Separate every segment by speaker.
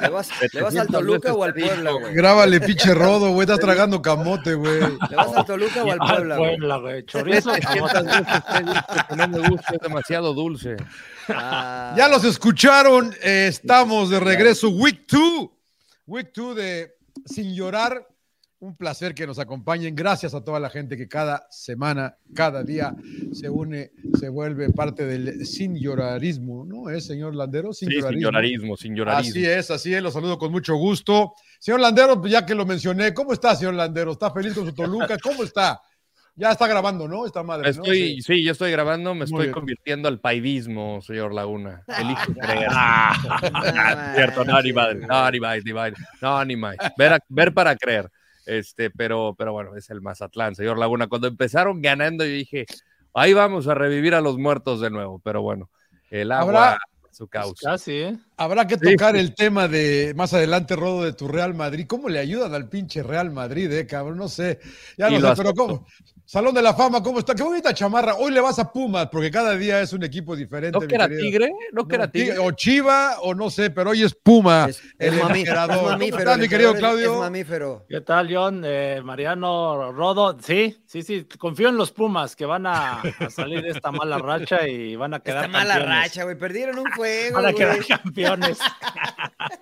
Speaker 1: ¿Le vas, ¿le vas al Toluca o al Puebla, güey?
Speaker 2: Grábale, pinche rodo, güey. Está tragando camote, güey.
Speaker 1: ¿Le vas al Toluca o al Puebla, güey?
Speaker 3: güey. Chorizo, camote.
Speaker 4: No me gusta, es demasiado dulce.
Speaker 1: Ah,
Speaker 2: Ya los escucharon. eh, estamos de regreso. Week 2. Week 2 de Sin Llorar. Un placer que nos acompañen. Gracias a toda la gente que cada semana, cada día se une, se vuelve parte del sin llorarismo, ¿no? ¿Es, señor Landero? Sin
Speaker 4: Sí, sin llorarismo, sin llorarismo.
Speaker 2: Así es, así es, lo saludo con mucho gusto. Señor Landero, pues ya que lo mencioné, ¿cómo está, señor Landero? ¿Está feliz con su Toluca? ¿Cómo está? Ya está grabando, ¿no? Esta madre. ¿no?
Speaker 4: Estoy, sí. yo estoy grabando, me
Speaker 2: Muy
Speaker 4: estoy
Speaker 2: bien.
Speaker 4: convirtiendo al paidismo, señor Laguna. Elijo creer.
Speaker 1: ah,
Speaker 4: Cierto, no, ni
Speaker 1: sí,
Speaker 4: madre,
Speaker 1: güey.
Speaker 4: no, ni madre, ni madre. No, ni madre. Ver, a- ver para creer. Este, pero, pero bueno, es el Mazatlán, señor Laguna. Cuando empezaron ganando, yo dije, ahí vamos a revivir a los muertos de nuevo. Pero bueno, el agua,
Speaker 2: Habrá-
Speaker 4: su
Speaker 2: pues,
Speaker 4: causa.
Speaker 3: Casi, ¿eh?
Speaker 2: Habrá que tocar el tema de más adelante, Rodo, de tu Real Madrid. ¿Cómo le ayudan al pinche Real Madrid, eh, cabrón? No sé. Ya
Speaker 4: Y
Speaker 2: no
Speaker 4: lo
Speaker 2: sé, pero
Speaker 4: acepto.
Speaker 2: ¿cómo? Salón de la Fama, ¿cómo está? Qué bonita chamarra. Hoy le vas a Pumas, porque cada día es un equipo diferente.
Speaker 4: ¿No
Speaker 2: mi
Speaker 4: que era
Speaker 2: querido.
Speaker 4: tigre? ¿No que era
Speaker 2: No, tigre,
Speaker 4: tigre?
Speaker 2: O Chiva, o no sé, pero hoy es Puma.
Speaker 1: Es,
Speaker 2: el
Speaker 1: es mami-
Speaker 2: emperador.
Speaker 1: es
Speaker 2: ¿Cómo
Speaker 1: mamífero,
Speaker 2: estás,
Speaker 1: el
Speaker 2: mi querido
Speaker 1: emperador es-
Speaker 2: Claudio?
Speaker 1: Es mamífero.
Speaker 3: ¿Qué tal, John? Eh, Mariano, Rodo. Sí, sí, sí. Confío en los Pumas que van a, a salir de esta mala racha y van a quedar
Speaker 1: Esta mala
Speaker 3: campeones.
Speaker 1: racha, güey. Perdieron un juego,
Speaker 3: Van a quedar
Speaker 1: güey.
Speaker 3: campeones.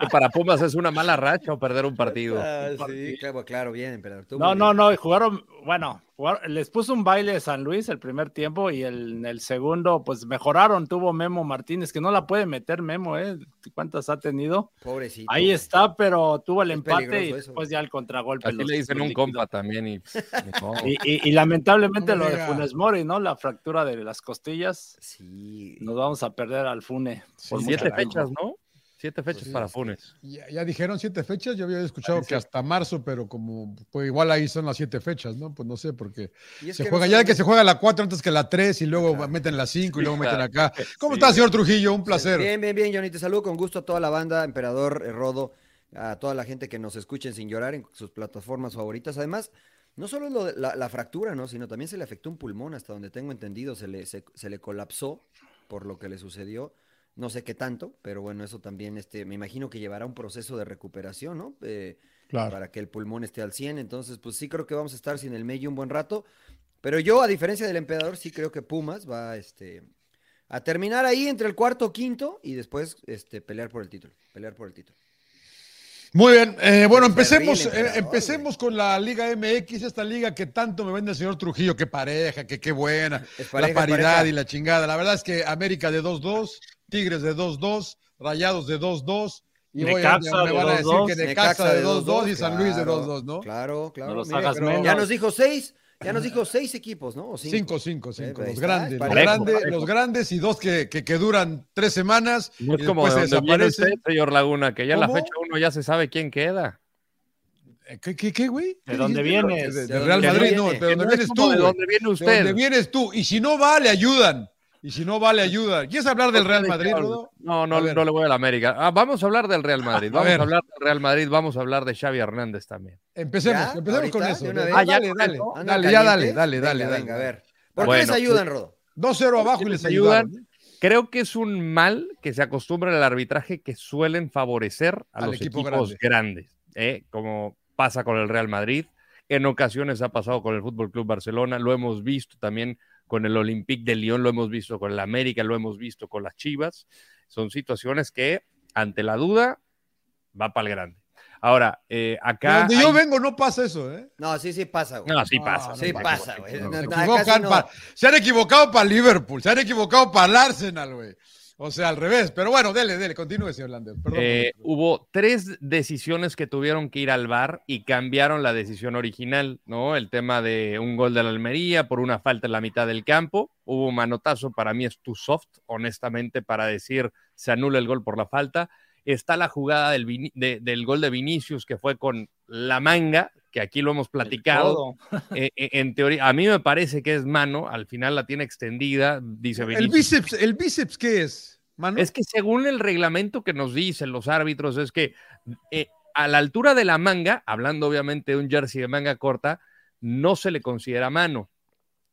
Speaker 4: Que para Pumas es una mala racha o perder un partido.
Speaker 1: Ah, sí, claro, claro, bien, emperador. tú
Speaker 3: No,
Speaker 1: muy
Speaker 3: no,
Speaker 1: bien.
Speaker 3: no. y Jugaron, bueno, jugaron- les puso un baile San Luis el primer tiempo y el, en el segundo, pues mejoraron. Tuvo Memo Martínez, que no la puede meter Memo, ¿eh? ¿Cuántas ha tenido?
Speaker 1: Pobrecito.
Speaker 3: Ahí está, pero tuvo el
Speaker 1: Es
Speaker 3: empate y
Speaker 1: peligroso eso.
Speaker 3: después ya el contragolpe.
Speaker 4: Así
Speaker 3: los-
Speaker 4: le dicen
Speaker 3: los
Speaker 4: un
Speaker 3: liquidó.
Speaker 4: compa también. Y, pues, no.
Speaker 3: Y, y- y lamentablemente
Speaker 2: No me
Speaker 3: lo de
Speaker 2: diga.
Speaker 3: Funes Mori, ¿no? La fractura de las costillas.
Speaker 1: Sí.
Speaker 3: Nos vamos a perder al Fune. por mucho
Speaker 4: siete
Speaker 3: tiempo.
Speaker 4: fechas, ¿no? Pues Siete fechas
Speaker 2: sí,
Speaker 4: para
Speaker 2: sí.
Speaker 4: Funes.
Speaker 2: Ya, ya dijeron siete fechas, yo había escuchado
Speaker 3: Parece.
Speaker 2: que hasta marzo, pero como pues igual ahí son las siete fechas, ¿no? Pues no sé, porque
Speaker 1: Y es
Speaker 2: se
Speaker 1: que
Speaker 2: juega,
Speaker 1: no
Speaker 2: ya
Speaker 1: son-
Speaker 2: que se juega la cuatro antes que la tres y luego
Speaker 1: Ajá.
Speaker 2: meten la cinco y
Speaker 4: Sí,
Speaker 2: luego meten
Speaker 4: claro.
Speaker 2: acá. ¿Cómo
Speaker 4: Sí.
Speaker 2: está, señor Trujillo? Un placer.
Speaker 1: Bien, bien, bien, Johnny. Te saludo con gusto a toda la banda, Emperador, eh, Rodo, a toda la gente que nos escuchen sin llorar en sus plataformas favoritas. Además, no solo es lo de la, la fractura, ¿no? Sino también se le afectó un pulmón, hasta donde tengo entendido, se le, se, se le colapsó por lo que le sucedió. No sé qué tanto, pero bueno, eso también, este, me imagino que llevará un proceso de recuperación, ¿no? Eh,
Speaker 2: Claro.
Speaker 1: para que el pulmón esté al 100. Entonces, pues sí creo que vamos a estar sin el medio un buen rato. Pero yo, a diferencia del emperador, sí creo que Pumas va este, a terminar ahí entre el cuarto o quinto y después este, pelear por el título. Pelear por el título.
Speaker 2: Muy bien. eh, bueno,
Speaker 1: Se ríe el
Speaker 2: empecemos, eh,
Speaker 1: emperador,
Speaker 2: empecemos con la Liga MX, esta liga que tanto me vende el señor Trujillo, qué pareja, que qué buena,
Speaker 1: Es pareja,
Speaker 2: la
Speaker 1: es
Speaker 2: paridad
Speaker 1: pareja.
Speaker 2: y la chingada. La verdad es que América de 2-2, Tigres de 2-2, Rayados de 2-2. Y hoy
Speaker 3: Necaxa
Speaker 2: me van
Speaker 3: de
Speaker 2: a decir
Speaker 3: 2-2.
Speaker 2: que de
Speaker 1: Necaxa
Speaker 2: casa de 2-2 y
Speaker 1: 2-2,
Speaker 2: San Luis de
Speaker 1: claro,
Speaker 2: 2-2, ¿no?
Speaker 1: Claro, claro.
Speaker 3: No los
Speaker 1: mira,
Speaker 3: hagas
Speaker 1: pero
Speaker 3: menos.
Speaker 1: ya nos dijo seis, ya nos dijo seis equipos, ¿no? O
Speaker 2: Cinco, cinco, cinco.
Speaker 1: ahí
Speaker 2: Los
Speaker 1: está,
Speaker 2: grandes, los
Speaker 1: parejo,
Speaker 2: grandes,
Speaker 4: parejo.
Speaker 2: los grandes y dos que, que, que duran tres semanas.
Speaker 4: No es
Speaker 2: y
Speaker 4: como
Speaker 2: después
Speaker 4: de
Speaker 2: se
Speaker 4: donde viene usted,
Speaker 2: desaparecen.
Speaker 4: señor Laguna, que ya en la
Speaker 2: ¿Cómo?
Speaker 4: fecha uno ya se sabe quién queda.
Speaker 2: Eh, ¿Qué, qué, qué, güey?
Speaker 3: ¿De dónde
Speaker 2: dijiste?
Speaker 3: vienes?
Speaker 2: De, de
Speaker 1: ¿De dónde
Speaker 2: Real Madrid,
Speaker 1: viene?
Speaker 2: no, de
Speaker 1: Que
Speaker 4: Que
Speaker 2: donde
Speaker 4: no
Speaker 2: vienes
Speaker 4: es como
Speaker 2: tú.
Speaker 4: de
Speaker 2: güey.
Speaker 4: donde viene
Speaker 2: De
Speaker 4: usted.
Speaker 2: donde vienes tú. Y si no va, le ayudan. Y si no va, le ayudan. ¿Quieres hablar del Real Madrid, Rodo?
Speaker 4: No,
Speaker 2: A
Speaker 4: no,
Speaker 2: ver.
Speaker 4: no le voy a la América. Ah, vamos a hablar del Real Madrid.
Speaker 2: A
Speaker 4: Vamos a,
Speaker 2: ver.
Speaker 4: hablar del Real Madrid. Vamos a hablar de Xavi Hernández también.
Speaker 2: Empecemos,
Speaker 1: ¿Ya?
Speaker 2: empecemos con
Speaker 1: ¿Ahorita?
Speaker 2: eso.
Speaker 1: ¿De una
Speaker 2: Dale,
Speaker 1: vez?
Speaker 4: Ah, ya
Speaker 2: dale,
Speaker 4: con
Speaker 2: dale.
Speaker 4: eso.
Speaker 1: Andan
Speaker 2: Dale, ya dale,
Speaker 1: calientes.
Speaker 2: dale, dale,
Speaker 1: Venga,
Speaker 2: dale.
Speaker 1: venga, a ver. ¿Por
Speaker 4: Bueno,
Speaker 1: qué les ayudan, Rodo?
Speaker 2: 2-0 abajo y les ¿eh? ayudan.
Speaker 4: Creo que es un mal que se acostumbra al arbitraje que suelen favorecer a
Speaker 2: Al
Speaker 4: los
Speaker 2: equipo
Speaker 4: equipos grandes, ¿eh? como pasa con el Real Madrid. En ocasiones ha pasado con el Fútbol Club Barcelona, lo hemos visto también con el Olympique de Lyon, lo hemos visto con el América, lo hemos visto con las Chivas. Son situaciones que, ante la duda, va para el grande. Ahora, eh,
Speaker 2: De
Speaker 4: acá.
Speaker 2: donde yo
Speaker 4: hay-
Speaker 2: vengo no pasa eso, ¿eh?
Speaker 1: No, sí, sí pasa, güey.
Speaker 4: No, sí
Speaker 2: No,
Speaker 4: pasa.
Speaker 2: no
Speaker 1: sí pasa, güey.
Speaker 2: Se,
Speaker 1: No, no,
Speaker 2: equivocan
Speaker 1: casi no.
Speaker 2: pa- se han equivocado para Liverpool, se han equivocado para el Arsenal, güey. O sea, al revés. Pero bueno, dele, dele, continúe, señor Lander. Perdón.
Speaker 4: Eh, hubo tres decisiones que tuvieron que ir al VAR y cambiaron la decisión original, ¿no? El tema de un gol de la Almería por una falta en la mitad del campo. Hubo un manotazo, para mí es too soft, honestamente, para decir se anula el gol por la falta. Está la jugada del, Vini- de- del gol de Vinicius que fue con la manga, que aquí lo hemos platicado.
Speaker 3: Todo.
Speaker 4: Eh, eh, en teoría, a mí me parece que es mano, al final la tiene extendida, dice
Speaker 2: el
Speaker 4: Vinicius.
Speaker 2: bíceps, ¿el bíceps qué es? Manu?
Speaker 4: Es que según el reglamento que nos dicen los árbitros, es que eh, a la altura de la manga, hablando obviamente de un jersey de manga corta, no se le considera mano.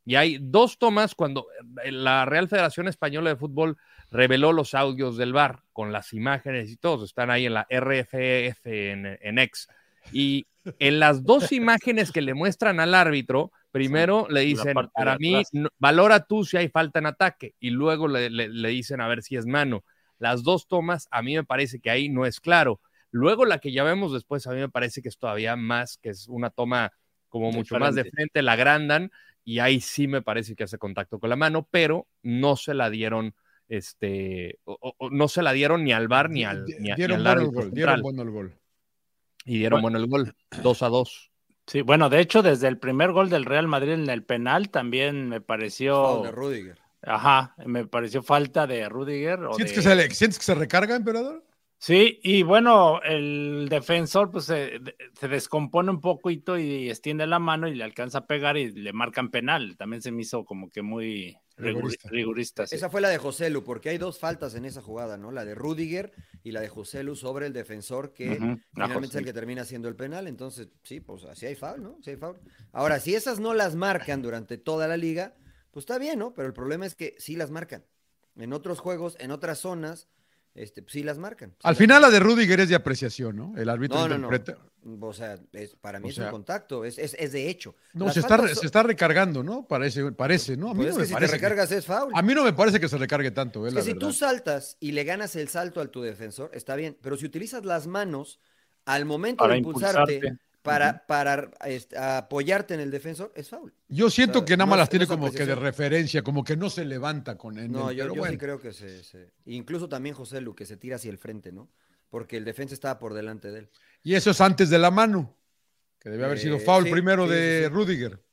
Speaker 4: Y hay dos tomas cuando eh, la Real Federación Española de Fútbol reveló los audios del bar con las imágenes y todos. Están ahí en la RFF en, en X. Y en las dos imágenes que le muestran al árbitro, primero le dicen,
Speaker 3: parte de
Speaker 4: para mí,
Speaker 3: atrás".
Speaker 4: no- valora tú si hay falta en ataque. Y luego le, le- le dicen a ver si es mano. Las dos tomas, a mí me parece que ahí no es claro. Luego la que ya vemos después, a mí me parece que es todavía más, que es una toma como mucho más de
Speaker 3: Diferente.
Speaker 4: frente, la agrandan y ahí sí me parece que hace contacto con la mano, pero no se la dieron, este, o- o- o no se la dieron ni al bar ni al, ni a- ni
Speaker 2: dieron bueno
Speaker 4: al
Speaker 2: el
Speaker 4: árbitro
Speaker 2: gol, dieron
Speaker 4: central.
Speaker 2: bueno el gol.
Speaker 4: Y dieron bueno el gol, 2 a 2.
Speaker 3: Sí, bueno, de hecho, desde el primer gol del Real Madrid en el penal también me
Speaker 1: Foul de
Speaker 3: pareció.
Speaker 1: Rudiger.
Speaker 3: Ajá, me pareció falta de Rudiger. o
Speaker 2: ¿Sientes
Speaker 3: de-
Speaker 2: que, se le- sientes que se recarga, emperador?
Speaker 3: Sí, y bueno, el defensor pues se, se descompone un poquito y extiende la mano y le alcanza a pegar y le marcan penal. También se me hizo como que muy rigur-
Speaker 2: Rigorista.
Speaker 3: rigurista. sí.
Speaker 1: Esa fue la de José Lu, porque hay dos faltas en esa jugada, ¿no? La de Rudiger y la de José Lu sobre el defensor que
Speaker 3: Ujú, ajá,
Speaker 1: finalmente es
Speaker 3: sí.
Speaker 1: el que termina haciendo el penal. Entonces, sí, pues así hay foul, ¿no? Sí hay foul. Ahora, si esas no las marcan durante toda la liga, pues está bien, ¿no? Pero el problema es que sí las marcan. En otros juegos, en otras zonas, este, sí las marcan. Sí
Speaker 2: Al
Speaker 1: las
Speaker 2: final la de Rudiger es de apreciación, ¿no? El árbitro
Speaker 1: No, no, no.
Speaker 2: interpreta.
Speaker 1: O sea, es- para mí
Speaker 2: O
Speaker 1: es
Speaker 2: sea-
Speaker 1: un contacto, es, es, es de hecho.
Speaker 2: No,
Speaker 1: Las
Speaker 2: se está,
Speaker 1: faltas
Speaker 2: re-
Speaker 1: son-
Speaker 2: se está recargando, ¿no? Parece, parece ¿no? A mí
Speaker 1: Pues
Speaker 2: no
Speaker 1: es
Speaker 2: me
Speaker 1: que si te
Speaker 2: parece que-
Speaker 1: recargas es foul.
Speaker 2: a mí no me parece que se recargue tanto, eh,
Speaker 1: Es
Speaker 2: la
Speaker 1: que si
Speaker 2: verdad.
Speaker 1: tú saltas y le ganas el salto al tu defensor, está bien, pero si utilizas las manos al momento
Speaker 3: Para
Speaker 1: de impulsarte,
Speaker 3: impulsarte.
Speaker 1: para, para este, apoyarte en el defensor, es foul.
Speaker 2: Yo siento
Speaker 1: sea,
Speaker 2: que nada más
Speaker 1: no
Speaker 2: las
Speaker 1: es-
Speaker 2: tiene
Speaker 1: no es
Speaker 2: como que de
Speaker 1: apreciación.
Speaker 2: referencia, como que no se levanta con él.
Speaker 1: No, yo,
Speaker 2: pero
Speaker 1: yo sí
Speaker 2: bueno.
Speaker 1: creo que se, se- Incluso también José Lu, que se tira hacia el frente, ¿no? Porque el defensa estaba por delante de él.
Speaker 2: Y eso es antes de la mano, que debe haber sido
Speaker 1: Eh,
Speaker 2: foul
Speaker 1: sí,
Speaker 2: primero
Speaker 1: sí,
Speaker 2: de
Speaker 1: sí, sí.
Speaker 2: Rudiger.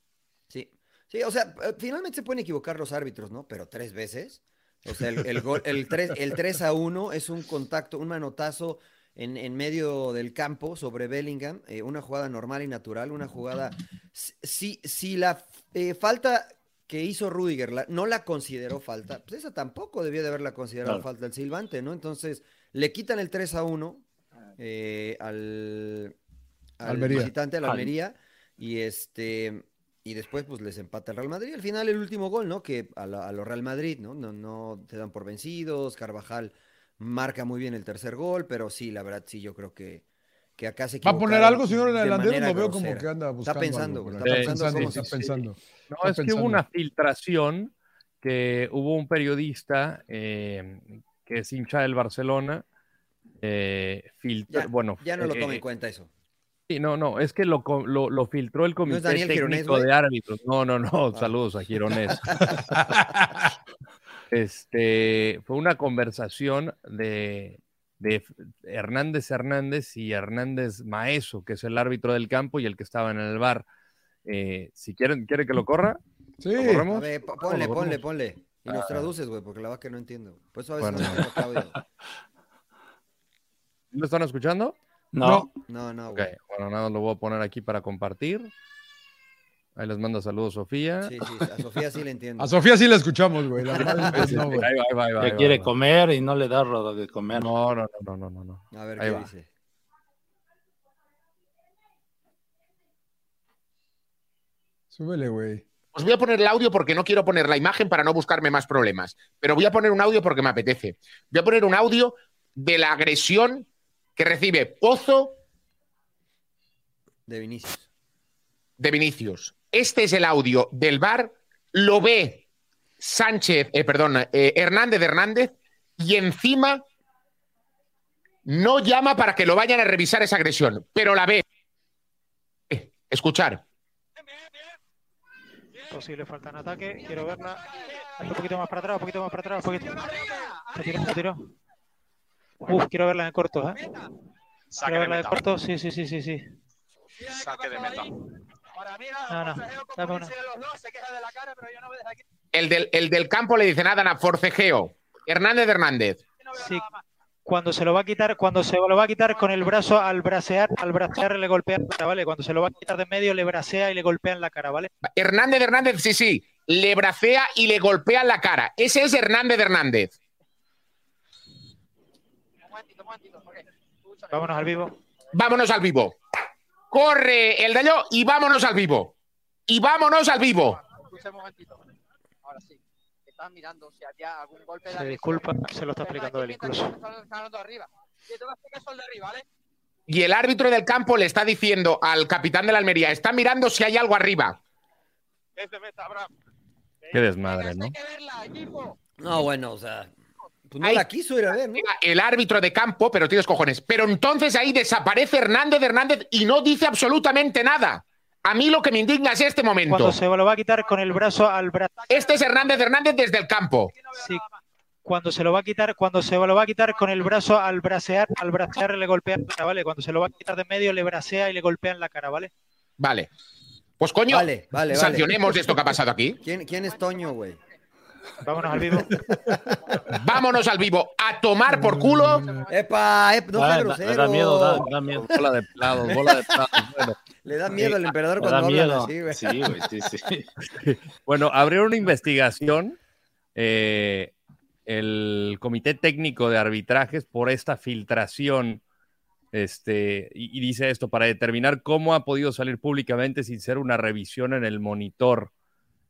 Speaker 1: Sí. Sí, o sea, eh, finalmente se pueden equivocar los árbitros, ¿no? Pero tres veces. O sea, el, el gol, el 3, el 3 a 1 es un contacto, un manotazo en, en medio del campo sobre Bellingham, eh, una jugada normal y natural, una jugada. Si- Si, si la eh, falta que hizo Rudiger la- no la consideró falta, pues esa tampoco debió de haberla considerado
Speaker 3: Claro.
Speaker 1: falta el silbante, ¿no? Entonces, le quitan el 3 a 1 eh, al, al
Speaker 2: Almería.
Speaker 1: visitante, al
Speaker 3: Al-
Speaker 1: Almería, y este. Y después, pues les empata el Real Madrid. Al final, el último gol, ¿no? Que a, la- a lo Real Madrid, ¿no? ¿no? No te dan por vencidos. Carvajal marca muy bien el tercer gol, pero sí, la verdad, sí, yo creo que, que acá se
Speaker 2: ¿Va a poner
Speaker 1: equivocaron
Speaker 2: algo, señor
Speaker 1: de
Speaker 2: Alandero?
Speaker 1: manera
Speaker 2: Lo veo como
Speaker 1: grosera.
Speaker 2: que anda buscando.
Speaker 1: pensando,
Speaker 2: algo por
Speaker 1: está
Speaker 2: ahí.
Speaker 4: pensando cómo
Speaker 2: está
Speaker 4: se-
Speaker 2: pensando.
Speaker 4: No,
Speaker 2: Está
Speaker 4: es que hubo
Speaker 2: pensando.
Speaker 4: una filtración que hubo un periodista eh, que es hincha del Barcelona. eh, filtra-
Speaker 1: Ya-
Speaker 4: bueno,
Speaker 1: Ya no lo
Speaker 4: eh,
Speaker 1: toma en cuenta eso.
Speaker 4: Sí, no, no, es que lo, co- lo, lo filtró el comité
Speaker 1: Daniel
Speaker 4: técnico
Speaker 1: Gironés, güey?
Speaker 4: de árbitros. No, no, no,
Speaker 1: Ah.
Speaker 4: saludos a Gironés. este, fue una conversación de, de Hernández Hernández y Hernández Maeso, que es el árbitro del campo y el que estaba en el bar. Eh, si quieren, ¿quiere que lo corra?
Speaker 2: Sí,
Speaker 4: ¿Lo corremos?
Speaker 1: A ver, po- ponle,
Speaker 4: Vamos,
Speaker 1: ponle,
Speaker 4: vamos.
Speaker 1: ponle. Y nos
Speaker 4: Ah.
Speaker 1: traduces, güey, porque la verdad que no entiendo. Pues Por eso a veces
Speaker 4: Bueno.
Speaker 1: no entiendo, Claudio.
Speaker 4: ¿Lo están escuchando?
Speaker 3: No,
Speaker 1: No,
Speaker 2: No.
Speaker 1: no,
Speaker 4: Ok,
Speaker 1: güey.
Speaker 4: bueno, nada, lo voy a poner aquí para compartir. Ahí les manda saludos, Sofía.
Speaker 1: Sí, sí, a Sofía sí le entiendo.
Speaker 2: a Sofía sí la escuchamos, güey. La verdad es
Speaker 4: Ahí
Speaker 2: que Ah, no, güey.
Speaker 4: va, ahí va, ahí va, ahí
Speaker 3: que
Speaker 4: va,
Speaker 3: quiere
Speaker 4: ahí va.
Speaker 3: comer y no le da rodo de comer.
Speaker 4: No, no, no, no, no, no.
Speaker 1: A ver
Speaker 4: Ahí
Speaker 1: qué
Speaker 4: va.
Speaker 1: dice.
Speaker 2: Súbele, güey.
Speaker 5: Os Pues voy a poner el audio porque no quiero poner la imagen para no buscarme más problemas, pero voy a poner un audio porque me apetece. Voy a poner un audio de la agresión que recibe Pozo
Speaker 1: De Vinicius.
Speaker 5: de Vinicius. Este es el audio del VAR, lo ve Sánchez, eh, perdón, eh, Hernández de Hernández y encima no llama para que lo vayan a revisar esa agresión, pero la ve. Escuchar.
Speaker 6: Posible falta en ataque, quiero verla. Hazte un poquito más para atrás, un poquito más para atrás, un poquito. Se tiró, se tiró. Uf, quiero verla en corto, ¿eh? Quiero verla en corto, sí, sí, sí, sí, sí.
Speaker 7: Saque de meta. Para mí,
Speaker 6: No, no, dame una.
Speaker 5: El del, el del campo le dice nada, a forcejeo. Hernández de Hernández.
Speaker 6: Sí. Cuando se lo va a quitar, cuando se lo va a quitar con el brazo al bracear, al bracear le golpean la cara, ¿vale? Cuando se lo va a quitar de en medio le bracea y le golpean la cara, ¿vale?
Speaker 5: Hernández de Hernández, sí, sí, le bracea y le golpea la cara. Ese es Hernández de Hernández.
Speaker 6: Vámonos al vivo.
Speaker 5: Vámonos al vivo. Corre el gallo y vámonos al vivo. Y vámonos al vivo.
Speaker 7: escucha un momentito. Ahora sí. Estaban mirando si había algún golpe de
Speaker 6: Se
Speaker 7: agresión.
Speaker 6: disculpa, se lo está
Speaker 7: Pero
Speaker 6: explicando
Speaker 7: aquí
Speaker 6: él
Speaker 7: mientras
Speaker 6: incluso.
Speaker 7: que están- están hablando arriba. Y te vas a explicar eso al de arriba, ¿vale?
Speaker 5: Y el árbitro del campo le está diciendo al capitán de la Almería, está mirando si hay algo arriba.
Speaker 7: Es de meta, Abraham.
Speaker 4: Qué desmadre,
Speaker 7: Venga, esta
Speaker 4: ¿no?
Speaker 7: Hay que verla, equipo.
Speaker 1: No, bueno, o sea. Pues no
Speaker 5: Ay.
Speaker 1: la quiso ir a ver, ¿no?
Speaker 5: Era El árbitro de campo, pero tíos cojones. Pero entonces ahí desaparece Hernández Hernández y no dice absolutamente nada. A mí lo que me indigna es este momento.
Speaker 6: Cuando se lo va a quitar con el brazo al brazo.
Speaker 5: Este es Hernández Hernández desde el campo.
Speaker 6: Sí. Cuando se lo va a quitar, cuando se lo va a quitar con el brazo al bracear, al bracear le golpea en la cara, ¿vale? Cuando se lo va a quitar de medio le bracea y le golpea en la cara, ¿vale?
Speaker 5: Vale. Pues coño,
Speaker 1: Vale, vale, vale.
Speaker 5: sancionemos esto que ha pasado aquí.
Speaker 1: ¿Quién, quién es Toño, güey?
Speaker 6: Vámonos al vivo.
Speaker 5: Vámonos al vivo a tomar por culo.
Speaker 1: ¡Epa! ep- no sea
Speaker 3: Ah, Da- da-
Speaker 1: grosero.
Speaker 3: da miedo, da, da miedo.
Speaker 4: Bola de plados, bola de plados. Bueno,
Speaker 1: Le da miedo al emperador
Speaker 3: Me
Speaker 1: cuando
Speaker 3: da
Speaker 1: hablan
Speaker 3: miedo.
Speaker 1: así, güey.
Speaker 3: Sí, güey, sí, sí.
Speaker 4: Bueno, abrieron una investigación eh, el Comité Técnico de Arbitrajes por esta filtración. Este, y, y dice esto, para determinar cómo ha podido salir públicamente sin ser una revisión en el monitor.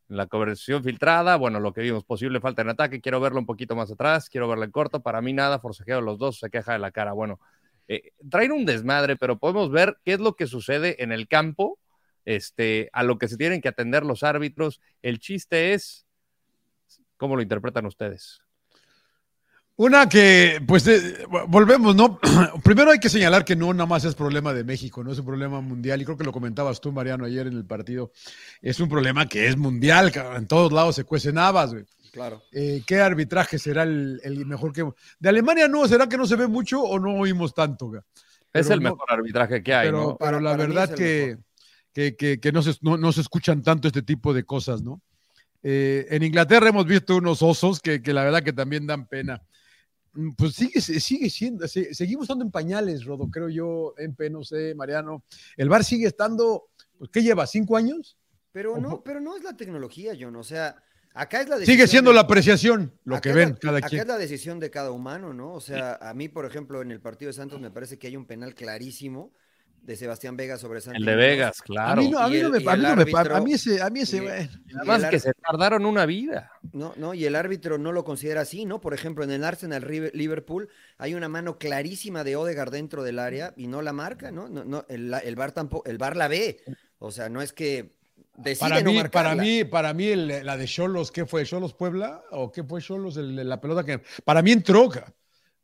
Speaker 4: La conversión filtrada, bueno, lo que vimos, posible falta en ataque, quiero verlo un poquito más atrás, quiero verlo en corto, para mí nada, forcejeo los dos, se queja de la cara. Bueno, eh, traen un desmadre, pero podemos ver qué es lo que sucede en el campo, este, a lo que se tienen que atender los árbitros. El chiste es cómo lo interpretan ustedes.
Speaker 2: Una que, pues, eh, volvemos, ¿no? Primero hay que señalar que no nada más es problema de México, no es un problema mundial, y creo que lo comentabas tú, Mariano, ayer en el partido. Es un problema que es mundial, cabrón, en todos lados se cuecen habas, güey.
Speaker 1: Claro.
Speaker 2: Eh, ¿Qué arbitraje será el, el mejor que.? De Alemania no, ¿será que no se ve mucho o no oímos tanto, güey?
Speaker 4: Es
Speaker 2: Pero
Speaker 4: el
Speaker 2: no-
Speaker 4: mejor arbitraje que hay,
Speaker 2: pero,
Speaker 4: ¿no?
Speaker 2: pero
Speaker 1: Para-
Speaker 2: la
Speaker 1: para mí
Speaker 2: verdad
Speaker 1: es el
Speaker 2: que,
Speaker 1: mejor.
Speaker 2: que, que- que no, se, no- no se escuchan tanto este tipo de cosas, ¿no? Eh, en Inglaterra hemos visto unos osos que, que la verdad que también dan pena. Mm, Pues sigue, sigue siendo, se- seguimos estando en pañales, Rodo, creo yo, en no sé, Mariano. El bar sigue estando, pues, ¿qué lleva? ¿Cinco años?
Speaker 1: Pero no,
Speaker 2: Ojo.
Speaker 1: pero no es la tecnología, John. O sea, acá es la
Speaker 2: Sigue
Speaker 1: decisión
Speaker 2: siendo
Speaker 1: de-
Speaker 2: la apreciación, lo
Speaker 1: Acá
Speaker 2: que
Speaker 1: es
Speaker 2: ven
Speaker 1: la-
Speaker 2: cada
Speaker 1: acá
Speaker 2: quien.
Speaker 1: es la decisión de cada humano, ¿no? O sea, a mí, por ejemplo, en el partido de Santos me parece que hay un penal clarísimo de Sebastián Vega sobre Santos.
Speaker 4: El de Vegas,
Speaker 2: A
Speaker 4: claro.
Speaker 2: mí no, a
Speaker 1: Y
Speaker 2: mí no
Speaker 1: el-
Speaker 2: me
Speaker 1: y
Speaker 2: a mí
Speaker 1: el
Speaker 2: no me
Speaker 1: árbitro-
Speaker 2: a mí ese, a mí ese,
Speaker 1: y-
Speaker 2: güey.
Speaker 1: Y
Speaker 4: Además
Speaker 1: el
Speaker 4: que
Speaker 1: ar-
Speaker 4: se tardaron una vida.
Speaker 1: No, no, y el árbitro no lo considera así, ¿no? Por ejemplo, en el Arsenal River- Liverpool hay una mano clarísima de Odegaard dentro del área y no la marca, ¿no? no, no el, el bar tampoco, el bar la ve. O sea, no es que decide
Speaker 2: Para
Speaker 1: no
Speaker 2: mí,
Speaker 1: marcarla.
Speaker 2: para mí, para mí, el- la de Cholos, ¿qué fue? ¿Cholos Puebla? ¿O qué fue Cholos? La pelota que. Para mí entró. ca-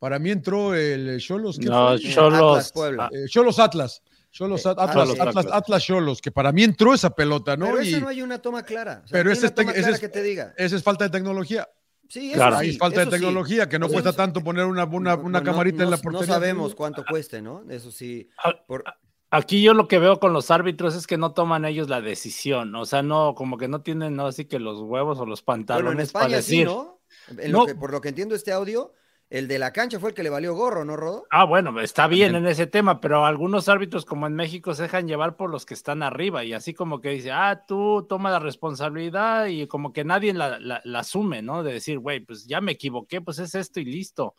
Speaker 2: Para mí entró el Cholos. Eh,
Speaker 3: No,
Speaker 1: Eh, Atlas
Speaker 3: Cholos.
Speaker 1: Puebla.
Speaker 2: Cholos Atlas. Cholos
Speaker 1: Eh,
Speaker 2: Atlas,
Speaker 1: Cholos,
Speaker 2: Atlas, Atlas,
Speaker 3: Atlas.
Speaker 2: Cholos, que para mí entró esa pelota, ¿no?
Speaker 1: Pero
Speaker 2: Y
Speaker 1: eso no hay una toma clara. O sea,
Speaker 2: pero
Speaker 1: no hay
Speaker 2: ese
Speaker 1: una
Speaker 2: es tec-
Speaker 1: toma
Speaker 2: ese
Speaker 1: clara
Speaker 2: es-
Speaker 1: que te diga.
Speaker 2: esa es falta de tecnología.
Speaker 1: Sí, eso
Speaker 3: Claro.
Speaker 1: sí,
Speaker 2: Ahí es falta de
Speaker 1: eso sí.
Speaker 2: tecnología, que no
Speaker 1: Eso
Speaker 2: cuesta
Speaker 1: sí.
Speaker 2: tanto poner una, una, una
Speaker 1: No, no,
Speaker 2: camarita en
Speaker 1: no-
Speaker 2: la portería.
Speaker 1: No sabemos cuánto cueste, ¿no? Eso sí.
Speaker 3: A-
Speaker 1: Por,
Speaker 3: Aquí yo lo que veo con los árbitros es que no toman ellos la decisión, o sea, no, como que no tienen, no, así que los huevos o los pantalones
Speaker 1: bueno, en
Speaker 3: para
Speaker 1: España sí,
Speaker 3: decir.
Speaker 1: ¿no? En lo
Speaker 3: No.
Speaker 1: que- por lo que entiendo este audio, el de la cancha fue el que le valió gorro, ¿no, Rodo?
Speaker 3: Ah, bueno, está bien en ese tema, pero algunos árbitros, como en México, se dejan llevar por los que están arriba y así como que dice, ah, tú toma la responsabilidad y como que nadie la, la- la asume, ¿no? De decir, güey, pues ya me equivoqué, pues es esto y listo.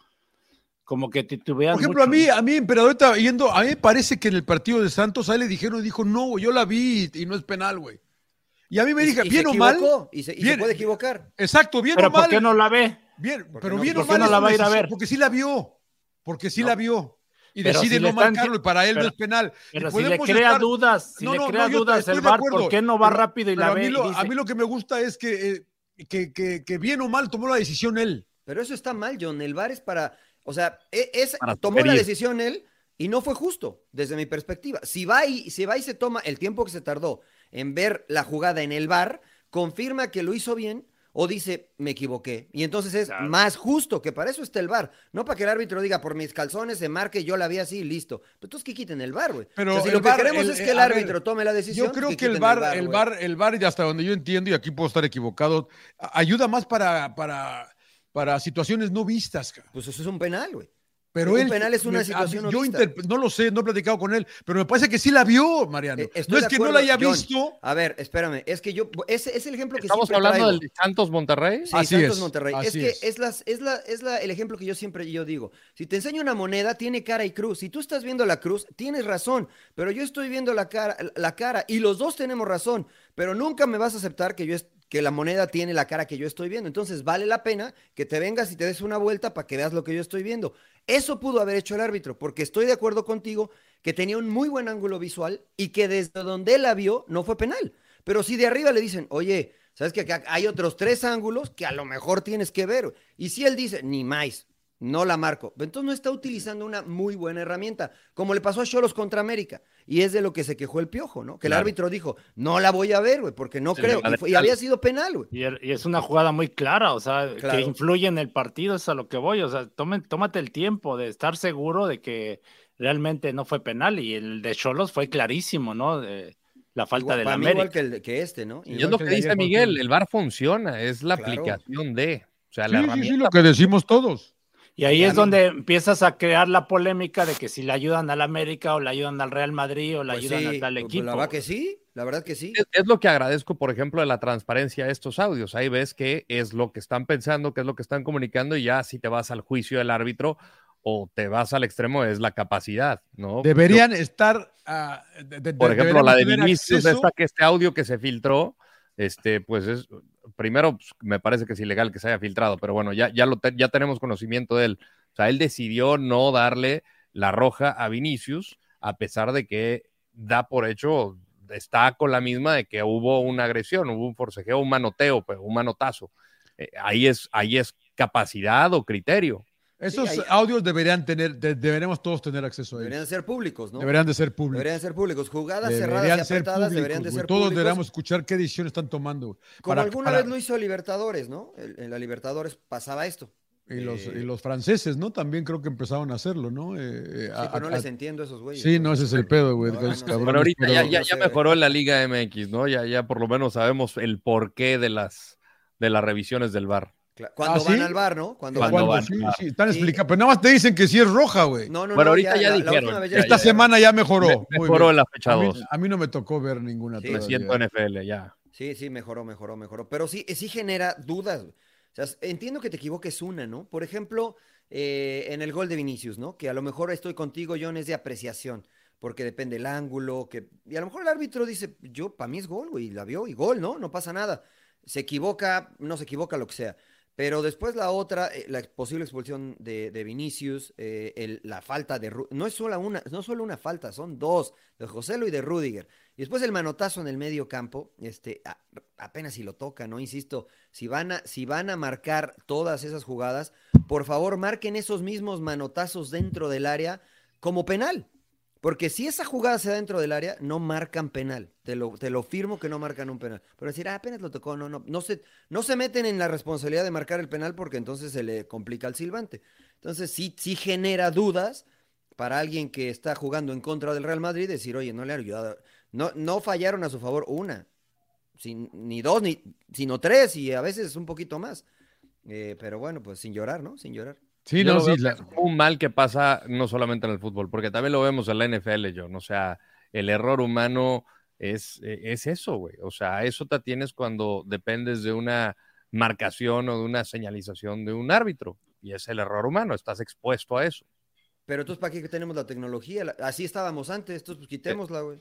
Speaker 3: Como que titubean.
Speaker 2: Por ejemplo, a
Speaker 3: mucho.
Speaker 2: mí, a mí, emperador, está yendo, a mí me parece que en el partido de Santos, ahí le dijeron y dijo, no, yo la vi y no es penal, güey. Y a mí me
Speaker 1: Y-
Speaker 2: dije,
Speaker 1: y
Speaker 2: bien
Speaker 1: se
Speaker 2: o mal.
Speaker 1: equivocó, Y, se, y se
Speaker 2: bien-
Speaker 1: puede equivocar.
Speaker 2: Exacto, bien o
Speaker 3: Pero
Speaker 2: mal.
Speaker 3: ¿por qué no la ve?
Speaker 2: Bien,
Speaker 1: Porque
Speaker 2: pero
Speaker 1: no-
Speaker 2: bien o
Speaker 1: ¿por qué
Speaker 2: mal
Speaker 1: no
Speaker 2: es
Speaker 1: la
Speaker 2: una
Speaker 3: va a ir a
Speaker 2: decisión,
Speaker 3: ver?
Speaker 2: Porque sí la vio. Porque sí
Speaker 3: No.
Speaker 2: la vio. Y
Speaker 3: Pero
Speaker 2: decide
Speaker 3: si le
Speaker 2: no
Speaker 3: están-
Speaker 2: marcarlo y para él no
Speaker 3: pero-
Speaker 2: es penal. Y
Speaker 3: Pero si le
Speaker 2: podemos
Speaker 3: crea
Speaker 2: estar-
Speaker 3: dudas, si
Speaker 2: No,
Speaker 3: le
Speaker 2: no,
Speaker 3: crea
Speaker 2: no, yo
Speaker 3: dudas
Speaker 2: estoy
Speaker 3: el
Speaker 2: de
Speaker 3: VAR,
Speaker 2: acuerdo,
Speaker 3: ¿por qué no va
Speaker 2: pero-
Speaker 3: rápido y
Speaker 2: pero
Speaker 3: la
Speaker 2: a mí
Speaker 3: ve? y
Speaker 2: lo- A
Speaker 3: dice,
Speaker 2: mí lo que me gusta es que, eh, que, que- que bien o mal tomó la decisión él.
Speaker 1: Pero eso está mal, John. El VAR es para. O sea, e- es,
Speaker 4: Para
Speaker 1: tomó la
Speaker 4: sugerir.
Speaker 1: decisión él y no fue justo, desde mi perspectiva. Si va y, si va y se toma el tiempo que se tardó en ver la jugada en el VAR, confirma que lo hizo bien. O dice, me equivoqué. Y entonces es
Speaker 3: Claro.
Speaker 1: más justo, que para eso está el VAR. No para que el árbitro diga, por mis calzones se marque, yo la vi así y listo. Pero entonces que quiten el VAR, güey.
Speaker 2: Pero
Speaker 1: O sea, si
Speaker 2: el
Speaker 1: lo que
Speaker 2: VAR,
Speaker 1: queremos
Speaker 2: el-
Speaker 1: es
Speaker 2: eh,
Speaker 1: que el
Speaker 2: a ver,
Speaker 1: árbitro tome la decisión.
Speaker 2: Yo creo que
Speaker 1: quiten
Speaker 2: el bar,
Speaker 1: güey.
Speaker 2: el bar, el bar, y hasta donde yo entiendo, y aquí puedo estar equivocado, a- ayuda más para, para, para situaciones no vistas. ca.
Speaker 1: Pues eso es un penal, güey.
Speaker 2: Pero
Speaker 1: Un
Speaker 2: él,
Speaker 1: penal es una
Speaker 2: me- a-
Speaker 1: situación no
Speaker 2: yo
Speaker 1: vista.
Speaker 2: interp- no lo sé, no he platicado con él, pero me parece que sí la vio, Mariano.
Speaker 1: Eh, estoy
Speaker 2: no es
Speaker 1: de
Speaker 2: que no
Speaker 1: acuerdo,
Speaker 2: la haya
Speaker 1: John.
Speaker 2: visto.
Speaker 1: A ver, espérame, es que yo, ese es el ejemplo que
Speaker 4: Estamos
Speaker 1: siempre
Speaker 4: hablando
Speaker 1: traigo.
Speaker 4: del de Santos Monterrey.
Speaker 1: Sí,
Speaker 2: Así
Speaker 1: Santos
Speaker 2: es,
Speaker 1: Monterrey. es
Speaker 2: así
Speaker 1: que
Speaker 2: es.
Speaker 1: es, las, es, la, es la, el ejemplo que yo siempre yo digo. Si te enseño una moneda, tiene cara y cruz. Si tú estás viendo la cruz, tienes razón. Pero yo estoy viendo la cara, la cara y los dos tenemos razón. Pero nunca me vas a aceptar que yo, es- que la moneda tiene la cara que yo estoy viendo. Entonces vale la pena que te vengas y te des una vuelta para que veas lo que yo estoy viendo. Eso pudo haber hecho el árbitro, porque estoy de acuerdo contigo que tenía un muy buen ángulo visual y que desde donde él la vio no fue penal. Pero si de arriba le dicen, oye, ¿sabes que acá hay otros tres ángulos que a lo mejor tienes que ver? Y si él dice, ni más, no la marco. pues Entonces no está utilizando una muy buena herramienta, como le pasó a Cholos contra América. Y es de lo que se quejó el piojo, ¿no? Que
Speaker 4: Claro.
Speaker 1: el árbitro dijo, no la voy a ver, güey, porque no
Speaker 4: Se
Speaker 1: creo.
Speaker 4: le va
Speaker 1: Y
Speaker 4: de
Speaker 1: fue- y había sido penal, güey.
Speaker 3: Y, er- y es una jugada muy clara, o sea,
Speaker 1: Claro.
Speaker 3: que influye en el partido, es a lo que voy. O sea, tomen, tómate el tiempo de estar seguro de que realmente no fue penal. Y el de Cholos fue clarísimo, ¿no? De la falta
Speaker 1: Igual-
Speaker 3: del
Speaker 1: para mí
Speaker 3: América.
Speaker 1: igual que, el- que este, ¿no?
Speaker 4: Y
Speaker 1: Igual
Speaker 4: es lo
Speaker 2: que
Speaker 4: que
Speaker 2: el de
Speaker 4: dice
Speaker 2: ayer,
Speaker 4: Miguel,
Speaker 2: Joaquín.
Speaker 4: el VAR funciona, es la
Speaker 1: Claro.
Speaker 4: aplicación de, o sea,
Speaker 2: Sí,
Speaker 4: la
Speaker 2: sí, sí,
Speaker 4: herramienta
Speaker 2: lo que decimos todos.
Speaker 3: Y ahí
Speaker 1: Ya
Speaker 3: es
Speaker 1: mismo.
Speaker 3: donde empiezas a crear la polémica de que si le ayudan al América o le ayudan al Real Madrid o le
Speaker 1: Pues
Speaker 3: ayudan
Speaker 1: sí,
Speaker 3: a tal
Speaker 1: pues
Speaker 3: equipo.
Speaker 1: La verdad que sí, la verdad que sí.
Speaker 4: es, es lo que agradezco, por ejemplo, de la transparencia de estos audios. Ahí ves que es lo que están pensando, que es lo que están comunicando y ya si te vas al juicio del árbitro o te vas al extremo es la capacidad, ¿no?
Speaker 2: Deberían estar. ah, de- de-
Speaker 4: Yo, por
Speaker 2: de-
Speaker 4: ejemplo, la de
Speaker 2: deberían tener
Speaker 4: Vinicius,
Speaker 2: acceso-
Speaker 4: esta que este audio que se filtró, este, pues es primero pues, me parece que es ilegal que se haya filtrado, pero bueno, ya ya lo te- ya tenemos conocimiento de él. O sea, él decidió no darle la roja a Vinicius a pesar de que da por hecho, está con la misma de que hubo una agresión, hubo un forcejeo, un manoteo, pues, un manotazo. Eh, ahí, es, ahí es capacidad o criterio.
Speaker 2: Esos
Speaker 1: Sí, ahí-
Speaker 2: audios deberían tener, de- deberemos todos tener acceso a ellos. Deberían,
Speaker 1: Deberían ser públicos, ¿no?
Speaker 2: de ser públicos.
Speaker 1: Deberían ser públicos. Jugadas
Speaker 2: Deberían
Speaker 1: cerradas y
Speaker 2: ser
Speaker 1: apretadas
Speaker 2: públicos.
Speaker 1: deberían de
Speaker 2: güey.
Speaker 1: ser
Speaker 2: Todos
Speaker 1: públicos.
Speaker 2: deberíamos escuchar qué decisión están tomando. güey.
Speaker 1: Como
Speaker 2: para-
Speaker 1: alguna
Speaker 2: para-
Speaker 1: vez lo hizo Libertadores, ¿no? El- En la Libertadores pasaba esto.
Speaker 2: Y los,
Speaker 1: Eh,
Speaker 2: y los franceses, ¿no? También creo que empezaron a hacerlo, ¿no? Eh, eh,
Speaker 1: Sí,
Speaker 2: a-
Speaker 1: pero no
Speaker 2: a-
Speaker 1: les entiendo a esos güeyes.
Speaker 2: sí, no, ese es el pedo, güey.
Speaker 1: No,
Speaker 2: con esos
Speaker 1: no, no,
Speaker 2: cabrones,
Speaker 4: Bueno, ahorita
Speaker 2: pero-
Speaker 4: ya, ya,
Speaker 1: no sé.
Speaker 4: ya mejoró en la Liga MX, ¿no? Ya, ya por lo menos sabemos el porqué de las, de las revisiones del VAR.
Speaker 1: Cla- Cuando
Speaker 2: ¿Ah,
Speaker 1: van
Speaker 2: sí?
Speaker 1: al bar, ¿no? Cuando,
Speaker 4: Cuando
Speaker 1: van.
Speaker 2: Cuando-
Speaker 4: van,
Speaker 2: sí,
Speaker 4: claro.
Speaker 2: sí, están
Speaker 1: Sí.
Speaker 2: explicando. Pero nada más te dicen que sí es roja, güey.
Speaker 1: No, no,
Speaker 4: Bueno,
Speaker 1: no,
Speaker 4: ahorita ya
Speaker 1: la- la
Speaker 4: dijeron,
Speaker 1: última vez
Speaker 4: ya,
Speaker 2: Esta
Speaker 4: ya.
Speaker 2: semana ya mejoró.
Speaker 4: Me-
Speaker 2: Muy
Speaker 4: mejoró
Speaker 2: bien.
Speaker 4: en la fecha
Speaker 2: a, mí,
Speaker 4: 2.
Speaker 2: a mí no me tocó ver ninguna.
Speaker 1: Sí.
Speaker 4: Me
Speaker 2: todavía.
Speaker 4: siento NFL, ya.
Speaker 1: Sí, sí, mejoró, mejoró, mejoró. Pero sí, eh, sí genera dudas. güey. O sea, s- entiendo que te equivoques una, ¿no? Por ejemplo, eh, en el gol de Vinicius, ¿no? Que a lo mejor estoy contigo, John, es de apreciación, porque depende el ángulo, que... Y a lo mejor el árbitro dice, yo, para mí es gol, güey, y la vio y gol, ¿no? No pasa nada. Se equivoca, no se equivoca, lo que sea. Pero después la otra, eh, la posible expulsión de, de Vinicius, eh, el- la falta de... Ru- No es, solo una, no solo una falta, son dos, de Joselo y de Rudiger. Y después el manotazo en el medio campo, este, a- apenas si lo toca, ¿no? Insisto, si van, a, si van a marcar todas esas jugadas, por favor marquen esos mismos manotazos dentro del área como penal. Porque si esa jugada se da dentro del área, no marcan penal. Te lo, te lo firmo que no marcan un penal. Pero decir, ah, apenas lo tocó, no, no, no se, no se meten en la responsabilidad de marcar el penal porque entonces se le complica al silbante. Entonces sí, sí genera dudas para alguien que está jugando en contra del Real Madrid, decir, oye, no le han ayudado. No, no fallaron a su favor una, sin- ni dos, ni, sino tres, y a veces un poquito más. Eh, pero bueno, pues sin llorar, ¿no? Sin llorar.
Speaker 2: Sí,
Speaker 4: Yo
Speaker 2: no,
Speaker 4: lo veo
Speaker 2: sí. la-
Speaker 4: Un mal que pasa no solamente en el fútbol, porque también lo vemos en la NFL, John. O sea, el error humano es, eh, es eso, güey. O sea, a eso te atienes cuando dependes de una marcación o de una señalización de un árbitro. Y es el error humano, estás expuesto a eso.
Speaker 1: Pero entonces, ¿para qué tenemos la tecnología? La- así estábamos antes, entonces pues quitémosla, güey.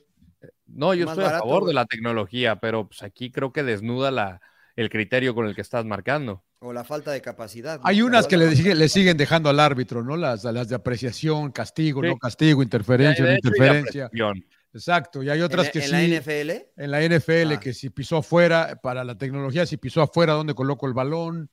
Speaker 4: No, yo
Speaker 1: Más
Speaker 4: estoy a
Speaker 1: barato,
Speaker 4: favor
Speaker 1: güey.
Speaker 4: de la tecnología, pero pues aquí creo que desnuda la, el criterio con el que estás marcando.
Speaker 1: O la falta de capacidad. ¿no?
Speaker 2: Hay
Speaker 1: La
Speaker 2: unas que
Speaker 1: falta-
Speaker 2: le, sigue- le siguen dejando al árbitro, ¿no? Las, las de apreciación, castigo,
Speaker 4: Sí.
Speaker 2: no castigo, interferencia, no
Speaker 4: De hecho, y la
Speaker 2: interferencia.
Speaker 4: presión.
Speaker 2: Exacto. Y
Speaker 1: pues,
Speaker 2: hay
Speaker 1: En,
Speaker 2: otras
Speaker 1: la-
Speaker 2: que
Speaker 1: en
Speaker 2: sí.
Speaker 1: la NFL,
Speaker 2: en la NFL,
Speaker 1: Ah.
Speaker 2: que si pisó afuera, para la tecnología, si pisó afuera, ¿dónde coloco el balón?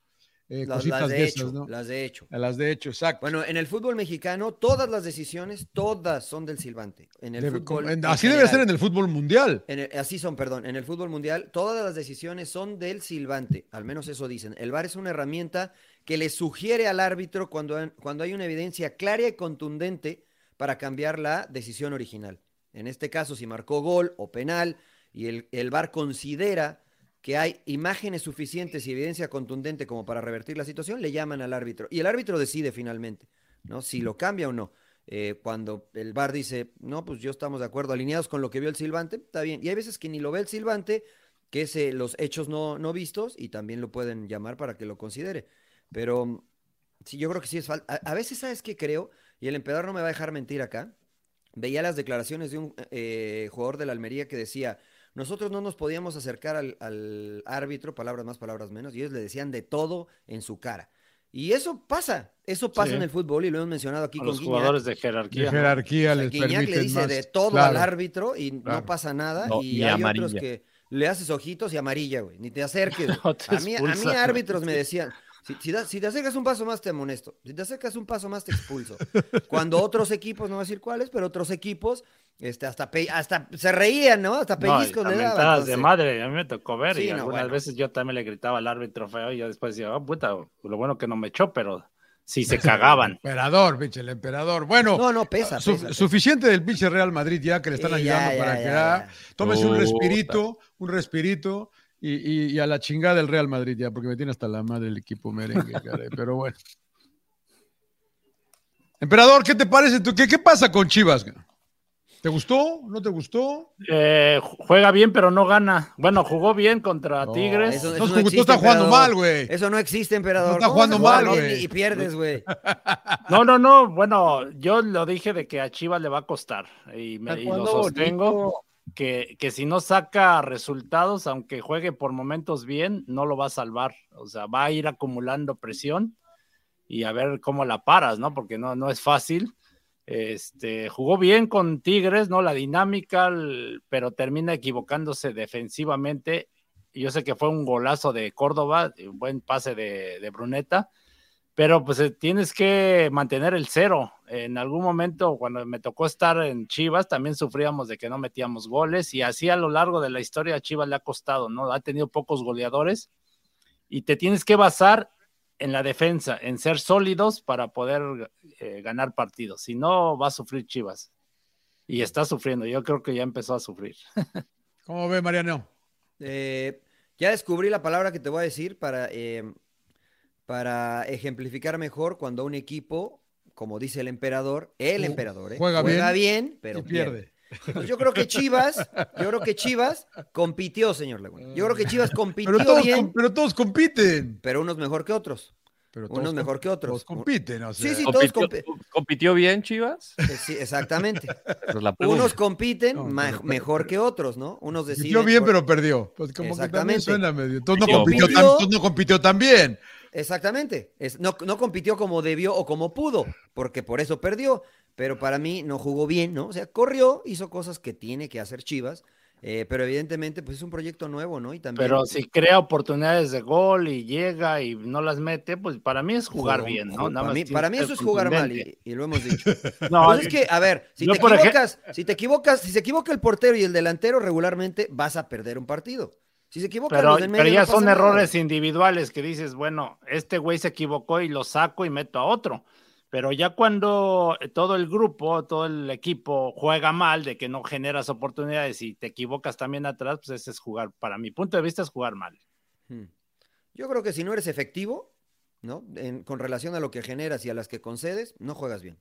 Speaker 2: Eh,
Speaker 1: las,
Speaker 2: cositas
Speaker 1: las
Speaker 2: de,
Speaker 1: de
Speaker 2: esas,
Speaker 1: hecho,
Speaker 2: ¿no?
Speaker 1: las de hecho.
Speaker 2: A las de hecho, exacto.
Speaker 1: Bueno, en el fútbol mexicano, todas las decisiones, todas son del silbante. En el
Speaker 2: Debe-
Speaker 1: fútbol.
Speaker 2: en-
Speaker 1: en
Speaker 2: así debe ser
Speaker 1: general.
Speaker 2: en el fútbol mundial.
Speaker 1: En el- así son, perdón. En el fútbol mundial, todas las decisiones son del silbante. Al menos eso dicen. El VAR es una herramienta que le sugiere al árbitro cuando, han- cuando hay una evidencia clara y contundente para cambiar la decisión original. En este caso, si marcó gol o penal y el, el VAR considera que hay imágenes suficientes y evidencia contundente como para revertir la situación, le llaman al árbitro. Y el árbitro decide finalmente, ¿no? Si lo cambia o no. Eh, cuando el VAR dice, no, pues yo estamos de acuerdo, alineados con lo que vio el silbante, está bien. Y hay veces que ni lo ve el silbante, que es eh, los hechos no, no vistos, y también lo pueden llamar para que lo considere. Pero mm, sí, yo creo que sí es falta. A, a veces, ¿sabes qué creo? Y el emperador no me va a dejar mentir acá. Veía las declaraciones de un eh, jugador de la Almería que decía, Nosotros no nos podíamos acercar al, al árbitro, palabras más, palabras menos, y ellos le decían de todo en su cara. Y eso pasa, eso pasa
Speaker 3: Sí.
Speaker 1: en el fútbol y lo hemos mencionado aquí
Speaker 3: A
Speaker 1: con
Speaker 3: los
Speaker 1: Guiñac.
Speaker 3: jugadores de
Speaker 2: La
Speaker 3: jerarquía.
Speaker 2: jerarquía
Speaker 1: O sea,
Speaker 2: les
Speaker 1: Guiñac
Speaker 2: permite
Speaker 1: le dice
Speaker 2: más.
Speaker 1: de todo al
Speaker 2: Claro.
Speaker 1: árbitro y
Speaker 2: Claro.
Speaker 1: no pasa nada.
Speaker 4: No,
Speaker 1: y
Speaker 4: y
Speaker 1: hay
Speaker 4: amarilla.
Speaker 1: otros que le haces ojitos y amarilla, güey. Ni te acerques. güey.
Speaker 3: No te
Speaker 1: a, mí, a mí
Speaker 3: expulsan.
Speaker 1: árbitros me decían, si, si da- si te acercas un paso más te amonesto. Si te acercas un paso más te expulso. Cuando otros equipos, no voy a decir cuáles, pero otros equipos este, hasta, pe- hasta se reían, ¿no? Hasta
Speaker 3: No, y
Speaker 1: pellizcos le daban.
Speaker 3: lamentadas de
Speaker 1: entonces.
Speaker 3: madre, a mí me tocó ver
Speaker 1: Sí,
Speaker 3: y
Speaker 1: no,
Speaker 3: algunas
Speaker 1: bueno.
Speaker 3: veces yo también le gritaba al árbitro feo y yo después decía, oh, puta, lo bueno que no me echó, pero sí se cagaban.
Speaker 2: Emperador, pinche, el emperador. Bueno,
Speaker 1: No, no, pesa.
Speaker 2: su-
Speaker 1: pesa, pesa.
Speaker 2: suficiente del pinche Real Madrid ya que le están
Speaker 1: Sí,
Speaker 2: ayudando
Speaker 1: ya,
Speaker 2: para
Speaker 1: ya,
Speaker 2: que
Speaker 1: ya,
Speaker 2: ya- tómese un
Speaker 4: Puta.
Speaker 2: respirito, un respirito y, y- y a la chingada del Real Madrid ya, porque me tiene hasta la madre el equipo merengue, caray, pero bueno. Emperador, ¿qué te parece tú? ¿Qué, qué pasa con Chivas? ¿Te gustó? ¿No te gustó?
Speaker 3: Eh, ju- juega bien, pero no gana. Bueno, jugó bien contra
Speaker 2: No,
Speaker 3: Tigres.
Speaker 1: eso-
Speaker 2: Entonces,
Speaker 1: no
Speaker 2: Cucutú
Speaker 1: existe,
Speaker 2: está jugando
Speaker 1: emperador.
Speaker 2: mal, güey.
Speaker 1: Eso no existe, emperador.
Speaker 2: No está
Speaker 1: ¿Cómo vas a
Speaker 2: jugando
Speaker 1: jugar
Speaker 2: mal,
Speaker 1: bien
Speaker 2: güey.
Speaker 1: Y pierdes, güey.
Speaker 3: No, no, no. Bueno, yo lo dije de que a Chivas le va a costar y, me, y lo sostengo. Que, que si no saca resultados, aunque juegue por momentos bien, no lo va a salvar. O sea, va a ir acumulando presión y a ver cómo la paras, ¿no? Porque no, no es fácil. Este, jugó bien con Tigres, ¿no? La dinámica, el- pero termina equivocándose defensivamente. Yo sé que fue un golazo de Córdoba, un buen pase de, de Bruneta, pero pues eh, tienes que mantener el cero. En algún momento, cuando me tocó estar en Chivas, también sufríamos de que no metíamos goles y así a lo largo de la historia a Chivas le ha costado, ¿no? Ha tenido pocos goleadores y te tienes que basar en la defensa, en ser sólidos para poder eh, ganar partidos. Si no, va a sufrir Chivas. Y está sufriendo. Yo creo que ya empezó a sufrir.
Speaker 2: ¿Cómo ve, Mariano?
Speaker 1: Eh, ya descubrí la palabra que te voy a decir para, eh, para ejemplificar mejor cuando un equipo, como dice el emperador, el
Speaker 2: Ju-
Speaker 1: emperador, ¿eh?
Speaker 2: juega
Speaker 1: bien, pero
Speaker 2: y pierde.
Speaker 1: Pues yo creo que Chivas, yo creo que Chivas compitió, señor Laguna. Yo creo que Chivas compitió
Speaker 2: Pero todos, com-
Speaker 1: bien,
Speaker 2: pero todos compiten.
Speaker 1: pero unos mejor que otros.
Speaker 2: Pero
Speaker 1: Unos
Speaker 2: todos
Speaker 1: mejor que otros.
Speaker 2: Todos compiten, o sea.
Speaker 1: Sí, sí, todos
Speaker 4: ¿Compitió,
Speaker 1: compi-
Speaker 4: compitió bien, Chivas?
Speaker 1: Eh, Sí, exactamente.
Speaker 4: Pues la pregunta.
Speaker 1: Unos compiten
Speaker 2: No,
Speaker 1: ma-
Speaker 2: pero-
Speaker 1: mejor que otros, ¿no? Unos deciden.
Speaker 2: Compitió bien,
Speaker 1: por-
Speaker 2: pero perdió. Pues como que también
Speaker 1: Exactamente.
Speaker 2: suena medio. Entonces no compitió,
Speaker 4: Compitió.
Speaker 2: tan,
Speaker 1: Compitió.
Speaker 2: entonces no compitió tan bien.
Speaker 1: Exactamente. Es- no, no compitió como debió o como pudo, porque por eso perdió. Pero para mí no jugó bien, ¿no? O sea, corrió, hizo cosas que tiene que hacer Chivas. eh, pero evidentemente, pues es un proyecto nuevo, ¿no? Y también.
Speaker 3: Pero si crea oportunidades de gol y llega y no las mete, pues para mí es jugar
Speaker 1: Jugó-
Speaker 3: bien, ¿no?
Speaker 1: jugó-
Speaker 3: Nada
Speaker 1: para
Speaker 3: más
Speaker 1: mí,
Speaker 3: tienes
Speaker 1: para mí
Speaker 3: que
Speaker 1: eso es
Speaker 3: ser
Speaker 1: jugar mal,
Speaker 3: contundente.
Speaker 1: y, y lo hemos dicho.
Speaker 3: No, eh,
Speaker 1: Pues es que, a ver, si
Speaker 3: yo,
Speaker 1: te
Speaker 3: por ej-
Speaker 1: equivocas, si te equivocas, si se equivoca el portero y el delantero, regularmente vas a perder un partido. Si se equivocan
Speaker 3: pero,
Speaker 1: los del
Speaker 3: pero
Speaker 1: medio,
Speaker 3: ya
Speaker 1: no pasa
Speaker 3: son
Speaker 1: nada.
Speaker 3: errores individuales que dices, bueno, este güey se equivocó y lo saco y meto a otro. Pero ya cuando eh, todo el grupo, todo el equipo juega mal, de que no generas oportunidades y te equivocas también atrás, pues ese es jugar, para mi punto de vista es jugar mal.
Speaker 1: Hmm. Yo creo que si no eres efectivo, ¿no? En- con relación a lo que generas y a las que concedes, no juegas bien.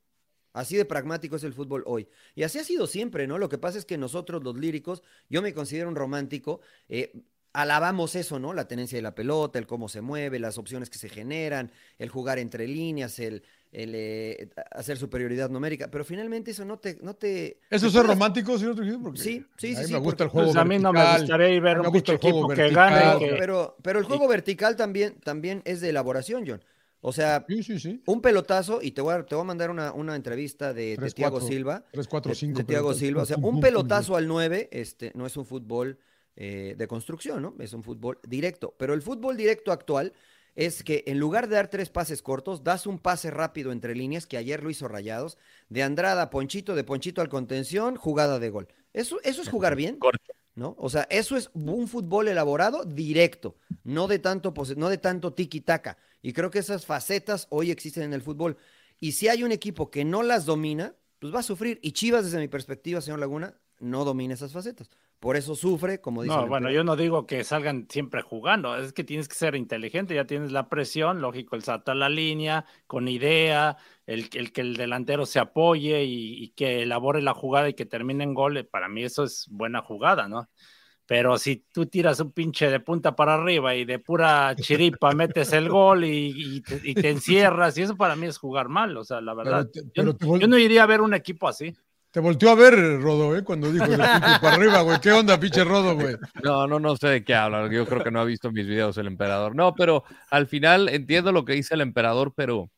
Speaker 1: Así de pragmático es el fútbol hoy. Y así ha sido siempre, ¿no? Lo que pasa es que nosotros, los líricos, yo me considero un romántico, eh, alabamos eso, ¿no? La tenencia de la pelota, el cómo se mueve, las opciones que se generan, el jugar entre líneas, el, el, eh, hacer superioridad numérica. Pero finalmente eso no te. No te
Speaker 2: ¿Eso
Speaker 1: te
Speaker 2: es
Speaker 1: puede-
Speaker 2: ser romántico, señor Trujillo? Porque
Speaker 1: Sí, sí,
Speaker 2: a
Speaker 1: sí,
Speaker 2: mí
Speaker 1: sí,
Speaker 2: me gusta
Speaker 1: porque-
Speaker 2: el juego
Speaker 3: Pues a mí no me
Speaker 2: vertical.
Speaker 3: gustaría ir ver
Speaker 2: A mí me
Speaker 3: un
Speaker 2: gusta
Speaker 3: pinche
Speaker 2: el juego
Speaker 3: equipo que
Speaker 2: vertical.
Speaker 3: gane.
Speaker 1: Pero,
Speaker 3: y que-
Speaker 1: pero, pero el juego vertical también, también es de elaboración, John. O sea,
Speaker 2: Sí, sí, sí.
Speaker 1: un pelotazo, y te voy a, te voy a mandar una, una entrevista de, de
Speaker 2: Tres,
Speaker 1: Tiago
Speaker 2: cuatro,
Speaker 1: Silva.
Speaker 2: 3, 4,
Speaker 1: de-
Speaker 2: 5.
Speaker 1: de Thiago Silva. O sea, un pelotazo al 9 este, no es un fútbol eh, de construcción, ¿no? Es un fútbol directo. Pero el fútbol directo actual es que en lugar de dar tres pases cortos, das un pase rápido entre líneas, que ayer lo hizo Rayados, de Andrada a Ponchito, de Ponchito al contención, jugada de gol. Eso, eso es jugar bien.
Speaker 4: Correcto.
Speaker 1: ¿No? O sea, eso es un fútbol elaborado directo, no de tanto, pose- no de tanto tiki-taka. Y creo que esas facetas hoy existen en el fútbol. Y si hay un equipo que no las domina, pues va a sufrir. Y Chivas, desde mi perspectiva, señor Laguna, no domina esas facetas. Por eso sufre, como dice.
Speaker 3: No,
Speaker 1: el
Speaker 3: bueno,
Speaker 1: emperador.
Speaker 3: yo no digo que salgan siempre jugando, es que tienes que ser inteligente, ya tienes la presión, lógico, el saltar la línea, con idea, el, que- el que el delantero se apoye y, y que elabore la jugada y que termine en gol, eh, para mí eso es buena jugada, ¿no? Pero si tú tiras un pinche de punta para arriba y de pura chiripa metes el gol y, y te, y te encierras, y eso para mí es jugar mal, o sea, la verdad.
Speaker 2: Pero te-
Speaker 3: yo,
Speaker 2: pero te vol-
Speaker 3: yo no iría a ver un equipo así.
Speaker 2: Te volteó a ver, Rodo, ¿eh? Cuando dijo de pinche para arriba, güey. ¿Qué onda, pinche Rodo, güey?
Speaker 4: No, no, no sé de qué habla. Yo creo que no ha visto mis videos el emperador. No, pero al final entiendo lo que dice el emperador, pero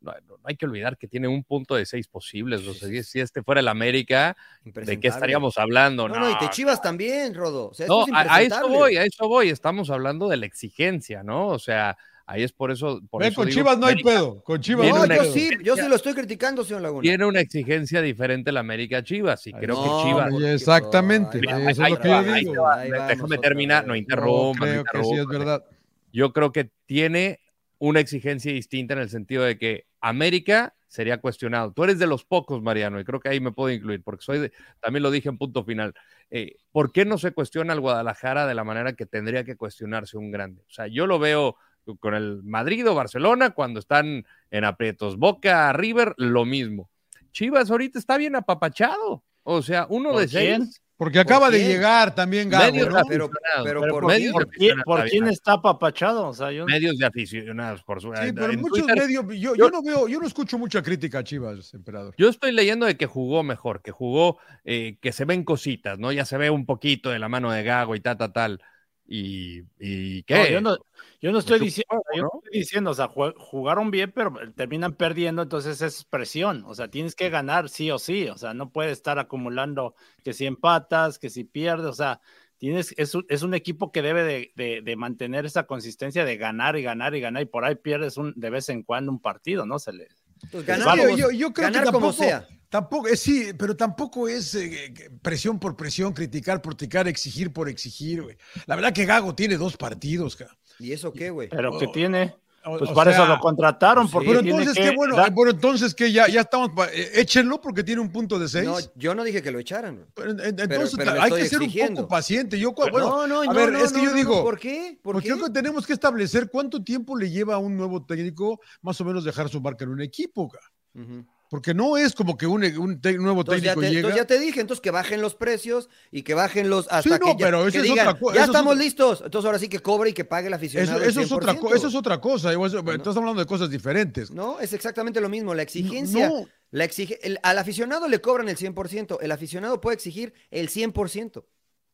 Speaker 4: no, no hay que olvidar que tiene un punto de seis posibles. O sea, si, si este fuera el América, ¿de qué
Speaker 1: Impresentable.
Speaker 4: estaríamos hablando?
Speaker 1: No, no, y te chivas también, Rodo. O sea,
Speaker 4: No,
Speaker 1: esto es
Speaker 4: a, a eso
Speaker 1: impresentable.
Speaker 4: voy, a eso voy. Estamos hablando de la exigencia, ¿no? O sea, ahí es por eso. Por
Speaker 2: Ve,
Speaker 4: eso
Speaker 2: con
Speaker 4: digo,
Speaker 2: Chivas no hay
Speaker 4: América
Speaker 2: pedo. Con Chivas
Speaker 4: Viene
Speaker 2: no
Speaker 1: No,
Speaker 2: hay
Speaker 4: una-
Speaker 1: yo
Speaker 2: pedo.
Speaker 1: sí, yo sí lo estoy criticando, señor Laguna.
Speaker 4: Tiene una exigencia diferente la América Chivas y creo
Speaker 1: No,
Speaker 4: que Chivas.
Speaker 1: hombre,
Speaker 2: Oye,
Speaker 1: qué
Speaker 2: exactamente,
Speaker 1: cosa.
Speaker 2: eso es lo que yo
Speaker 1: ahí
Speaker 2: digo.
Speaker 1: te va, ahí vamos
Speaker 4: Déjame
Speaker 1: otra
Speaker 4: terminar,
Speaker 1: vez.
Speaker 4: no
Speaker 2: No,
Speaker 4: interrumpa.
Speaker 2: creo que sí, es verdad.
Speaker 4: Yo creo que tiene una exigencia distinta en el sentido de que América sería cuestionado. Tú eres de los pocos, Mariano, y creo que ahí me puedo incluir, porque soy de- también lo dije en punto final. Eh, ¿Por qué no se cuestiona al Guadalajara de la manera que tendría que cuestionarse un grande? O sea, yo lo veo con el Madrid o Barcelona cuando están en aprietos. Boca, River, lo mismo. Chivas ahorita está bien apapachado. O sea, uno
Speaker 3: ¿Por
Speaker 4: de
Speaker 3: quién?
Speaker 4: seis.
Speaker 2: Porque acaba de
Speaker 1: quién?
Speaker 2: llegar también Gabo,
Speaker 4: Medio
Speaker 2: ¿no?
Speaker 1: Pero, pero,
Speaker 3: Pero
Speaker 1: por,
Speaker 3: ¿por,
Speaker 1: qué?
Speaker 4: medio-
Speaker 3: por quién, por quién está papachado? O sea, yo
Speaker 4: medios de aficionados, por supuesto.
Speaker 2: Sí, pero
Speaker 4: En
Speaker 2: muchos
Speaker 4: Twitter
Speaker 2: medios. Yo, yo no veo, yo no escucho mucha crítica a Chivas, emperador.
Speaker 4: Yo estoy leyendo de que jugó mejor, que jugó, eh, que se ven cositas, ¿no? Ya se ve un poquito de la mano de Gago y tal, tal, tal. ¿Y, y qué?
Speaker 3: No, yo, no, yo no estoy
Speaker 4: Mucho
Speaker 3: diciendo, yo no estoy diciendo, o sea, jue- jugaron bien, pero terminan perdiendo, entonces es presión, o sea, tienes que ganar sí o sí, o sea, no puedes estar acumulando que si empatas, que si pierdes, o sea, tienes, es un, es un equipo que debe de, de- de mantener esa consistencia de ganar y ganar y ganar, y por ahí pierdes un, de vez en cuando un partido, ¿no? Se le,
Speaker 1: Entonces,
Speaker 2: Sí,
Speaker 1: ganar,
Speaker 2: yo, yo creo
Speaker 1: ganar
Speaker 2: que
Speaker 1: como
Speaker 2: tampoco,
Speaker 1: sea.
Speaker 2: Tampoco, eh, sí, pero tampoco es eh, que- presión por presión, criticar por criticar, exigir por exigir, güey. La verdad que Gago tiene dos partidos, ca.
Speaker 1: ¿Y eso qué, güey?
Speaker 3: pero que
Speaker 2: Oh,
Speaker 3: tiene,
Speaker 2: O-
Speaker 3: pues
Speaker 2: o
Speaker 3: para
Speaker 2: sea,
Speaker 3: eso lo contrataron,
Speaker 1: sí.
Speaker 3: porque
Speaker 2: Pero
Speaker 3: tiene
Speaker 2: entonces,
Speaker 3: que
Speaker 2: qué bueno,
Speaker 3: dar-
Speaker 2: eh, bueno, entonces que ya, ya estamos, pa- eh, échenlo porque tiene un punto de seis.
Speaker 1: No, yo no dije que lo echaran.
Speaker 2: Pero, en- en-
Speaker 1: pero-
Speaker 2: entonces
Speaker 1: pero le
Speaker 2: hay
Speaker 1: estoy
Speaker 2: que ser un
Speaker 1: exigiendo.
Speaker 2: poco paciente. Yo, cua- Ah, bueno,
Speaker 1: no, no,
Speaker 2: a
Speaker 1: no,
Speaker 2: ver,
Speaker 1: no,
Speaker 2: es que
Speaker 1: no,
Speaker 2: yo
Speaker 1: no,
Speaker 2: digo,
Speaker 1: ¿Por qué? ¿Por
Speaker 2: Porque
Speaker 1: qué?
Speaker 2: creo que tenemos que establecer cuánto tiempo le lleva a un nuevo técnico más o menos dejar su marca en un equipo, ca.
Speaker 1: Ujú.
Speaker 2: porque no es como que un, un te- nuevo
Speaker 1: Entonces ya,
Speaker 2: técnico
Speaker 1: te,
Speaker 2: llega.
Speaker 1: entonces ya te dije, entonces que bajen los precios y que bajen los hasta
Speaker 2: Sí,
Speaker 1: que,
Speaker 2: no,
Speaker 1: ya,
Speaker 2: pero
Speaker 1: que
Speaker 2: eso es
Speaker 1: digan,
Speaker 2: otra co-
Speaker 1: ya
Speaker 2: eso es
Speaker 1: estamos
Speaker 2: otra-
Speaker 1: listos. Entonces ahora sí que cobre y que pague el
Speaker 2: Eso,
Speaker 1: aficionado. el
Speaker 2: eso es otra, co-
Speaker 1: 100%.
Speaker 2: eso es otra cosa. igual-
Speaker 1: Bueno.
Speaker 2: Estás hablando de cosas diferentes.
Speaker 1: No, es exactamente lo mismo. La exigencia.
Speaker 2: No,
Speaker 1: La exige, el- al aficionado le cobran el 100%. El aficionado puede exigir el 100%.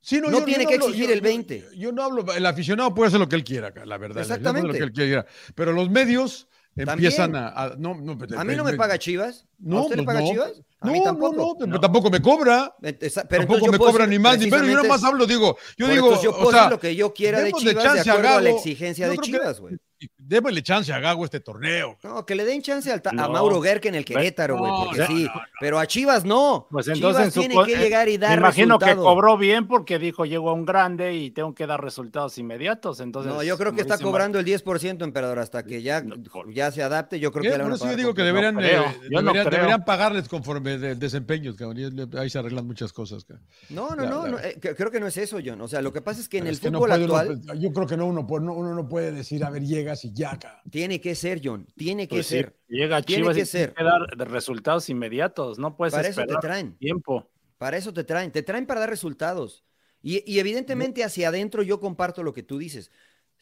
Speaker 2: sí,
Speaker 1: no tiene que exigir el 20.
Speaker 2: Yo, no hablo, el aficionado puede hacer lo que él quiera, acá, la verdad. el aficionado puede hacer Lo
Speaker 1: Exactamente.
Speaker 2: que él quiera. Pero los medios
Speaker 1: También.
Speaker 2: empiezan a, a- no, no, pues,
Speaker 1: A mí no me paga Chivas. ¿A
Speaker 2: No,
Speaker 1: usted le
Speaker 2: pues
Speaker 1: paga
Speaker 2: no.
Speaker 1: Chivas? A
Speaker 2: No,
Speaker 1: mí
Speaker 2: no,
Speaker 1: tampoco.
Speaker 2: no, pero
Speaker 3: No.
Speaker 2: tampoco me cobra.
Speaker 1: Esa- pero entonces
Speaker 2: tampoco
Speaker 1: yo
Speaker 2: me
Speaker 1: puedo
Speaker 2: cobra ni
Speaker 1: decir
Speaker 2: más ni menos. Yo nada más
Speaker 1: precisamente-
Speaker 2: hablo, digo, yo
Speaker 1: Por
Speaker 2: digo,
Speaker 1: entonces yo
Speaker 2: o
Speaker 1: puedo
Speaker 2: sea,
Speaker 1: decir lo que yo quiera de
Speaker 2: démosle
Speaker 1: Chivas de
Speaker 2: chance a
Speaker 1: acuerdo a, la
Speaker 2: Gago.
Speaker 1: exigencia
Speaker 2: Yo
Speaker 1: de
Speaker 2: creo que-
Speaker 1: Chivas, güey.
Speaker 2: démosle chance a Gago este torneo.
Speaker 1: No, que le den chance al ta- a
Speaker 3: No.
Speaker 1: Mauro Gerke en el Querétaro, güey,
Speaker 2: No,
Speaker 1: porque
Speaker 2: no,
Speaker 1: sí, pero a Chivas no.
Speaker 3: Pues entonces en
Speaker 1: Chivas
Speaker 3: su
Speaker 1: tiene
Speaker 3: co-
Speaker 1: que
Speaker 3: eh,
Speaker 1: llegar y dar
Speaker 3: Me imagino
Speaker 1: resultado.
Speaker 3: que cobró bien porque dijo, llego a un grande y tengo que dar resultados inmediatos. Entonces,
Speaker 1: no, yo creo que
Speaker 3: como
Speaker 1: está
Speaker 3: dice Mar-
Speaker 1: cobrando el 10%, emperador, hasta que ya,
Speaker 3: No,
Speaker 1: ya se adapte, yo creo
Speaker 2: Eh,
Speaker 1: que le van
Speaker 2: Por
Speaker 1: a
Speaker 2: eso yo
Speaker 1: pagar
Speaker 2: digo que
Speaker 1: completo.
Speaker 2: deberían,
Speaker 3: No
Speaker 2: eh,
Speaker 3: creo, yo no
Speaker 2: deberían,
Speaker 3: creo.
Speaker 2: deberían pagarles conforme de, desempeños, cabrón, y es- Ahí se arreglan muchas cosas, cabrón.
Speaker 1: No, no,
Speaker 2: Ya,
Speaker 1: no,
Speaker 2: ya.
Speaker 1: no, eh, que- creo que no es eso, John. O sea, lo que pasa es que en
Speaker 2: Pero
Speaker 1: el
Speaker 2: es que no
Speaker 1: fútbol
Speaker 2: puede uno-
Speaker 1: actual
Speaker 2: yo creo que no uno, puede- no- uno no puede decir, a ver, llegas y ya, cabrón.
Speaker 1: tiene que ser, John, tiene que
Speaker 3: Pues sí,
Speaker 1: ser.
Speaker 3: llega a
Speaker 1: Tiene
Speaker 3: Chivas
Speaker 1: que
Speaker 3: y tiene
Speaker 1: ser.
Speaker 3: que dar de- resultados inmediatos. No puedes
Speaker 1: Para eso te
Speaker 3: esperar
Speaker 1: traen.
Speaker 3: tiempo.
Speaker 1: Para eso te traen, te traen para dar resultados. Y, y evidentemente hacia adentro yo comparto lo que tú dices.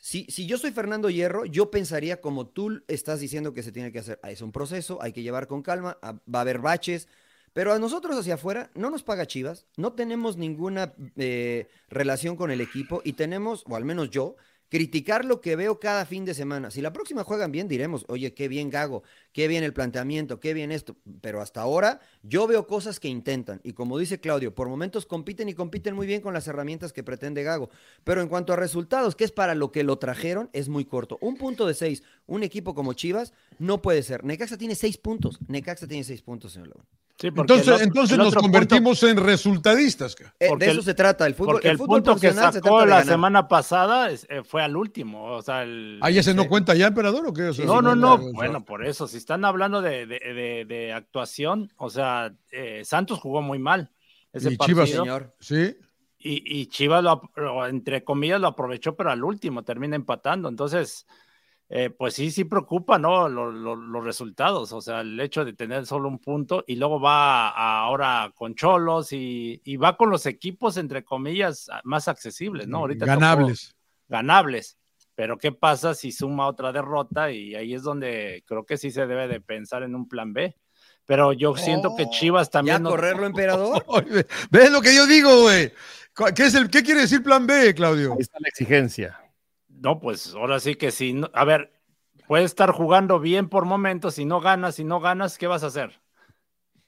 Speaker 1: Si, si yo soy Fernando Hierro, yo pensaría como tú estás diciendo que se tiene que hacer. Ah, Es un proceso, hay que llevar con calma, ah, va a haber baches. Pero a nosotros hacia afuera no nos paga Chivas, no tenemos ninguna eh, relación con el equipo y tenemos, o al menos yo, criticar lo que veo cada fin de semana. Si la próxima juegan bien, diremos, oye, qué bien Gago, qué bien el planteamiento, qué bien esto. Pero hasta ahora yo veo cosas que intentan. Y como dice Claudio, por momentos compiten y compiten muy bien con las herramientas que pretende Gago. Pero en cuanto a resultados, que es para lo que lo trajeron, es muy corto. Un punto de seis, un equipo como Chivas, no puede ser. Necaxa tiene seis puntos. Necaxa tiene seis puntos, señor Laguna.
Speaker 3: Sí, porque el
Speaker 2: Entonces,
Speaker 3: otro-
Speaker 2: entonces
Speaker 3: el
Speaker 2: nos
Speaker 3: otro punto-
Speaker 2: convertimos en resultadistas, cabrón.
Speaker 1: Eh,
Speaker 3: Porque
Speaker 1: de eso
Speaker 3: el-
Speaker 1: se trata. El fútbol,
Speaker 3: porque el,
Speaker 1: fútbol
Speaker 3: punto que
Speaker 1: profesional se
Speaker 3: sacó
Speaker 1: trata de
Speaker 3: la
Speaker 1: ganar.
Speaker 3: semana pasada es- eh, fue al último. O sea, el-
Speaker 2: Ah, ¿ya se
Speaker 1: Sí.
Speaker 2: no cuenta ya, emperador, o qué? O sea,
Speaker 3: No, no, no.
Speaker 2: o sea,
Speaker 3: Bueno, por eso, si están hablando de, de- de- de actuación, o sea, eh, Santos jugó muy mal. Ese
Speaker 2: Y
Speaker 3: partido.
Speaker 2: Chivas,
Speaker 1: Señor.
Speaker 2: Sí.
Speaker 3: Y, y Chivas, lo, ap- lo- entre comillas, lo aprovechó, pero al último termina empatando. Entonces, eh, pues sí, sí preocupa, ¿no? Lo- lo- los resultados, o sea, el hecho de tener solo un punto y luego va a- ahora con Cholos y, y va con los equipos, entre comillas, a- más accesibles, ¿no? Ahorita tocó
Speaker 2: Ganables.
Speaker 3: ganables. Pero ¿qué pasa si suma otra derrota? Y ahí es donde creo que sí se debe de pensar en un plan B. Pero yo siento que Chivas
Speaker 1: ¿Ya
Speaker 3: también. no-
Speaker 1: correrlo, emperador?
Speaker 2: Oye, ¿Ves lo que yo digo, güey? Cu- ¿Qué, es el- ¿Qué quiere decir plan B, Claudio?
Speaker 4: Ahí está la exigencia.
Speaker 3: No, pues ahora sí que si no- a ver, puedes estar jugando bien por momentos, si no ganas, si no ganas, ¿qué vas a hacer?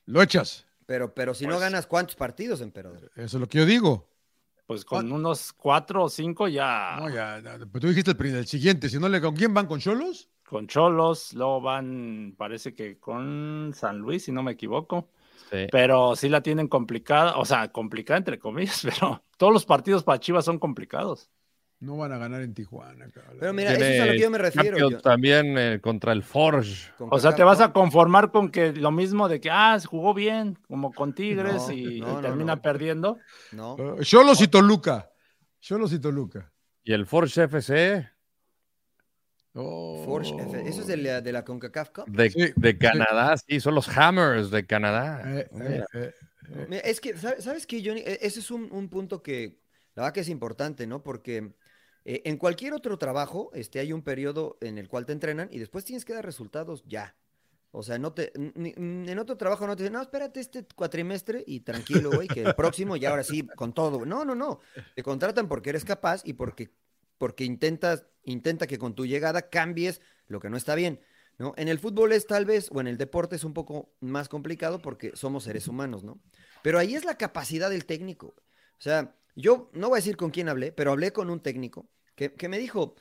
Speaker 2: Lo echas.
Speaker 1: Pero, pero si no ganas, ¿cuántos partidos, emperador?
Speaker 2: Eso es lo que yo digo.
Speaker 1: Ah.
Speaker 3: Pues con unos cuatro o cinco ya
Speaker 2: No, ya, ya, pero tú dijiste el, pri- el siguiente. Si no le, ¿Con quién van? ¿Con Cholos?
Speaker 3: con Cholos, luego van, parece que con San Luis, si no me equivoco.
Speaker 4: Sí.
Speaker 3: Pero sí la tienen complicada, o sea, complicada entre comillas, pero todos los partidos para Chivas son complicados.
Speaker 2: No van a ganar en Tijuana. cabrón.
Speaker 1: Pero mira, eso es a lo
Speaker 4: Tiene
Speaker 1: que yo me refiero.
Speaker 4: Champions
Speaker 1: yo-
Speaker 4: También eh, contra el Forge.
Speaker 1: con
Speaker 3: O sea,
Speaker 1: Kaká,
Speaker 3: te vas
Speaker 1: ¿no?
Speaker 3: a conformar con que lo mismo de que, ah, jugó bien, como con Tigres
Speaker 1: No,
Speaker 3: y, y
Speaker 1: no, no,
Speaker 3: termina
Speaker 1: no.
Speaker 3: perdiendo.
Speaker 1: No.
Speaker 2: Eh, Cholos y Toluca. Cholos y Toluca.
Speaker 4: Y el Forge FC
Speaker 2: Oh.
Speaker 1: Forge F- Eso es de la, de la CONCACAF Cup.
Speaker 4: de,
Speaker 2: Sí,
Speaker 4: de
Speaker 2: sí.
Speaker 4: Canadá, sí. son los Hammers de Canadá.
Speaker 2: Eh, eh, eh.
Speaker 1: Mira, es que, ¿sabe- ¿sabes qué, Johnny? E- Ese es un, un punto que la verdad que es importante, ¿no? Porque eh, en cualquier otro trabajo este, hay un periodo en el cual te entrenan y después tienes que dar resultados ya. O sea, no te, n- ni- n- en otro trabajo no te dicen, no, espérate este cuatrimestre y tranquilo, güey, que el próximo ya ahora sí, con todo. No, no, no. Te contratan porque eres capaz y porque, porque intentas, intenta que con tu llegada cambies lo que no está bien. ¿no? En el fútbol es tal vez, o en el deporte es un poco más complicado porque somos seres humanos, ¿no? Pero ahí es la capacidad del técnico. güey. O sea, yo no voy a decir con quién hablé, pero hablé con un técnico que, que me dijo,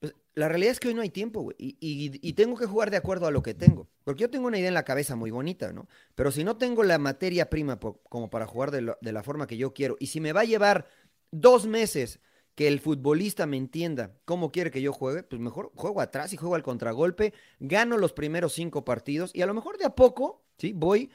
Speaker 1: pues, la realidad es que hoy no hay tiempo, güey, y, y- y tengo que jugar de acuerdo a lo que tengo. Porque yo tengo una idea en la cabeza muy bonita, ¿no? Pero si no tengo la materia prima po- como para jugar de, lo- de la forma que yo quiero, y si me va a llevar dos meses que el futbolista me entienda cómo quiere que yo juegue, pues mejor juego atrás y juego al contragolpe, gano los primeros cinco partidos y a lo mejor de a poco, ¿sí? Voy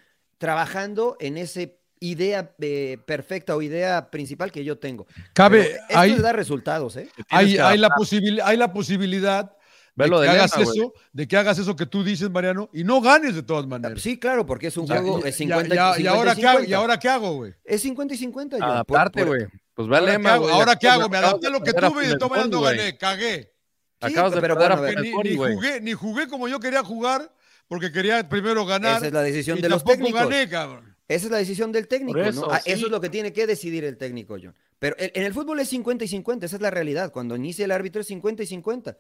Speaker 1: trabajando en esa idea eh, perfecta o idea principal que yo tengo.
Speaker 2: Cabe,
Speaker 1: Pero esto
Speaker 2: hay,
Speaker 1: le da resultados, ¿eh?
Speaker 2: hay, hay la posibil- hay la posibilidad de,
Speaker 4: Velo
Speaker 2: que
Speaker 4: de
Speaker 2: hagas
Speaker 4: Lema, güey.
Speaker 2: eso, de que hagas eso que tú dices, Mariano, y no ganes de todas maneras.
Speaker 1: Sí, claro, porque es un
Speaker 2: Ya-
Speaker 1: juego
Speaker 2: ya-
Speaker 1: eh, 50
Speaker 2: ya- ¿Y ahora qué hago?
Speaker 1: 50.
Speaker 2: ¿Y ahora qué hago, güey?
Speaker 1: Es 50 y 50. John. Por-
Speaker 4: Adaptarte,
Speaker 1: por-
Speaker 4: güey. Pues ve al
Speaker 2: ¿Ahora
Speaker 4: Lema,
Speaker 2: qué hago?
Speaker 4: güey.
Speaker 2: ¿Ahora qué
Speaker 4: Acabas
Speaker 2: hago? Me
Speaker 4: de
Speaker 2: adapté a lo que
Speaker 4: perder
Speaker 2: tuve y de
Speaker 4: Funes
Speaker 2: todas maneras no
Speaker 4: Mori, güey.
Speaker 2: gané, cagué.
Speaker 1: Sí,
Speaker 4: Acabas de
Speaker 1: pero
Speaker 4: perder
Speaker 1: bueno,
Speaker 4: a
Speaker 1: a ver,
Speaker 2: Que ni,
Speaker 4: Funes Mori,
Speaker 2: ni
Speaker 4: güey.
Speaker 2: jugué, ni jugué como yo quería jugar, porque quería primero ganar.
Speaker 1: Esa es la decisión
Speaker 2: y
Speaker 1: de los
Speaker 2: tampoco
Speaker 1: técnicos.
Speaker 2: gané, cabrón.
Speaker 1: Esa es la decisión del técnico, ¿no? Ah,
Speaker 3: eso,
Speaker 1: Eso,
Speaker 3: sí.
Speaker 1: es lo que tiene que decidir el técnico, John. Pero en en el fútbol es 50 y 50, esa es la realidad. Cuando inicia el árbitro es 50 y 50.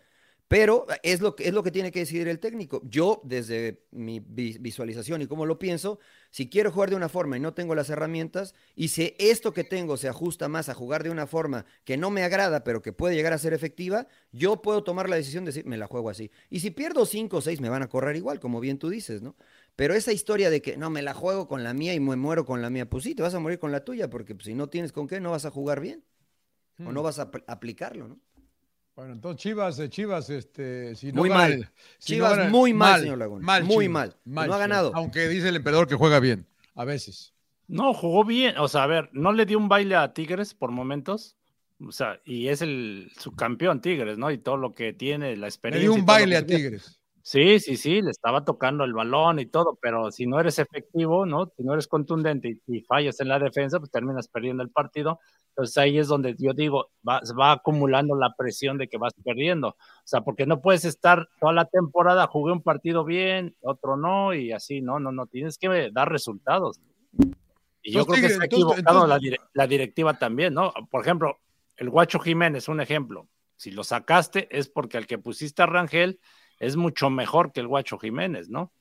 Speaker 1: Pero ah, es lo, que, es lo que tiene que decidir el técnico. Yo, desde mi vi- visualización y cómo lo pienso, si quiero jugar de una forma y no tengo las herramientas, y si esto que tengo se ajusta más a jugar de una forma que no me agrada, pero que puede llegar a ser efectiva, yo puedo tomar la decisión de decir, me la juego así. Y si pierdo 5 o 6, me van a correr igual, como bien tú dices, ¿no? Pero esa historia de que no, me la juego con la mía y me muero con la mía, pues sí, te vas a morir con la tuya, porque pues, si no tienes con qué, no vas a jugar bien. O no vas a apl- aplicarlo, ¿no?
Speaker 2: Bueno, entonces Chivas, eh, Chivas, este, si no
Speaker 1: Muy
Speaker 2: ganan-
Speaker 1: mal.
Speaker 2: si no
Speaker 1: Chivas
Speaker 2: ganan-
Speaker 1: muy mal, señor Laguna. Muy mal. No ha
Speaker 2: Chivas.
Speaker 1: ganado.
Speaker 2: Aunque dice el emperador que juega bien, a veces.
Speaker 3: No, jugó bien. O sea, a ver, no le dio un baile a Tigres por momentos. O sea, y es el subcampeón Tigres, ¿no? Y todo lo que tiene,
Speaker 2: Le
Speaker 3: la experiencia.
Speaker 2: dio
Speaker 3: y
Speaker 2: un
Speaker 3: todo lo
Speaker 2: baile
Speaker 3: que
Speaker 2: a
Speaker 3: tiene.
Speaker 2: Tigres.
Speaker 3: Sí, sí, sí, le estaba tocando el balón y todo, pero si no eres efectivo, ¿no? Si no eres contundente y, y fallas en la defensa, pues terminas perdiendo el partido. Entonces ahí es donde yo digo, va, va acumulando la presión de que vas perdiendo. O sea, porque no puedes estar toda la temporada, jugué un partido bien, otro no, y así, no, no, no, tienes que dar resultados. Y yo
Speaker 2: Entonces,
Speaker 3: creo que
Speaker 2: Tigres,
Speaker 3: está
Speaker 2: Pues entonces-
Speaker 3: equivocado la, dire- la directiva también, ¿no? Por ejemplo, el Guacho Jiménez, un ejemplo. Si lo sacaste es porque al que pusiste a Rangel es mucho mejor que el Guacho Jiménez, ¿no?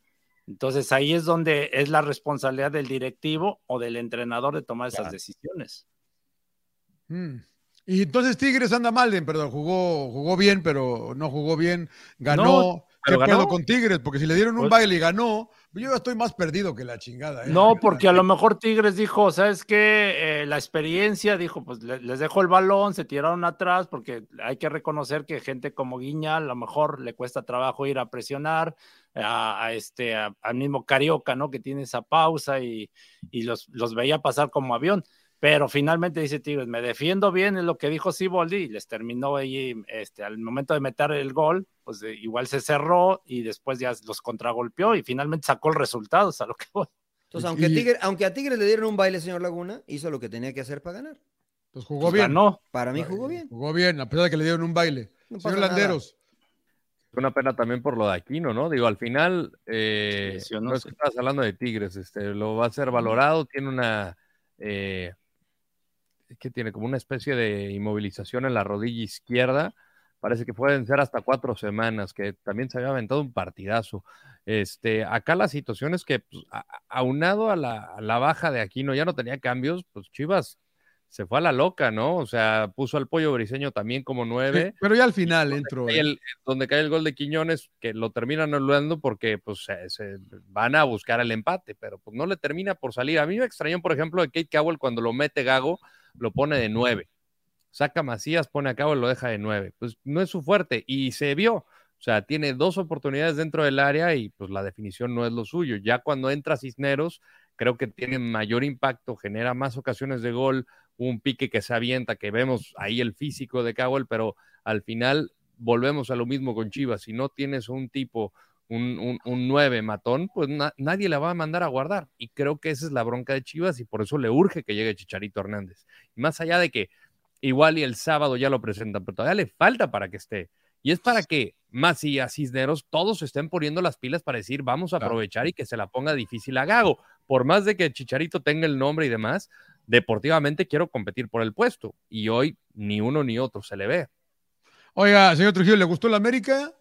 Speaker 3: Entonces ahí es donde es la responsabilidad del directivo o del entrenador de tomar esas decisiones.
Speaker 2: Mm. Y entonces Tigres anda mal, eh, perdón, jugó, jugó bien, pero no jugó bien, ganó.
Speaker 3: No,
Speaker 2: ¿Qué
Speaker 4: pero ganó.
Speaker 2: pedo con Tigres? Porque si le dieron un
Speaker 3: Pues-
Speaker 2: baile y ganó, yo ya estoy más perdido que la chingada. eh, la
Speaker 3: No,
Speaker 2: verdad.
Speaker 3: porque a lo mejor Tigres dijo, ¿sabes qué? Eh, la experiencia dijo, pues le- les dejó el balón, se tiraron atrás, porque hay que reconocer que gente como Guiña a lo mejor le cuesta trabajo ir a presionar, a, a este, a- al mismo Carioca, ¿no? Que tiene esa pausa y, y los, los veía pasar como avión. Pero finalmente dice Tigres, me defiendo bien, es lo que dijo Siboldi, y les terminó ahí, este, al momento de meter el gol, pues eh, igual se cerró y después ya los contragolpeó y finalmente sacó el resultado, o sea, lo que voy.
Speaker 1: Entonces, aunque,
Speaker 2: Pues, Y-
Speaker 1: Tigre- aunque a Tigres le dieron un baile, señor Laguna, hizo lo que tenía que hacer para ganar.
Speaker 2: Entonces jugó
Speaker 3: Pues
Speaker 2: bien.
Speaker 3: ganó.
Speaker 1: Para mí jugó bien.
Speaker 2: Jugó bien, a pesar de que le dieron un baile.
Speaker 1: No
Speaker 2: eh, Señor
Speaker 1: pasa nada.
Speaker 2: Landeros,
Speaker 4: una pena también por lo de Aquino, ¿no? Digo, al final, eh,
Speaker 3: Se lesionó,
Speaker 4: no es
Speaker 3: sí.
Speaker 4: que estabas hablando de Tigres, este, lo va a ser valorado, tiene una, eh, que tiene como una especie de inmovilización en la rodilla izquierda, parece que pueden ser hasta cuatro semanas, que también se había aventado un partidazo. Este, acá la situación es que, pues, a- a- aunado a la, a la baja de Aquino, ya no tenía cambios, pues Chivas se fue a la loca, ¿no? O sea, puso al pollo briseño también como nueve
Speaker 2: Pero ya al final entro.
Speaker 4: cae el- donde cae el gol de Quiñones, que lo terminan anulando porque pues, se, se van a buscar el empate, pero pues, no le termina por salir. A mí me extrañó, por ejemplo, de Kate Cowell cuando lo mete Gago, lo pone de nueve. Saca Macías, pone a Cowell, lo deja de nueve. Pues no es su fuerte y se vio. O sea, tiene dos oportunidades dentro del área y pues la definición no es lo suyo. Ya cuando entra Cisneros, creo que tiene mayor impacto, genera más ocasiones de gol, un pique que se avienta, que vemos ahí el físico de Cowell, pero al final volvemos a lo mismo con Chivas. Si no tienes un tipo, un, un, un 9 matón, pues na- nadie la va a mandar a guardar. Y creo que esa es la bronca de Chivas y por eso le urge que llegue Chicharito Hernández. Y más allá de que igual y el sábado ya lo presentan, pero todavía le falta para que esté. Y es para que Macías, Cisneros, todos se estén poniendo las pilas para decir, vamos a
Speaker 2: Claro.
Speaker 4: aprovechar y que se la ponga difícil a Gago. Por más de que Chicharito tenga el nombre y demás, deportivamente quiero competir por el puesto. Y hoy ni uno ni otro se le ve.
Speaker 2: Oiga, señor Trujillo, ¿le gustó la América?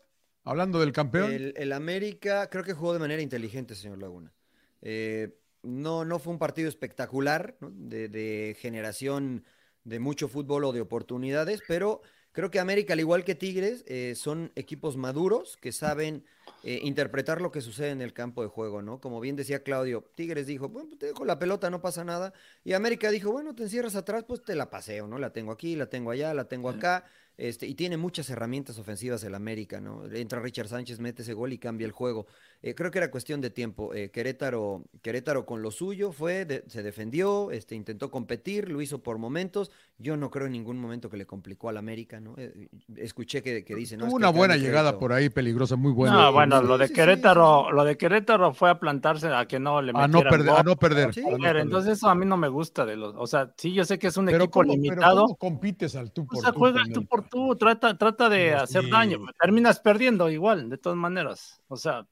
Speaker 2: Hablando del campeón.
Speaker 1: El, el América creo que jugó de manera inteligente, señor Laguna. Eh, no, no fue un partido espectacular, ¿no? de, de generación de mucho fútbol o de oportunidades, pero creo que América, al igual que Tigres, eh, son equipos maduros que saben eh, interpretar lo que sucede en el campo de juego, ¿no? Como bien decía Claudio, Tigres dijo, bueno, pues te dejo la pelota, no pasa nada. Y América dijo, bueno, te encierras atrás, pues te la paseo, ¿no? La tengo aquí, la tengo allá, la tengo acá. Este, y tiene muchas herramientas ofensivas el América, ¿no? Entra Richard Sánchez, mete ese gol y cambia el juego. Eh, creo que era cuestión de tiempo. Eh, Querétaro, Querétaro con lo suyo fue, de- se defendió, este, intentó competir, lo hizo por momentos. Yo no creo en ningún momento que le complicó al América, ¿no? Eh, escuché que, que dicen...
Speaker 2: Tuvo una buena llegada por ahí, peligrosa, muy buena.
Speaker 3: no, bueno,
Speaker 1: sí,
Speaker 3: lo de
Speaker 1: sí, sí,
Speaker 3: Querétaro,
Speaker 1: sí, sí.
Speaker 3: lo de Querétaro fue a plantarse a que no le
Speaker 2: a, no
Speaker 3: metieran
Speaker 2: perder, a
Speaker 3: gol.
Speaker 2: no perder.
Speaker 1: Sí,
Speaker 2: a no
Speaker 1: pero
Speaker 2: perder.
Speaker 3: entonces eso a mí no me gusta de los, o sea, sí yo sé que es un
Speaker 2: Pero
Speaker 3: equipo
Speaker 2: ¿cómo- pero
Speaker 3: limitado,
Speaker 2: ¿cómo compites al tú por
Speaker 3: o sea,
Speaker 2: tú
Speaker 3: juegas
Speaker 2: con
Speaker 3: tú
Speaker 2: el-
Speaker 3: por tú, trata, trata de
Speaker 2: Pues Sí.
Speaker 3: hacer daño, pero terminas perdiendo igual, de todas maneras, o sea,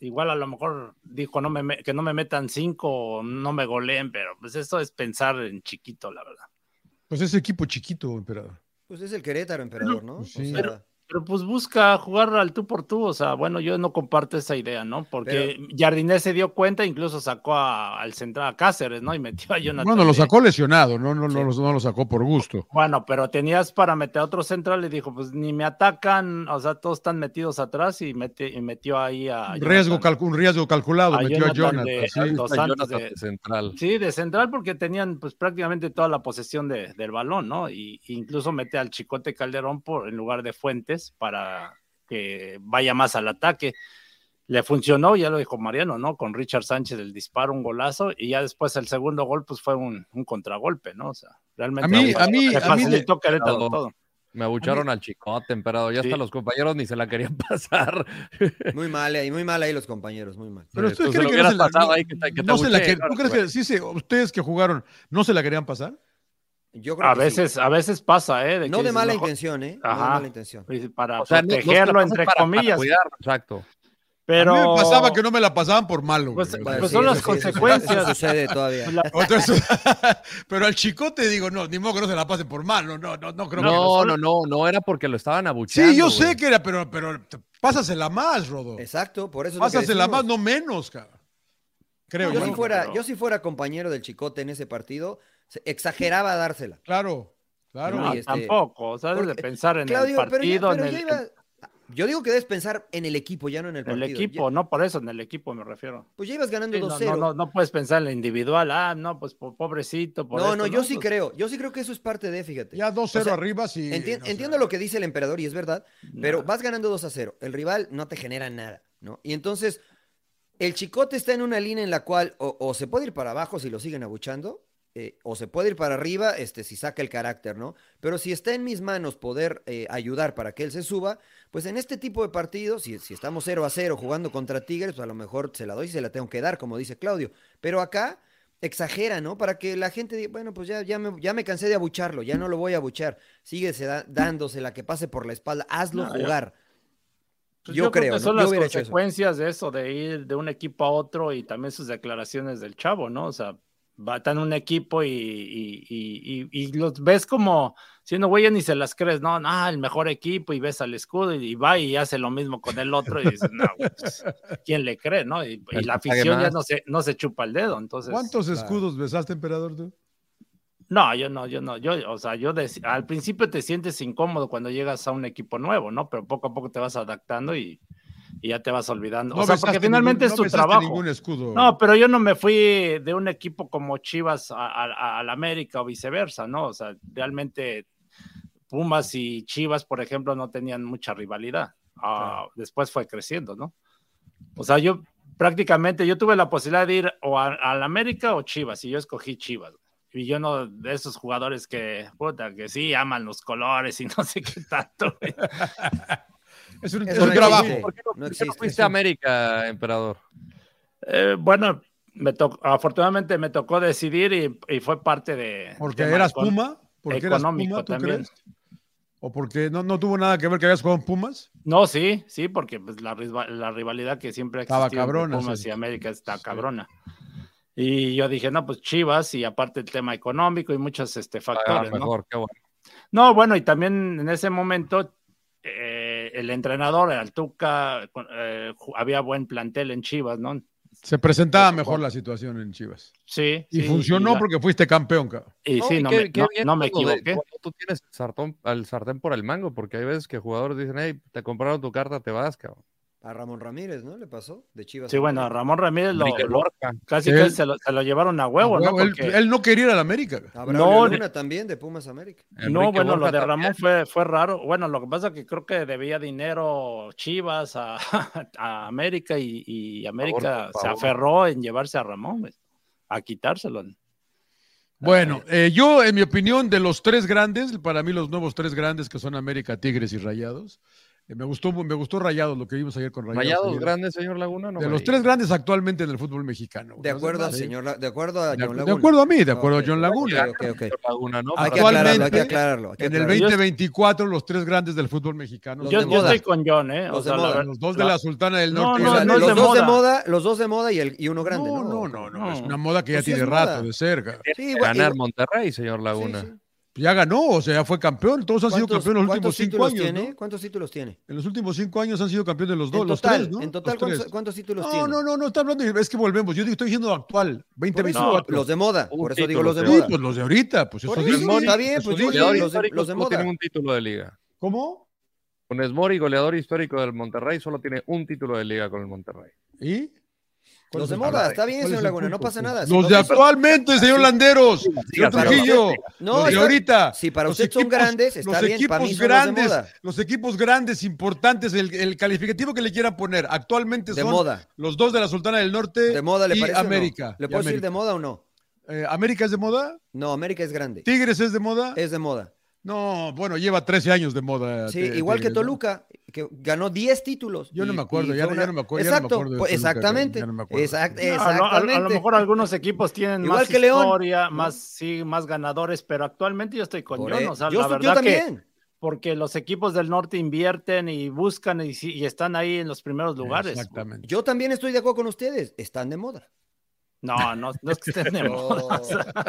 Speaker 3: igual a lo mejor dijo no me, me- que no me metan cinco, o no me goleen, pero pues eso es pensar en chiquito, la verdad.
Speaker 2: Pues ese equipo chiquito, emperador.
Speaker 1: Pues es el Querétaro, emperador, ¿no?
Speaker 2: Pues sí.
Speaker 1: O sea,
Speaker 3: Pero- Pero pues busca jugar al tú por tú, o sea, bueno, yo no comparto esa idea, ¿no? Porque Jardinés se dio cuenta, incluso sacó a- al central a Cáceres, ¿no? Y metió a Jonathan.
Speaker 2: Bueno, lo
Speaker 3: Díaz.
Speaker 2: sacó lesionado, no, no, no,
Speaker 3: Sí.
Speaker 2: los- no lo sacó por gusto.
Speaker 3: Bueno, pero tenías para meter a otro central y dijo, pues ni me atacan, o sea, todos están metidos atrás y, mete- y metió ahí a...
Speaker 2: riesgo
Speaker 3: Jonathan.
Speaker 2: calcu- un riesgo calculado,
Speaker 3: A
Speaker 2: metió
Speaker 3: Jonathan
Speaker 2: a
Speaker 3: de-
Speaker 2: Jonathan. sí.
Speaker 3: Los
Speaker 4: Está
Speaker 3: Santos
Speaker 4: Jonathan
Speaker 3: de-
Speaker 4: central.
Speaker 3: Sí, de central porque tenían pues prácticamente toda la posesión de- del balón, ¿no? Y e incluso mete al Chicote Calderón por, en lugar de Fuentes para que vaya más al ataque. Le funcionó, ya lo dijo Mariano, ¿no? Con Richard Sánchez el disparo, un golazo, y ya después el segundo gol pues fue un, un contragolpe, ¿no? O sea, realmente
Speaker 2: A mí-
Speaker 3: le-
Speaker 2: a mí-
Speaker 3: le
Speaker 2: a mí
Speaker 3: facilitó Querétaro
Speaker 4: Claro.
Speaker 3: todo.
Speaker 4: Me abucharon al chicote, emperador. Ya
Speaker 3: Sí.
Speaker 4: hasta los compañeros ni se la querían pasar.
Speaker 1: Muy mal ahí, muy mal ahí los compañeros, muy mal.
Speaker 2: Pero
Speaker 4: Sí,
Speaker 2: ustedes
Speaker 4: tú se
Speaker 2: creen
Speaker 4: lo
Speaker 2: que no
Speaker 4: hubieras
Speaker 2: se la,
Speaker 4: pasado
Speaker 2: no-
Speaker 4: ahí que te- que te
Speaker 2: no se la
Speaker 4: abucheen,
Speaker 2: quer- ¿Tú
Speaker 4: ¿no?
Speaker 2: crees que sí, se- ustedes que jugaron no se la querían pasar?
Speaker 1: Yo creo
Speaker 3: A
Speaker 1: que sí.
Speaker 3: veces, a veces pasa, ¿eh?
Speaker 1: No
Speaker 3: que
Speaker 1: de
Speaker 3: dices,
Speaker 1: mala
Speaker 3: mejor-
Speaker 1: intención, ¿eh? No de
Speaker 3: Ajá.
Speaker 1: mala intención.
Speaker 3: Para
Speaker 4: O sea, no- no se la
Speaker 3: protegerlo,
Speaker 4: pasas
Speaker 3: entre
Speaker 4: para- para
Speaker 3: comillas.
Speaker 4: cuidarlo, exacto.
Speaker 3: pero...
Speaker 2: A mí me pasaba que no me la pasaban por malo.
Speaker 3: Pues-
Speaker 2: güey.
Speaker 3: pues
Speaker 1: Bueno, eso
Speaker 3: son las
Speaker 1: eso sucede-
Speaker 3: consecuencias. Pues
Speaker 1: eso sucede todavía.
Speaker 3: la-
Speaker 2: Entonces, pero al chicote digo, no, ni modo que no se la pasen por malo, no, no, no creo que
Speaker 3: pues,
Speaker 4: No, no, no, no era porque lo estaban abuchando.
Speaker 2: Sí, yo sé
Speaker 4: güey.
Speaker 2: que era, pero, pero te- pásasela más, Rodo.
Speaker 1: Exacto, por eso. es lo que
Speaker 2: Pásasela
Speaker 1: decimos.
Speaker 2: más, no menos, cabrón. Creo
Speaker 1: yo,
Speaker 2: ¿no?
Speaker 1: si fuera,
Speaker 3: pero-
Speaker 1: yo si fuera compañero del Chicote en ese partido, se- exageraba dársela.
Speaker 2: Claro, claro.
Speaker 3: No,
Speaker 1: y este-
Speaker 3: tampoco, o sea, debes de
Speaker 1: porque-
Speaker 3: pensar en
Speaker 1: Claudio,
Speaker 3: el partido,
Speaker 1: pero ya, pero
Speaker 3: en
Speaker 1: ya
Speaker 3: el,
Speaker 1: iba- Yo digo que debes pensar en el equipo, ya no en el
Speaker 3: en el
Speaker 1: partido. Ya-
Speaker 3: equipo, no por eso, en el equipo me refiero.
Speaker 1: pues ya ibas ganando
Speaker 3: Sí, no,
Speaker 1: 2-0.
Speaker 3: no, no, no puedes pensar en la individual, ah, no, pues po- pobrecito. Por
Speaker 1: No,
Speaker 3: esto,
Speaker 1: no, yo sí
Speaker 3: Pues,
Speaker 1: creo. Yo sí creo que eso es parte de, fíjate.
Speaker 2: Ya 2-0
Speaker 1: O sea,
Speaker 2: arriba, sí.
Speaker 1: Enti-
Speaker 2: o sea,
Speaker 1: entiendo lo que dice el emperador y es verdad, pero
Speaker 3: no.
Speaker 1: vas ganando 2 a 0. El rival no te genera nada, ¿no? Y entonces, el chicote está en una línea en la cual o, o se puede ir para abajo si lo siguen abuchando, eh, o se puede ir para arriba este, si saca el carácter, ¿no? Pero si está en mis manos poder eh, ayudar para que él se suba, pues en este tipo de partidos, si, si estamos 0 a 0 jugando contra Tigres, pues a lo mejor se la doy y se la tengo que dar, como dice Claudio. Pero acá exagera, ¿no? Para que la gente diga, bueno, pues ya, ya, me, ya me cansé de abucharlo, ya no lo voy a abuchar. Síguese da- dándose la que pase por la espalda, hazlo
Speaker 3: No, yo-
Speaker 1: jugar.
Speaker 3: Pues
Speaker 1: Yo creo,
Speaker 3: que
Speaker 1: ¿no?
Speaker 3: son
Speaker 1: Yo
Speaker 3: las
Speaker 1: hubiera hecho eso.
Speaker 3: consecuencias de eso, de ir de un equipo a otro y también sus declaraciones del chavo, ¿no? O sea, va tan un equipo y, y- y- y- y los ves como siendo güey ni se las crees, no, no, el mejor equipo y ves al escudo y, y va y hace lo mismo con el otro y dices, no, güey, pues, ¿quién le cree, no? Y, y
Speaker 4: El
Speaker 3: la
Speaker 4: que pague
Speaker 3: afición ya
Speaker 4: más.
Speaker 3: no se, no se chupa el dedo, entonces.
Speaker 2: ¿Cuántos escudos besaste, emperador, tú?
Speaker 3: No, yo no, yo no, yo, o sea, yo dec- al principio te sientes incómodo cuando llegas a un equipo nuevo, ¿no? Pero poco a poco te vas adaptando y, y ya te vas olvidando. o sea, porque
Speaker 2: besaste
Speaker 3: finalmente
Speaker 2: ningún-
Speaker 3: es
Speaker 2: no
Speaker 3: tu
Speaker 2: besaste
Speaker 3: trabajo.
Speaker 2: ningún escudo.
Speaker 3: No, pero yo no me fui de un equipo como Chivas a- a- a- al América o viceversa, ¿no? O sea, realmente Pumas y Chivas, por ejemplo, no tenían mucha rivalidad. Ah, Después fue creciendo, ¿no? O sea, yo prácticamente, yo tuve la posibilidad de ir o a- al América o Chivas y yo escogí Chivas. Y yo no, de esos jugadores que, puta, que sí aman los colores y no sé qué tanto. güey.
Speaker 2: es un,
Speaker 1: Eso
Speaker 2: es
Speaker 1: no
Speaker 2: un
Speaker 1: existe.
Speaker 2: trabajo.
Speaker 4: ¿Por qué no,
Speaker 1: No
Speaker 4: por qué no
Speaker 1: existe.
Speaker 4: fuiste a América, emperador?
Speaker 3: Eh, bueno, me tocó, afortunadamente me tocó decidir y, y fue parte de.
Speaker 2: Porque
Speaker 3: tema
Speaker 2: eras
Speaker 3: con-
Speaker 2: Puma, porque eras
Speaker 3: económico
Speaker 2: Puma, ¿tú
Speaker 3: también.
Speaker 2: crees? ¿O porque no, no tuvo nada que ver que habías jugado en Pumas?
Speaker 3: No, sí, sí, porque pues, la, risba- la rivalidad que siempre ha
Speaker 2: Estaba
Speaker 3: existido entre
Speaker 2: cabrona,
Speaker 3: Pumas
Speaker 2: sí.
Speaker 3: y América está
Speaker 2: Sí.
Speaker 3: cabrona. Y yo dije, no, pues Chivas, y aparte el tema económico y muchos este,
Speaker 4: Ah,
Speaker 3: factores, ¿no?
Speaker 4: mejor, qué bueno.
Speaker 3: No, bueno, y también en ese momento eh, el entrenador, el Altuca, eh, ju- había buen plantel en Chivas, ¿no?
Speaker 2: Se presentaba
Speaker 3: Por
Speaker 2: mejor
Speaker 3: supuesto.
Speaker 2: la situación en Chivas.
Speaker 3: Sí.
Speaker 2: Y
Speaker 3: sí,
Speaker 2: funcionó
Speaker 3: la-
Speaker 2: porque fuiste campeón, cabrón.
Speaker 3: Y sí,
Speaker 4: y
Speaker 3: no,
Speaker 4: qué-
Speaker 3: me,
Speaker 4: qué
Speaker 3: no-
Speaker 4: bien
Speaker 3: no me
Speaker 4: cuando de-
Speaker 3: equivoqué.
Speaker 4: cuando tú tienes el sartón, al sartén por el mango, porque hay veces que jugadores dicen, hey, te compraron tu carta, te vas, cabrón.
Speaker 1: A Ramón Ramírez, ¿no? Le pasó de Chivas.
Speaker 3: Sí, bueno, a Ramón Ramírez lo,
Speaker 4: Enrique
Speaker 3: lo-
Speaker 4: Lorca.
Speaker 3: casi
Speaker 2: Él-
Speaker 3: que se lo, se lo llevaron a huevo, ¿no?
Speaker 2: él,
Speaker 3: Porque-
Speaker 2: él no quería ir al América. cabrón.
Speaker 1: Habrá
Speaker 3: No,
Speaker 1: una
Speaker 3: de-
Speaker 1: también de Pumas América.
Speaker 4: Enrique
Speaker 3: No, bueno, lo
Speaker 4: Borja
Speaker 3: de
Speaker 4: también.
Speaker 3: Ramón fue, fue raro. Bueno, lo que pasa es que creo que debía dinero Chivas a, a América y, y América
Speaker 4: por
Speaker 3: se
Speaker 4: favor.
Speaker 3: aferró en llevarse a Ramón, güey, a quitárselo.
Speaker 2: Bueno, eh, yo, en mi opinión, de los tres grandes, para mí los nuevos tres grandes que son América, Tigres y Rayados, eh, me gustó me gustó Rayados, lo que vimos ayer con Rayados.
Speaker 4: Rayados
Speaker 2: ayer.
Speaker 4: grandes, señor Laguna. No
Speaker 2: de
Speaker 4: me
Speaker 2: los
Speaker 4: diga.
Speaker 2: tres grandes actualmente en el fútbol mexicano. güey.
Speaker 1: De
Speaker 2: Los
Speaker 1: acuerdo al
Speaker 2: demás,
Speaker 1: señor, La- de acuerdo a
Speaker 2: sí. De,
Speaker 1: John
Speaker 2: acu- de
Speaker 1: Laguna.
Speaker 2: acuerdo a mí, de acuerdo
Speaker 1: Ok,
Speaker 2: a John Laguna.
Speaker 1: Ok, ok.
Speaker 4: Señor Laguna, ¿no?
Speaker 1: Hay que
Speaker 4: Para-
Speaker 1: aclararlo, hay que
Speaker 2: Actualmente,
Speaker 1: aclararlo. hay que
Speaker 2: En el
Speaker 1: aclararlo.
Speaker 3: Yo-
Speaker 2: 2024, los tres grandes del fútbol mexicano.
Speaker 1: Los
Speaker 3: Yo,
Speaker 1: de
Speaker 3: yo
Speaker 1: moda.
Speaker 3: estoy con John, ¿eh? O
Speaker 1: Los de
Speaker 3: sea, la
Speaker 1: moda.
Speaker 3: ver-
Speaker 2: los dos de la Sultana del
Speaker 3: No,
Speaker 2: Norte.
Speaker 1: O sea,
Speaker 3: no, no
Speaker 1: los
Speaker 3: es de
Speaker 1: dos Eh, de
Speaker 3: moda.
Speaker 1: moda, los dos de moda y, el, y uno grande, ¿no?
Speaker 2: no, no, no, no, Es
Speaker 3: No. Eh,
Speaker 2: una moda que ya
Speaker 1: Pues sí
Speaker 2: tiene
Speaker 1: es moda.
Speaker 2: rato de cerca.
Speaker 1: Sí, igual-
Speaker 4: Ganar
Speaker 1: igual-
Speaker 4: Monterrey, señor
Speaker 1: sí,
Speaker 4: Laguna.
Speaker 1: sí.
Speaker 2: Ya ganó, o sea, ya fue campeón. Todos han sido
Speaker 1: ¿Cuántos-
Speaker 2: campeones en los
Speaker 1: cuántos
Speaker 2: últimos cinco
Speaker 1: títulos
Speaker 2: años.
Speaker 1: tiene?
Speaker 2: ¿no?
Speaker 1: ¿Cuántos títulos tiene?
Speaker 2: En los últimos cinco años han sido campeones los dos,
Speaker 1: en
Speaker 2: los
Speaker 1: total,
Speaker 2: tres, ¿no?
Speaker 1: en total
Speaker 2: Los
Speaker 1: ¿cuántos,
Speaker 2: tres.
Speaker 1: cuántos títulos
Speaker 2: No,
Speaker 1: tiene?
Speaker 2: no, no, no está hablando. de- Es que volvemos. Yo digo, estoy diciendo actual,
Speaker 1: Por eso,
Speaker 2: 2024.
Speaker 1: los de moda,
Speaker 4: Un
Speaker 1: por eso digo
Speaker 4: título,
Speaker 1: los de
Speaker 4: sí,
Speaker 2: Sí,
Speaker 1: moda.
Speaker 2: pues los de ahorita, pues eso
Speaker 1: Por
Speaker 2: digo.
Speaker 1: eso, está bien,
Speaker 2: eso
Speaker 1: pues
Speaker 2: digo.
Speaker 1: sí,
Speaker 4: Goleador
Speaker 1: los de-
Speaker 4: histórico
Speaker 1: los de
Speaker 4: solo
Speaker 1: moda.
Speaker 4: tiene un título de liga.
Speaker 2: ¿Cómo?
Speaker 4: Funes Mori, goleador histórico del Monterrey, solo tiene un título de liga con el Monterrey.
Speaker 2: ¿Y? ¿Cuál
Speaker 1: Los
Speaker 2: es
Speaker 1: de
Speaker 2: el-
Speaker 1: moda, está bien,
Speaker 2: cuál es
Speaker 1: señor
Speaker 2: el
Speaker 1: Laguna, no
Speaker 2: punto?
Speaker 1: pasa nada. Si
Speaker 2: Los
Speaker 1: no
Speaker 2: de
Speaker 1: te-
Speaker 2: actualmente, señor Landeros. Señor
Speaker 4: siga,
Speaker 2: Trujillo.
Speaker 1: No,
Speaker 2: los de
Speaker 1: está-
Speaker 2: ahorita.
Speaker 1: Si para
Speaker 2: Los
Speaker 1: usted son
Speaker 2: equipos-
Speaker 1: grandes, está
Speaker 2: los
Speaker 1: bien,
Speaker 2: equipos
Speaker 1: para mí son
Speaker 2: grandes,
Speaker 1: los de moda.
Speaker 2: los equipos grandes, importantes, el, el calificativo que le quieran poner actualmente
Speaker 1: De
Speaker 2: son
Speaker 1: moda.
Speaker 2: los dos de la Sultana del Norte
Speaker 1: ¿De moda le
Speaker 2: y
Speaker 1: parece o no?
Speaker 2: América.
Speaker 1: ¿Le
Speaker 2: Y
Speaker 1: puedo decir de
Speaker 2: América.
Speaker 1: moda o no?
Speaker 2: Eh, ¿América es de moda?
Speaker 1: No, América es grande.
Speaker 2: ¿Tigres es de moda?
Speaker 1: Es de moda.
Speaker 2: No, bueno, lleva 13 años de moda.
Speaker 1: Eh, Sí,
Speaker 2: T-
Speaker 1: igual que
Speaker 2: Tigres, ¿no?
Speaker 1: Toluca, que ganó 10 títulos.
Speaker 2: Yo no
Speaker 1: Y-
Speaker 2: me acuerdo,
Speaker 1: y
Speaker 2: ya
Speaker 1: fue
Speaker 2: no- ya no me acuerdo, ya no me
Speaker 1: Exacto,
Speaker 2: acuerdo de
Speaker 1: pues,
Speaker 2: Toluca,
Speaker 1: exactamente.
Speaker 2: ya no me acuerdo.
Speaker 1: Exact-
Speaker 3: No, a lo- a, lo- a lo
Speaker 1: exactamente.
Speaker 3: mejor algunos equipos tienen
Speaker 1: Igual
Speaker 3: más
Speaker 1: que León,
Speaker 3: historia, más sí, más ganadores, pero actualmente yo estoy con
Speaker 1: Por
Speaker 3: John,
Speaker 1: e-
Speaker 3: o sea,
Speaker 1: yo,
Speaker 3: la
Speaker 1: yo
Speaker 3: verdad que
Speaker 1: también.
Speaker 3: porque los equipos del norte invierten y buscan y, sí- y están ahí en los primeros lugares.
Speaker 2: Exactamente.
Speaker 1: Yo también estoy de acuerdo con ustedes. Están de moda.
Speaker 3: No, no, no es que estén de moda.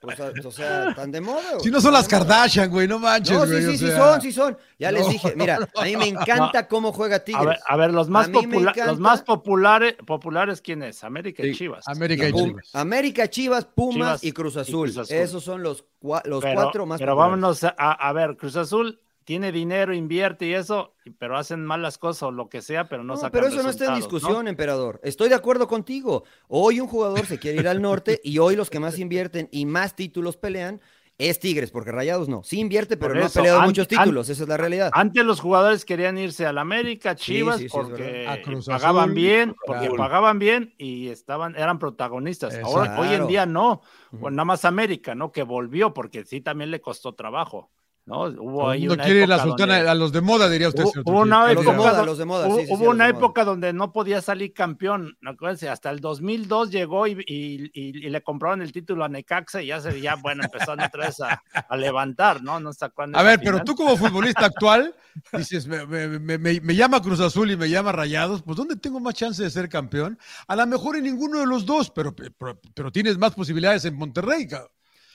Speaker 1: Pues, a- o sea, están de moda. güey.
Speaker 2: Si no son las
Speaker 1: Están de moda.
Speaker 2: Kardashian, güey, no manches.
Speaker 1: No, sí,
Speaker 2: güey, o
Speaker 1: sí, sí
Speaker 2: sea.
Speaker 1: son, sí son. Ya les
Speaker 2: No,
Speaker 1: dije, mira, a mí me encanta cómo juega Tigres.
Speaker 3: A ver, a ver, los más,
Speaker 1: mí me
Speaker 3: popula-
Speaker 1: encanta-
Speaker 3: los más populares, populares, ¿quién es? América y
Speaker 4: Sí,
Speaker 3: Chivas.
Speaker 2: América y
Speaker 1: Pum-
Speaker 2: Chivas.
Speaker 1: América, Chivas, Pumas
Speaker 3: Chivas
Speaker 1: y Cruz
Speaker 3: y
Speaker 1: Azul.
Speaker 3: Cruz Azul.
Speaker 1: Esos son los, cua- los
Speaker 3: pero,
Speaker 1: cuatro más
Speaker 3: Pero
Speaker 1: populares.
Speaker 3: vámonos a, a- a ver, Cruz Azul tiene dinero, invierte y eso, y- pero hacen malas cosas o lo que sea, pero no,
Speaker 1: No,
Speaker 3: sacan
Speaker 1: pero eso no está en
Speaker 3: resultados,
Speaker 1: discusión, emperador. Estoy de acuerdo contigo. Hoy un jugador se quiere ir al norte y hoy los que más invierten y más títulos pelean es Tigres, porque Rayados no. Sí invierte, pero
Speaker 3: Por
Speaker 1: no ha
Speaker 3: eso,
Speaker 1: peleado
Speaker 3: an-
Speaker 1: muchos
Speaker 3: an-
Speaker 1: títulos. Esa es la realidad.
Speaker 3: Antes los jugadores querían irse al América,
Speaker 1: Sí,
Speaker 3: Chivas,
Speaker 1: sí, sí, es
Speaker 3: porque
Speaker 2: verdad. A Cruz
Speaker 3: pagaban
Speaker 2: Azul,
Speaker 3: bien, porque
Speaker 2: Azul.
Speaker 3: pagaban bien y estaban, eran protagonistas. Ahora,
Speaker 1: Exacto.
Speaker 3: hoy en día no,
Speaker 1: Ujú.
Speaker 3: Bueno, nada más América, ¿no? Que volvió porque sí también le costó trabajo. ¿no? Hubo ahí
Speaker 2: No
Speaker 3: una
Speaker 2: quiere la
Speaker 3: época
Speaker 2: sultana,
Speaker 3: donde-
Speaker 2: a los de moda, diría usted.
Speaker 3: Hubo-
Speaker 2: señor
Speaker 3: hubo una
Speaker 1: A
Speaker 2: Trujillo.
Speaker 1: los de
Speaker 3: época
Speaker 1: moda, a
Speaker 3: donde-
Speaker 1: los de moda.
Speaker 3: Hubo,
Speaker 1: sí, sí,
Speaker 3: hubo
Speaker 1: sí, a los
Speaker 3: una
Speaker 1: de moda.
Speaker 3: época donde no podía salir campeón, ¿no? acuérdense, hasta el 2002 llegó y, y- y- y le compraron el título a Necaxa y ya se ya bueno, empezando otra vez a, a levantar, ¿no? No se acuerdan de
Speaker 2: A
Speaker 3: esa
Speaker 2: ver, pero
Speaker 3: final.
Speaker 2: tú como futbolista actual, dices, me, me- me- me- me llama Cruz Azul y me llama Rayados, pues ¿dónde tengo más chance de ser campeón? A lo mejor en ninguno de los dos, pero, pero, pero tienes más posibilidades en Monterrey. cabrón.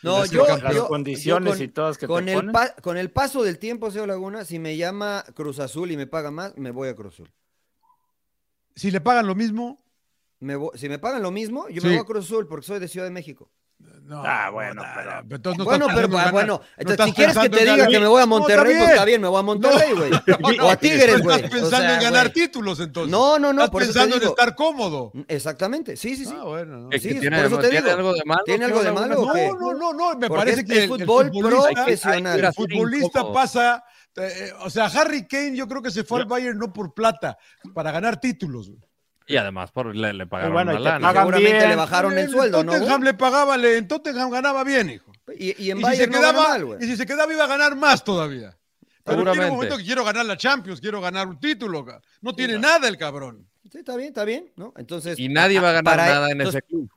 Speaker 1: No,
Speaker 2: Es
Speaker 1: yo,
Speaker 2: que
Speaker 1: yo-
Speaker 2: las
Speaker 3: las
Speaker 1: yo
Speaker 3: condiciones
Speaker 1: con-
Speaker 3: y todas que
Speaker 1: con
Speaker 3: te
Speaker 1: el,
Speaker 3: ponen.
Speaker 1: pa- con el paso del tiempo, Seo Laguna, si me llama Cruz Azul y me paga más, me voy a Cruz Azul.
Speaker 2: Si le pagan lo mismo,
Speaker 1: Me vo- si me pagan lo mismo, yo
Speaker 2: Sí.
Speaker 1: me voy a Cruz Azul porque soy de Ciudad de México.
Speaker 2: no.
Speaker 3: Ah, bueno, pero-
Speaker 2: entonces no
Speaker 1: bueno,
Speaker 2: estás
Speaker 1: pero
Speaker 2: pensando en
Speaker 1: ah, bueno,
Speaker 2: ganar. No
Speaker 1: entonces,
Speaker 2: estás
Speaker 1: si quieres que
Speaker 2: pensando
Speaker 1: te
Speaker 2: en
Speaker 1: diga
Speaker 2: ganar.
Speaker 1: que me voy a
Speaker 2: No, está
Speaker 1: Monterrey, pues
Speaker 2: bien.
Speaker 1: está bien, me voy a Monterrey, güey.
Speaker 2: No,
Speaker 1: o a Tigres,
Speaker 2: no
Speaker 1: güey.
Speaker 2: Estás
Speaker 1: O
Speaker 2: pensando
Speaker 1: sea,
Speaker 2: en ganar
Speaker 1: güey.
Speaker 2: títulos, entonces.
Speaker 1: No, no, no,
Speaker 2: Estás
Speaker 1: por eso te
Speaker 2: pensando en
Speaker 1: digo.
Speaker 2: estar cómodo.
Speaker 1: Exactamente, sí, sí, sí.
Speaker 2: Ah, bueno. no.
Speaker 4: Que- que
Speaker 1: Sí,
Speaker 4: tiene,
Speaker 1: por eso te
Speaker 4: ¿tiene
Speaker 1: digo.
Speaker 4: algo de malo?
Speaker 1: ¿Tiene algo de
Speaker 4: Laguna?
Speaker 1: malo?
Speaker 2: No,
Speaker 1: ¿qué?
Speaker 2: no, no, no, me
Speaker 1: Porque
Speaker 2: parece
Speaker 1: es-
Speaker 2: que
Speaker 1: es
Speaker 2: el, el
Speaker 1: fútbol
Speaker 2: futbolista,
Speaker 1: profesional.
Speaker 2: el
Speaker 4: Era
Speaker 2: futbolista
Speaker 4: incómodo.
Speaker 2: pasa, eh, eh, o sea, Harry Kane yo creo que se fue al Bayern no por plata, para ganar títulos. güey.
Speaker 4: Y además por, le, le pagaron
Speaker 3: bueno,
Speaker 4: una
Speaker 3: y te
Speaker 4: lana.
Speaker 3: pagan
Speaker 1: Seguramente
Speaker 3: bien.
Speaker 1: le bajaron el sueldo,
Speaker 2: En
Speaker 1: ¿no?
Speaker 2: Tottenham
Speaker 1: güey?
Speaker 2: le pagaba, le- en Tottenham ganaba bien, hijo.
Speaker 1: Y, y en
Speaker 2: Y si, se
Speaker 1: Bayern no ganó
Speaker 2: quedaba,
Speaker 1: mal, güey.
Speaker 2: y si se quedaba iba a ganar más todavía. Pero tiene
Speaker 4: Seguramente.
Speaker 2: un momento que quiero ganar la Champions, quiero ganar un título. ca- No tiene nada el cabrón.
Speaker 1: Sí, está bien, está bien, ¿no? Entonces,
Speaker 4: Y nadie va a ganar
Speaker 1: para-
Speaker 4: nada en
Speaker 1: entonces,
Speaker 4: ese club.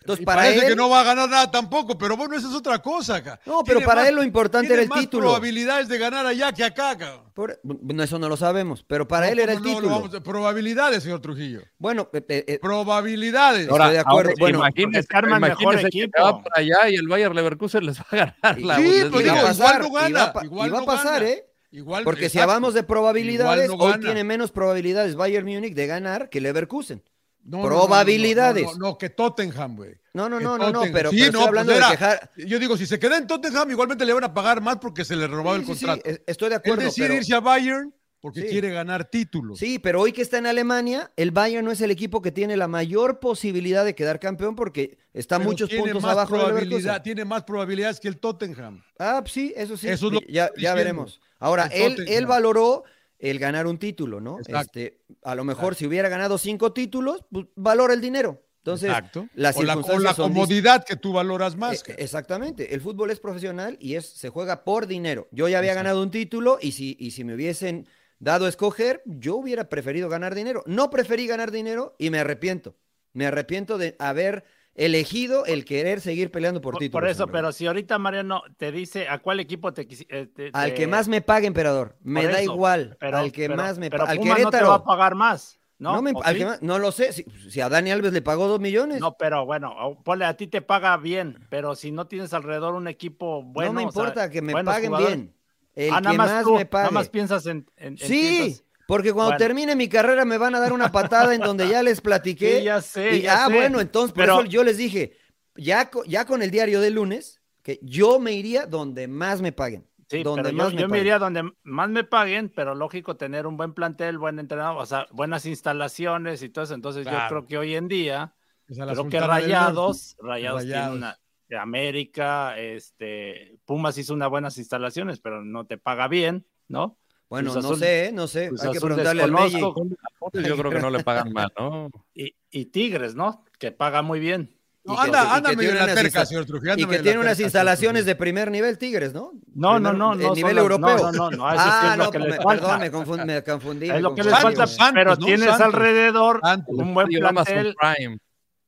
Speaker 1: Entonces,
Speaker 2: y
Speaker 1: para
Speaker 2: parece
Speaker 1: él,
Speaker 2: que no
Speaker 1: no,
Speaker 2: va a ganar nada tampoco, pero bueno, esa es otra cosa. ca.
Speaker 1: pero
Speaker 2: Tiene
Speaker 1: para
Speaker 2: más-
Speaker 1: él lo importante era
Speaker 2: tiene
Speaker 1: el
Speaker 2: más
Speaker 1: título.
Speaker 2: probabilidades de ganar allá que acá, cabrón.
Speaker 1: Por- bueno, eso no lo sabemos, pero para
Speaker 2: No,
Speaker 1: él era el
Speaker 2: ¿cómo no? Lo
Speaker 1: título.
Speaker 2: vamos a- probabilidades, señor Trujillo.
Speaker 1: Bueno, eh, eh, eh,
Speaker 2: Probabilidades.
Speaker 1: Ahora, de acuerdo. Bueno,
Speaker 3: porque se arma el mejor
Speaker 4: imagínese que
Speaker 3: equipo.
Speaker 4: va para allá y el Bayern Leverkusen les va a ganar la
Speaker 2: Sí, pues
Speaker 4: Bundesliga.
Speaker 1: iba
Speaker 2: digo,
Speaker 1: a
Speaker 2: igual
Speaker 1: pasar,
Speaker 2: no
Speaker 1: y va a
Speaker 2: gana,
Speaker 1: pa-
Speaker 2: igual
Speaker 1: y va a
Speaker 2: no
Speaker 1: pasar,
Speaker 2: gana.
Speaker 1: ¿eh?
Speaker 2: Igual-
Speaker 1: Porque si
Speaker 2: exacto.
Speaker 1: hablamos de probabilidades,
Speaker 2: Igual no
Speaker 1: hoy
Speaker 2: gana.
Speaker 1: tiene menos probabilidades Bayern Múnich de ganar que Leverkusen.
Speaker 2: No, no,
Speaker 1: probabilidades.
Speaker 2: No, no, no, no, que Tottenham, güey.
Speaker 1: No, no,
Speaker 2: Que
Speaker 1: no, no, no,
Speaker 2: Tottenham.
Speaker 1: pero,
Speaker 2: Sí,
Speaker 1: pero estoy
Speaker 2: no, pues
Speaker 1: hablando
Speaker 2: era-
Speaker 1: de quejar.
Speaker 2: Yo digo, si se queda en Tottenham, igualmente le van a pagar más porque se le renovaba el
Speaker 1: Sí, sí, sí,
Speaker 2: contrato.
Speaker 1: es- estoy de
Speaker 2: Él
Speaker 1: acuerdo.
Speaker 2: decide
Speaker 1: pero-
Speaker 2: irse a Bayern porque
Speaker 1: Sí.
Speaker 2: quiere ganar títulos.
Speaker 1: Sí, pero hoy que está en Alemania, el Bayern no es el equipo que tiene la mayor posibilidad de quedar campeón porque está
Speaker 2: Pero
Speaker 1: muchos
Speaker 2: tiene
Speaker 1: puntos
Speaker 2: más
Speaker 1: abajo del Leverkusen.
Speaker 2: probabilidad- Tiene más probabilidades que el Tottenham.
Speaker 1: Ah, sí, eso sí.
Speaker 2: Eso es lo
Speaker 1: sí,
Speaker 2: que
Speaker 1: ya,
Speaker 2: estoy
Speaker 1: ya
Speaker 2: diciendo.
Speaker 1: veremos. Ahora,
Speaker 2: El
Speaker 1: él,
Speaker 2: Tottenham.
Speaker 1: él valoró el ganar un título, ¿no?
Speaker 2: Exacto.
Speaker 1: Este, a lo mejor si hubiera ganado cinco títulos, pues, valora el dinero. Entonces,
Speaker 2: Exacto.
Speaker 1: las
Speaker 2: o la, o
Speaker 1: circunstancias
Speaker 2: la
Speaker 1: son dis-
Speaker 2: comodidad que tú valoras más.
Speaker 1: Eh, exactamente. El fútbol es profesional y es, se juega por dinero. Yo ya había ganado un título y si, y si me hubiesen dado a escoger, yo hubiera preferido ganar dinero. No preferí ganar dinero y me arrepiento. Me arrepiento de haber elegido el querer seguir peleando por,
Speaker 3: Por,
Speaker 1: títulos.
Speaker 3: por eso,
Speaker 1: hombre.
Speaker 3: pero si ahorita Mariano te dice a cuál equipo te quisi- eh, te-
Speaker 1: Al
Speaker 3: te-
Speaker 1: que más me pague, emperador. Me
Speaker 3: Por
Speaker 1: da
Speaker 3: eso,
Speaker 1: igual.
Speaker 3: pero-
Speaker 1: al que
Speaker 3: pero-
Speaker 1: más me
Speaker 3: pero
Speaker 1: pague. Al
Speaker 3: Puma no te
Speaker 1: Querétaro.
Speaker 3: va a pagar más, ¿no?
Speaker 1: No, me-
Speaker 3: ¿O
Speaker 1: al
Speaker 3: sí?
Speaker 1: que más- no lo sé. Si, si a Dani Alves le pagó dos millones.
Speaker 3: No, pero bueno, o- ponle, a ti te paga bien, pero si no tienes alrededor un equipo bueno.
Speaker 1: no me
Speaker 3: o sea,
Speaker 1: importa que me
Speaker 3: buenos
Speaker 1: paguen
Speaker 3: jugadores.
Speaker 1: bien. El
Speaker 3: ah, nada
Speaker 1: que
Speaker 3: más,
Speaker 1: más
Speaker 3: tú,
Speaker 1: me pague.
Speaker 3: Nada más piensas en. en- en
Speaker 1: sí,
Speaker 3: piensas-
Speaker 1: porque cuando
Speaker 3: Bueno.
Speaker 1: termine mi carrera me van a dar una patada en donde ya les platiqué.
Speaker 3: Sí, ya sé,
Speaker 1: Y,
Speaker 3: ya
Speaker 1: ah,
Speaker 3: sé.
Speaker 1: bueno, entonces por
Speaker 3: Pero-
Speaker 1: eso yo les dije, ya, co- ya con el diario de lunes, que yo me iría donde más me paguen.
Speaker 3: Sí,
Speaker 1: donde
Speaker 3: pero yo,
Speaker 1: más
Speaker 3: yo
Speaker 1: me
Speaker 3: me,
Speaker 1: paguen.
Speaker 3: iría donde más me paguen, pero lógico tener un buen plantel, buen entrenador, o sea, buenas instalaciones y todo eso. Entonces yo
Speaker 2: Claro.
Speaker 3: creo que hoy en día,
Speaker 2: Es a la
Speaker 3: creo que
Speaker 2: Sultana del
Speaker 3: Rayados, Rayados, tiene
Speaker 2: Rayados.
Speaker 3: una de América, este, Pumas hizo unas buenas instalaciones, pero no te paga bien, ¿no?
Speaker 1: Bueno,
Speaker 3: Cruz
Speaker 1: no
Speaker 3: Azul-
Speaker 1: sé, ¿eh? no sé.
Speaker 3: Cruz
Speaker 1: Hay que
Speaker 3: Azul
Speaker 1: preguntarle al Meji.
Speaker 3: desconozco.
Speaker 4: Yo creo que no le pagan mal, ¿no?
Speaker 3: Y, y Tigres, ¿no? Que paga muy bien.
Speaker 2: No,
Speaker 1: Y que- y que
Speaker 2: anda, anda medio
Speaker 1: tiene
Speaker 2: en la
Speaker 1: unas
Speaker 2: cerca,
Speaker 1: insta-
Speaker 2: señor Trujillo. anda
Speaker 1: Y
Speaker 2: medio
Speaker 1: que
Speaker 2: en la
Speaker 1: tiene unas
Speaker 2: terca,
Speaker 1: instalaciones
Speaker 2: señor
Speaker 1: de primer nivel, Tigres, ¿no?
Speaker 3: No,
Speaker 1: Primer-
Speaker 3: no, no,
Speaker 1: eh,
Speaker 3: no.
Speaker 1: nivel
Speaker 3: son las-
Speaker 1: europeo.
Speaker 3: No, no, no, no, eso sí
Speaker 1: Ah,
Speaker 3: es
Speaker 1: no,
Speaker 3: lo que
Speaker 1: me-
Speaker 3: les
Speaker 1: perdón,
Speaker 3: falta.
Speaker 1: me confundí, me confundí. me
Speaker 3: Es lo que les
Speaker 1: confundí,
Speaker 3: falta,
Speaker 2: Santos,
Speaker 1: güey.
Speaker 2: Santos,
Speaker 3: pero
Speaker 2: ¿no?
Speaker 3: tienes
Speaker 2: Santos.
Speaker 3: alrededor
Speaker 1: Ah,
Speaker 2: Santos.
Speaker 3: un buen
Speaker 4: Estadio Amazon
Speaker 3: plantel.
Speaker 4: Prime.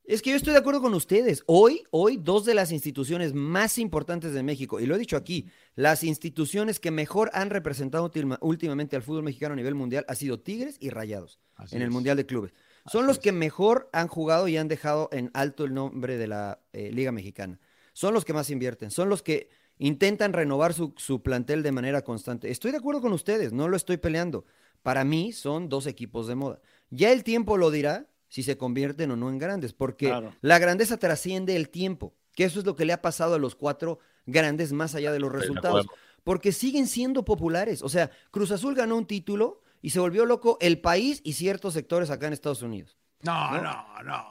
Speaker 1: Es que yo estoy de acuerdo con ustedes. Hoy, hoy, dos de las instituciones más importantes de México, y lo he dicho aquí, las instituciones que mejor han representado ultima- últimamente al fútbol mexicano a nivel mundial ha sido Tigres y Rayados
Speaker 2: Trujillo. Así
Speaker 1: en el
Speaker 2: es.
Speaker 1: Mundial de Clubes. Son los que mejor han jugado y han dejado en alto el nombre de la eh, Liga Mexicana. Son los que más invierten, son los que intentan renovar su, su plantel de manera constante. Estoy de acuerdo con ustedes, no lo estoy peleando. Para mí son dos equipos de moda. Ya el tiempo lo dirá si se convierten o no en grandes, porque
Speaker 3: Claro.
Speaker 1: la grandeza trasciende el tiempo, que eso es lo que le ha pasado a los cuatro grandes más allá de los
Speaker 4: de
Speaker 1: resultados
Speaker 4: acuerdo.
Speaker 1: porque siguen siendo populares. O sea, Cruz Azul ganó un título y se volvió loco el país y ciertos sectores acá en Estados Unidos.
Speaker 2: No, no, no,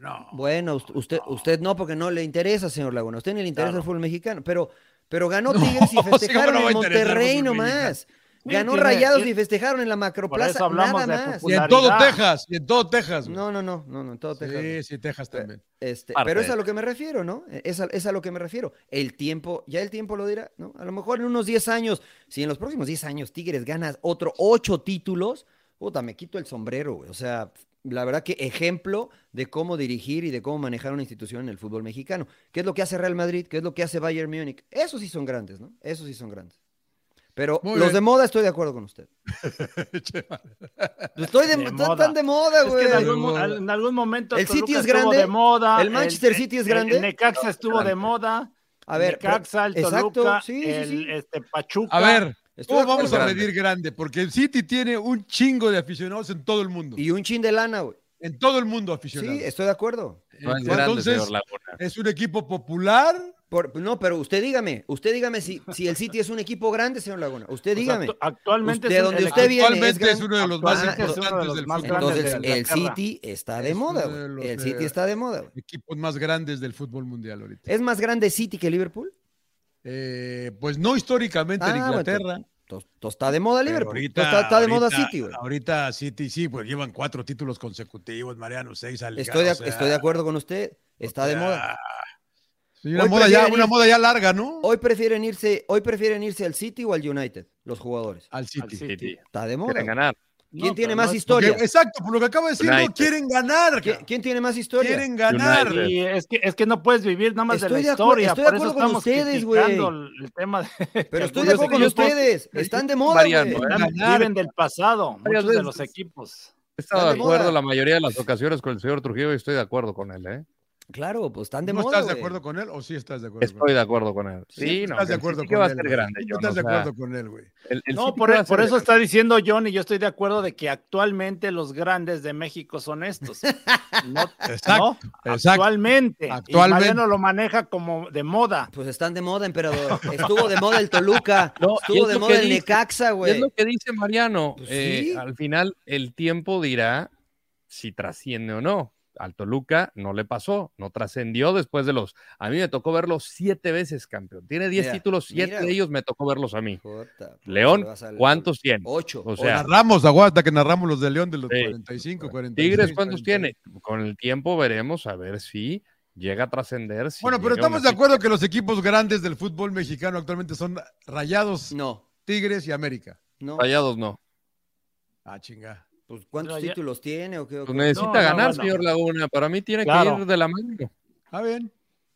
Speaker 2: no.
Speaker 1: Bueno, us- usted, usted no, porque no le interesa, señor Laguna. A usted ni le interesa
Speaker 3: Claro.
Speaker 1: el fútbol mexicano, pero, pero ganó
Speaker 2: No,
Speaker 1: Tigres y
Speaker 2: sí, ¿cómo
Speaker 1: festejaron
Speaker 2: no va a
Speaker 1: en
Speaker 2: interesar el
Speaker 1: Monterrey
Speaker 2: fútbol
Speaker 1: nomás. Ganó
Speaker 3: tiene-
Speaker 1: Rayados
Speaker 3: tiene-
Speaker 1: y festejaron en la
Speaker 3: Por
Speaker 1: Macroplaza.
Speaker 3: eso hablamos
Speaker 1: nada
Speaker 3: de
Speaker 1: más.
Speaker 2: Y en todo
Speaker 3: popularidad.
Speaker 2: Texas, y en todo Texas. güey.
Speaker 1: No, no, no, no, no, en todo Texas.
Speaker 2: Sí, sí, Texas también.
Speaker 1: Este,
Speaker 4: Parte
Speaker 1: pero es
Speaker 4: de-
Speaker 1: a lo que me refiero, ¿no? E, Es a, es a lo que me refiero. El tiempo, ya el tiempo lo dirá, ¿no? A lo mejor en unos 10 años, si en los próximos 10 años Tigres gana otro 8 títulos, puta, me quito el sombrero, güey. O sea, la verdad que ejemplo de cómo dirigir y de cómo manejar una institución en el fútbol mexicano. ¿Qué es lo que hace Real Madrid? ¿Qué es lo que hace Bayern Múnich? Esos sí son grandes, ¿no? Esos sí son grandes. Pero
Speaker 2: Muy
Speaker 1: los
Speaker 2: bien.
Speaker 1: de moda estoy de acuerdo con usted. Estoy de,
Speaker 3: De
Speaker 1: están
Speaker 3: moda.
Speaker 1: de moda,
Speaker 3: Es que
Speaker 1: güey.
Speaker 3: en
Speaker 2: de
Speaker 3: algún, mo-
Speaker 2: moda.
Speaker 3: al- en algún momento
Speaker 1: El
Speaker 3: Toluca
Speaker 1: City es
Speaker 3: estuvo
Speaker 1: grande,
Speaker 3: de moda,
Speaker 1: el Manchester City es grande.
Speaker 3: el Necaxa estuvo de moda,
Speaker 1: a ver, pero-
Speaker 3: Necaxa, el
Speaker 1: exacto,
Speaker 3: Toluca,
Speaker 1: sí, sí,
Speaker 3: el
Speaker 1: sí.
Speaker 3: Este, Pachuca.
Speaker 2: A ver,
Speaker 1: estoy de
Speaker 2: ¿cómo
Speaker 1: acuerdo.
Speaker 2: vamos a
Speaker 4: grande.
Speaker 2: medir grande? Porque el City tiene un chingo de aficionados en todo el mundo.
Speaker 1: Y un chin de lana, güey.
Speaker 2: En todo el mundo aficionados. Eh,
Speaker 1: Sí, estoy de acuerdo.
Speaker 4: No es grande,
Speaker 2: Entonces,
Speaker 4: señor Laguna.
Speaker 2: es un equipo popular.
Speaker 1: Por- no, pero usted dígame, usted dígame si, si el City es un equipo grande, señor Laguna. Usted
Speaker 3: O sea,
Speaker 1: dígame.
Speaker 3: actu- actualmente
Speaker 1: Usted,
Speaker 3: es un-
Speaker 1: donde
Speaker 3: el
Speaker 1: usted
Speaker 3: equipo-
Speaker 1: viene, es
Speaker 2: Actualmente es,
Speaker 1: grande.
Speaker 2: uno de los más
Speaker 3: Actualmente es uno de
Speaker 2: importantes
Speaker 3: los
Speaker 2: del
Speaker 3: más
Speaker 2: fútbol.
Speaker 3: grandes
Speaker 1: Entonces,
Speaker 3: de
Speaker 1: el
Speaker 3: Inglaterra.
Speaker 1: City está de
Speaker 2: Es
Speaker 1: moda,
Speaker 2: uno de
Speaker 1: güey.
Speaker 2: los,
Speaker 1: El City
Speaker 2: eh,
Speaker 1: está de moda, güey.
Speaker 2: equipos más grandes del fútbol mundial ahorita.
Speaker 1: ¿Es más grande City que Liverpool?
Speaker 2: Eh, pues no históricamente en
Speaker 1: Ah, bueno,
Speaker 2: Inglaterra.
Speaker 1: To- to- está de moda
Speaker 2: pero
Speaker 1: Liverpool.
Speaker 2: ahorita-
Speaker 1: To- está, está de moda
Speaker 2: ahorita-
Speaker 1: City, güey.
Speaker 2: Ahorita City, sí, pues llevan cuatro títulos consecutivos, Mariano, seis al
Speaker 1: Estoy, de, estoy de acuerdo con usted. Está de moda.
Speaker 2: una,
Speaker 1: Hoy
Speaker 2: moda ya,
Speaker 1: prefieren
Speaker 2: una
Speaker 1: ir-
Speaker 2: moda ya larga, ¿no?
Speaker 1: Hoy prefieren irse, hoy prefieren irse al City o al United, los jugadores.
Speaker 2: al
Speaker 3: al
Speaker 2: City.
Speaker 3: City.
Speaker 4: City.
Speaker 1: Está de moda.
Speaker 4: Quieren
Speaker 1: güey.
Speaker 4: ganar.
Speaker 1: ¿Quién
Speaker 3: No,
Speaker 1: tiene
Speaker 3: pero
Speaker 1: más
Speaker 3: no es-
Speaker 2: Porque-
Speaker 1: historia?
Speaker 2: exacto, por lo que acabo de decir,
Speaker 4: United.
Speaker 2: no quieren ganar.
Speaker 1: ¿Qui-
Speaker 2: cabrón.
Speaker 1: ¿Quién tiene más historia?
Speaker 2: Quieren ganar.
Speaker 4: United.
Speaker 3: Y es que, es que no puedes vivir nada más
Speaker 1: Estoy de
Speaker 3: de la
Speaker 1: acuer-
Speaker 3: historia.
Speaker 1: estoy de
Speaker 3: por eso
Speaker 1: acuerdo con
Speaker 3: estamos
Speaker 1: ustedes, güey.
Speaker 3: criticando el, el tema de
Speaker 1: Pero
Speaker 3: que
Speaker 1: estoy de acuerdo con
Speaker 3: algunos equipos
Speaker 1: ustedes. Están de moda,
Speaker 4: eh, Variando,
Speaker 1: güey.
Speaker 4: ¿eh?
Speaker 3: están-
Speaker 2: Ganar.
Speaker 3: viven del pasado,
Speaker 4: Varias
Speaker 3: muchos de
Speaker 4: veces.
Speaker 3: los equipos.
Speaker 4: He estado
Speaker 1: Están
Speaker 4: de
Speaker 1: de
Speaker 4: acuerdo
Speaker 1: moda.
Speaker 4: la mayoría de las ocasiones con el señor Trujillo y estoy de acuerdo con él, ¿eh?
Speaker 1: Claro, pues están de
Speaker 2: ¿No
Speaker 1: moda.
Speaker 2: estás de
Speaker 1: güey.
Speaker 2: acuerdo con él o sí estás de acuerdo con
Speaker 4: Estoy de acuerdo con él.
Speaker 2: él?
Speaker 4: Sí, no.
Speaker 2: estás de
Speaker 4: el
Speaker 2: acuerdo
Speaker 4: City
Speaker 2: con
Speaker 4: va a
Speaker 2: él,
Speaker 4: ser
Speaker 2: güey.
Speaker 4: grande,
Speaker 2: Tú
Speaker 4: John,
Speaker 2: estás
Speaker 4: o
Speaker 2: de
Speaker 4: sea,
Speaker 2: acuerdo con él, güey.
Speaker 1: Ah,
Speaker 4: el- el
Speaker 3: No,
Speaker 4: City
Speaker 3: por, e,
Speaker 4: va a
Speaker 3: por
Speaker 4: ser
Speaker 3: eso está diciendo John y yo estoy de acuerdo de que actualmente los grandes de México son estos. No,
Speaker 2: Exacto,
Speaker 3: no,
Speaker 2: exacto.
Speaker 3: Actualmente.
Speaker 2: Actualmente.
Speaker 3: Y Mariano lo maneja como de moda.
Speaker 1: Pues están de moda, emperador. Estuvo de moda el Toluca,
Speaker 4: No, y
Speaker 1: estuvo
Speaker 4: es
Speaker 1: de
Speaker 4: lo
Speaker 1: moda
Speaker 4: que
Speaker 1: el
Speaker 4: dice,
Speaker 1: Necaxa,
Speaker 4: Y Es
Speaker 1: güey.
Speaker 4: lo que dice Mariano.
Speaker 1: Pues
Speaker 4: eh,
Speaker 1: sí.
Speaker 4: Al final, el tiempo dirá si trasciende o no. Al Toluca no le pasó, no trascendió después de los. A mí me tocó verlos siete veces campeón. Tiene diez
Speaker 1: Mira,
Speaker 4: títulos, siete
Speaker 1: mira. Pues,
Speaker 4: de ellos me tocó verlos a mí.
Speaker 1: Jota,
Speaker 4: León,
Speaker 1: le vas al-
Speaker 4: ¿Cuántos tiene?
Speaker 1: Ocho.
Speaker 4: O
Speaker 1: O
Speaker 4: sea,
Speaker 1: sea,
Speaker 2: Narramos, aguanta que narramos los de León de los
Speaker 4: Sí.
Speaker 2: 45, 46.
Speaker 4: Tigres, ¿cuántos
Speaker 2: 48?
Speaker 4: tiene? Con el tiempo veremos a ver si llega a trascender. si
Speaker 2: Bueno, pero
Speaker 4: llega a
Speaker 2: estamos de
Speaker 4: una
Speaker 2: acuerdo que los equipos grandes del fútbol mexicano actualmente son Rayados,
Speaker 1: no,
Speaker 2: Tigres y América.
Speaker 1: no.
Speaker 4: cita. Rayados no.
Speaker 2: Ah, chinga.
Speaker 1: Pues, ¿Cuántos
Speaker 3: Pero ya-
Speaker 1: títulos tiene o qué? o
Speaker 4: Pues
Speaker 1: qué?
Speaker 4: necesita
Speaker 3: No, no,
Speaker 4: ganar,
Speaker 3: bueno.
Speaker 4: señor Laguna. Para mí tiene
Speaker 3: Claro.
Speaker 4: que ir de la mano.
Speaker 2: A ver.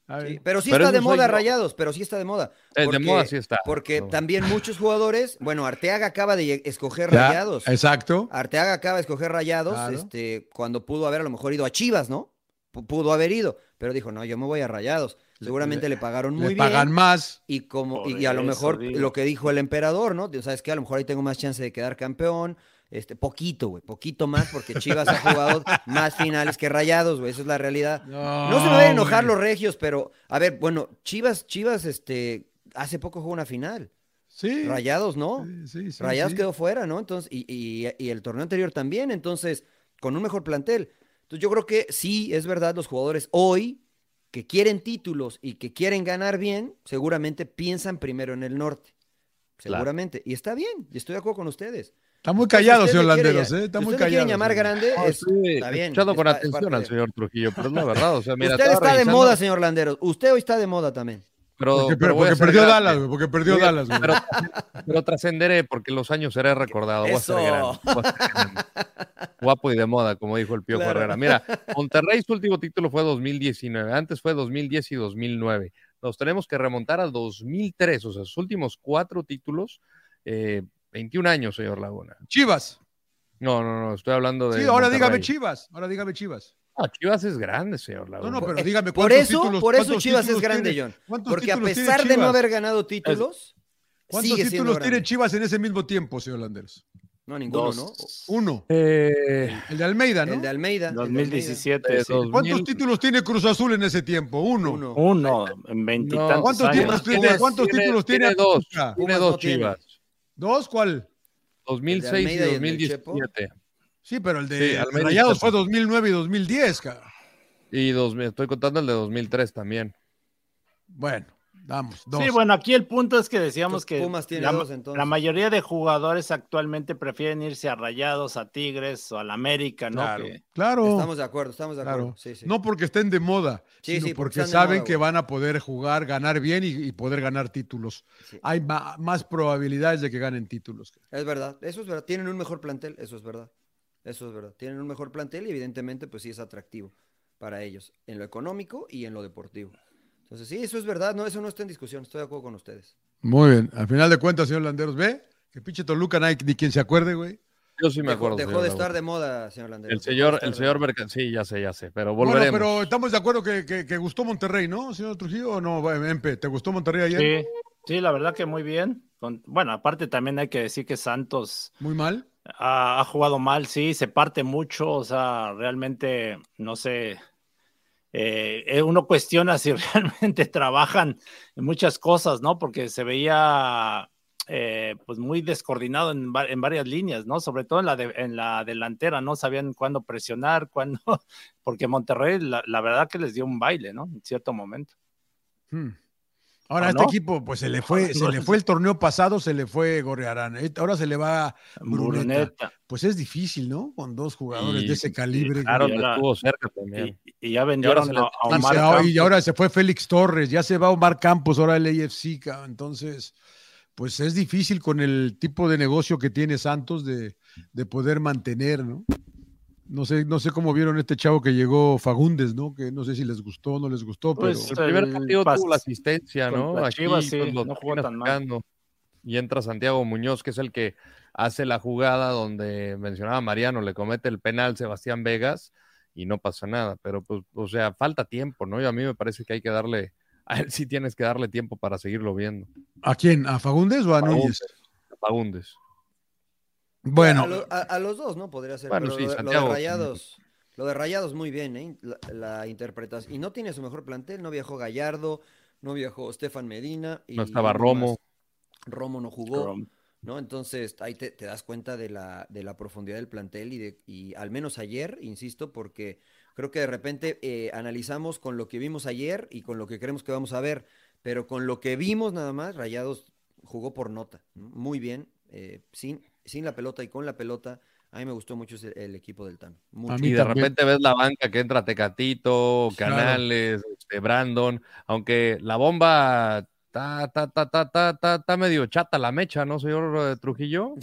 Speaker 2: A ver.
Speaker 1: Sí, pero sí
Speaker 4: Pero
Speaker 1: está de
Speaker 4: eso soy
Speaker 1: moda
Speaker 4: yo.
Speaker 1: Rayados, pero sí está de moda.
Speaker 4: Es de
Speaker 1: Porque-
Speaker 4: moda, sí está.
Speaker 1: Porque
Speaker 4: No.
Speaker 1: también muchos jugadores, bueno, Arteaga acaba de ye- escoger
Speaker 2: Ya,
Speaker 1: Rayados. Ah,
Speaker 2: Exacto.
Speaker 1: Arteaga acaba de escoger Rayados,
Speaker 2: Claro.
Speaker 1: este, cuando pudo haber a lo mejor ido a Chivas, ¿no? P- Pudo haber ido, pero dijo, no, yo me voy a Rayados. Seguramente le, pagaron muy
Speaker 2: Le
Speaker 1: bien.
Speaker 2: pagan más.
Speaker 1: Y como, y,
Speaker 3: Por
Speaker 1: y a lo
Speaker 3: eso
Speaker 1: mejor
Speaker 3: digo.
Speaker 1: lo que dijo el emperador, ¿no? O sea, es que a lo mejor ahí tengo más chance de quedar campeón. Este, poquito, güey, poquito más, porque Chivas ha jugado más finales que rayados, güey. Esa es la realidad. No se me vayan a enojar
Speaker 2: güey.
Speaker 1: los regios, pero, a ver, bueno, Chivas, Chivas, este, hace poco jugó una final.
Speaker 2: Sí.
Speaker 1: Rayados, ¿no?
Speaker 2: Sí, sí, sí,
Speaker 1: Rayados
Speaker 2: sí.
Speaker 1: quedó fuera, ¿no? Entonces, y, y- y el torneo anterior también, entonces, con un mejor plantel. Entonces, yo creo que sí, es verdad, los jugadores hoy que quieren títulos y que quieren ganar bien, seguramente piensan primero en el norte.
Speaker 4: Claro.
Speaker 1: Seguramente. Y está bien, y estoy de acuerdo con ustedes.
Speaker 2: Está muy
Speaker 1: Entonces,
Speaker 2: callado,
Speaker 1: si
Speaker 2: señor
Speaker 1: usted me quiere-
Speaker 2: Landeros, ¿eh? Está
Speaker 1: si
Speaker 2: muy
Speaker 1: usted me quiere
Speaker 2: callado.
Speaker 1: llamar
Speaker 2: señor. Ah,
Speaker 1: grande,
Speaker 4: No,
Speaker 1: es-
Speaker 4: sí,
Speaker 1: está bien.
Speaker 4: escuchado con
Speaker 1: es pa- es
Speaker 4: atención
Speaker 1: parte
Speaker 4: al
Speaker 1: de-
Speaker 4: señor Trujillo, pero es la verdad. O sea, mira,
Speaker 1: usted
Speaker 4: estaba
Speaker 1: está de
Speaker 4: revisando,
Speaker 1: moda, señor Landeros. Usted hoy está de moda también.
Speaker 4: Pero,
Speaker 2: Porque,
Speaker 4: pero voy a
Speaker 2: porque
Speaker 4: ser
Speaker 2: perdió
Speaker 4: grande,
Speaker 2: Dallas, güey. Porque perdió
Speaker 4: Voy a-
Speaker 2: Dallas, güey.
Speaker 4: Pero, pero trascenderé porque los años seré recordado. Voy a ser
Speaker 1: Eso.
Speaker 4: grande, voy a ser grande. Guapo y de moda, como dijo el Pío
Speaker 1: Claro.
Speaker 4: Herrera. Mira, Monterrey su último título fue 2019. Antes fue 2010 y 2009. Nos tenemos que remontar a 2003. O sea, sus últimos cuatro títulos. eh, 21 años, señor Laguna.
Speaker 2: Chivas.
Speaker 4: No, no, no, estoy hablando de.
Speaker 2: Sí, ahora
Speaker 4: Monterrey.
Speaker 2: dígame Chivas. Ahora dígame Chivas.
Speaker 4: No, Chivas es grande, señor
Speaker 2: No,
Speaker 4: Laguna.
Speaker 2: no, pero dígame
Speaker 1: Eh, Por
Speaker 2: cuántos
Speaker 1: eso,
Speaker 2: títulos-
Speaker 1: por eso
Speaker 2: cuántos
Speaker 1: Chivas es
Speaker 2: títulos
Speaker 1: grande,
Speaker 2: tiene-
Speaker 1: John.
Speaker 2: ¿cuántos
Speaker 1: Porque a
Speaker 2: títulos tiene
Speaker 1: pesar de no
Speaker 2: Chivas?
Speaker 1: haber ganado títulos,
Speaker 2: ¿Cuántos
Speaker 1: sigue siendo
Speaker 2: títulos tiene
Speaker 1: grande.
Speaker 2: Chivas en ese mismo tiempo, señor Landeros?
Speaker 1: No, ninguno,
Speaker 3: Dos.
Speaker 1: ¿no?
Speaker 2: Uno.
Speaker 4: Eh,
Speaker 2: El de Almeida, ¿no?
Speaker 1: El de Almeida. el de Almeida.
Speaker 3: 2017, sí.
Speaker 4: dos
Speaker 2: ¿Cuántos
Speaker 4: mil-
Speaker 2: títulos tiene Cruz Azul en ese tiempo? Uno.
Speaker 1: Uno.
Speaker 3: Uno, en veintitantos
Speaker 4: No,
Speaker 2: ¿Cuántos
Speaker 3: años.
Speaker 2: títulos tiene?
Speaker 4: Pumas
Speaker 2: ¿Cuántos
Speaker 4: tiene-
Speaker 2: títulos tiene?
Speaker 4: tiene dos.
Speaker 2: Pachuca?
Speaker 4: Tiene
Speaker 1: Pumas
Speaker 4: dos
Speaker 1: no tiene.
Speaker 4: Chivas.
Speaker 2: ¿Dos? ¿Cuál?
Speaker 4: 2006 y
Speaker 1: Almeida y el del Chepo.
Speaker 4: 2017.
Speaker 2: Sí, pero el
Speaker 4: Sí,
Speaker 2: de
Speaker 4: Almeida
Speaker 2: Rayados
Speaker 4: está-
Speaker 2: fue 2009 y 2010, cara.
Speaker 4: Y 2000, estoy contando el de 2003 también.
Speaker 2: Bueno, Vamos, dos.
Speaker 3: Sí, bueno, aquí el punto es que decíamos
Speaker 1: Entonces,
Speaker 3: que
Speaker 1: Pumas tiene
Speaker 3: la,
Speaker 1: dos, entonces.
Speaker 3: la mayoría de jugadores actualmente prefieren irse a Rayados, a Tigres o al América, ¿no?
Speaker 2: Claro,
Speaker 3: Que-
Speaker 2: claro.
Speaker 1: Estamos de acuerdo, estamos de acuerdo.
Speaker 2: Claro.
Speaker 1: Sí, sí.
Speaker 2: No porque estén de moda,
Speaker 1: Sí,
Speaker 2: sino
Speaker 1: sí, porque
Speaker 2: porque
Speaker 1: están de
Speaker 2: saben
Speaker 1: moda,
Speaker 2: que
Speaker 1: güey.
Speaker 2: van a poder jugar, ganar bien y, y poder ganar títulos.
Speaker 1: Sí.
Speaker 2: Hay ma- más probabilidades de que ganen títulos.
Speaker 1: Es verdad, eso es verdad. Tienen un mejor plantel, eso es verdad. Eso es verdad. Tienen un mejor plantel y evidentemente pues sí es atractivo para ellos, en lo económico y en lo deportivo. Entonces sí, eso es verdad, no, eso no está en discusión, estoy de acuerdo con ustedes.
Speaker 2: Muy bien. Al final de cuentas, señor Landeros, ve que pinche Toluca no hay ni quien se acuerde, güey.
Speaker 4: Yo sí me
Speaker 1: dejó
Speaker 4: acuerdo.
Speaker 1: dejó
Speaker 4: señor
Speaker 1: de
Speaker 4: Laguna.
Speaker 1: estar de moda, señor Landero.
Speaker 4: El señor, el señor Berca- sí, ya sé, ya sé, pero
Speaker 2: Bueno,
Speaker 4: volveremos.
Speaker 2: pero estamos de acuerdo que, que- que gustó Monterrey, ¿no, señor Trujillo? ¿O no, Empe? ¿Te gustó Monterrey ayer?
Speaker 3: Sí, sí, la verdad que muy bien. Con- bueno, aparte también hay que decir que Santos
Speaker 2: Muy mal.
Speaker 3: ha, ha jugado mal, sí, se parte mucho, o sea, realmente, no sé, eh, eh, uno cuestiona si realmente trabajan en muchas cosas, ¿no? Porque se veía eh, pues muy descoordinado en, va- en varias líneas, ¿no? Sobre todo en la, de- en la delantera, no sabían cuándo presionar, cuándo, porque Monterrey, la, la verdad que les dio un baile, ¿no? En cierto momento.
Speaker 2: Hmm. Ahora,
Speaker 3: ¿Ah,
Speaker 2: este
Speaker 3: no?
Speaker 2: equipo, pues se le fue, se le fue el torneo pasado, se le fue Gorrearán. Eh, Ahora se le va, Bruneta.
Speaker 3: Bruneta.
Speaker 2: pues es difícil, ¿no? Con dos jugadores
Speaker 4: Y-
Speaker 2: de ese calibre.
Speaker 4: Y Aaron
Speaker 3: güey.
Speaker 4: te estuvo cerca también.
Speaker 3: Y, y ya
Speaker 4: Y ahora se
Speaker 3: vendieron
Speaker 4: le-
Speaker 3: a, a
Speaker 2: Y,
Speaker 3: Omar
Speaker 2: se-
Speaker 3: Campos.
Speaker 2: y ahora se fue Félix Torres, ya se va Omar Campos, ahora el AFC. cabrón. Entonces, pues es difícil con el tipo de negocio que tiene Santos de, de poder mantener, ¿no? No sé, no sé cómo vieron este chavo que llegó Fagundes, ¿no? Que no sé si les gustó o no les gustó, pero
Speaker 3: Pues,
Speaker 4: El primer
Speaker 3: el
Speaker 4: partido
Speaker 3: pas-
Speaker 4: tuvo la asistencia, ¿no?
Speaker 3: contra Chivas, sí,
Speaker 4: pues, lo
Speaker 3: no jugó
Speaker 4: termina
Speaker 3: tan mal.
Speaker 4: sacando. Y entra Santiago Muñoz, que es el que hace la jugada donde mencionaba Mariano, le comete el penal Sebastián Vegas y no pasa nada. Pero, pues, o sea, falta tiempo, ¿no? Y a mí me parece que hay que darle, a él sí tienes que darle tiempo para seguirlo viendo.
Speaker 2: ¿a quién? ¿A Fagundes o a Núñez?
Speaker 4: Fagundes. Fagundes.
Speaker 2: Bueno,
Speaker 1: A, lo- a- a los dos, ¿no? Podría ser.
Speaker 4: Bueno,
Speaker 1: pero
Speaker 4: sí,
Speaker 1: lo de- lo,
Speaker 4: Santiago.
Speaker 1: de Rayados. Lo de Rayados muy bien, ¿eh? La, la interpretación. Y no tiene su mejor plantel, no viajó Gallardo, no viajó Stefan Medina. Y
Speaker 4: No estaba
Speaker 1: uno
Speaker 4: Romo.
Speaker 1: más. Romo no jugó. ¿no? Entonces ahí te, te das cuenta de la, de la profundidad del plantel y, de, y al menos ayer, insisto, porque creo que de repente eh, analizamos con lo que vimos ayer y con lo que creemos que vamos a ver, pero con lo que vimos nada más, Rayados jugó por nota, ¿no? muy bien, eh, sin, sin la pelota y con la pelota. A mí me gustó mucho ese- el equipo del Tano. mucho.
Speaker 2: A mí
Speaker 4: Y de
Speaker 2: también.
Speaker 4: repente ves la banca que entra Tecatito,
Speaker 2: Claro.
Speaker 4: Canales, este, Brandon, aunque la bomba está ta, ta, ta, ta, ta, ta medio chata la mecha, ¿no, señor eh, Trujillo?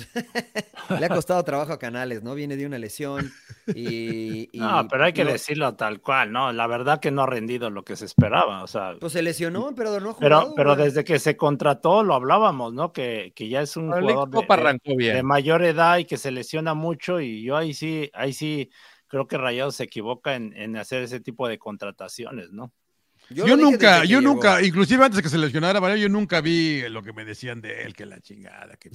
Speaker 1: Le ha costado trabajo a Canales, ¿no? Viene de una lesión y... y
Speaker 3: No, pero hay que
Speaker 1: no-
Speaker 3: decirlo tal cual, ¿no? La verdad que no ha rendido lo que se esperaba, o sea.
Speaker 1: Pues se lesionó, pero no ha
Speaker 3: Pero,
Speaker 1: jugado,
Speaker 3: pero
Speaker 1: güey.
Speaker 3: desde que se contrató lo hablábamos, ¿no? Que, que ya es un
Speaker 4: El
Speaker 3: jugador de,
Speaker 4: equipo arrancó
Speaker 3: de- de
Speaker 4: bien.
Speaker 3: mayor edad y que se lesiona mucho y yo ahí sí, ahí sí creo que Rayados se equivoca en, en hacer ese tipo de contrataciones, ¿no?
Speaker 2: Yo,
Speaker 1: lo dije
Speaker 2: nunca,
Speaker 1: desde que
Speaker 2: yo
Speaker 1: llegó.
Speaker 2: nunca, inclusive antes de que se lesionara Mario, yo nunca vi lo que me decían de él, que la chingada. Que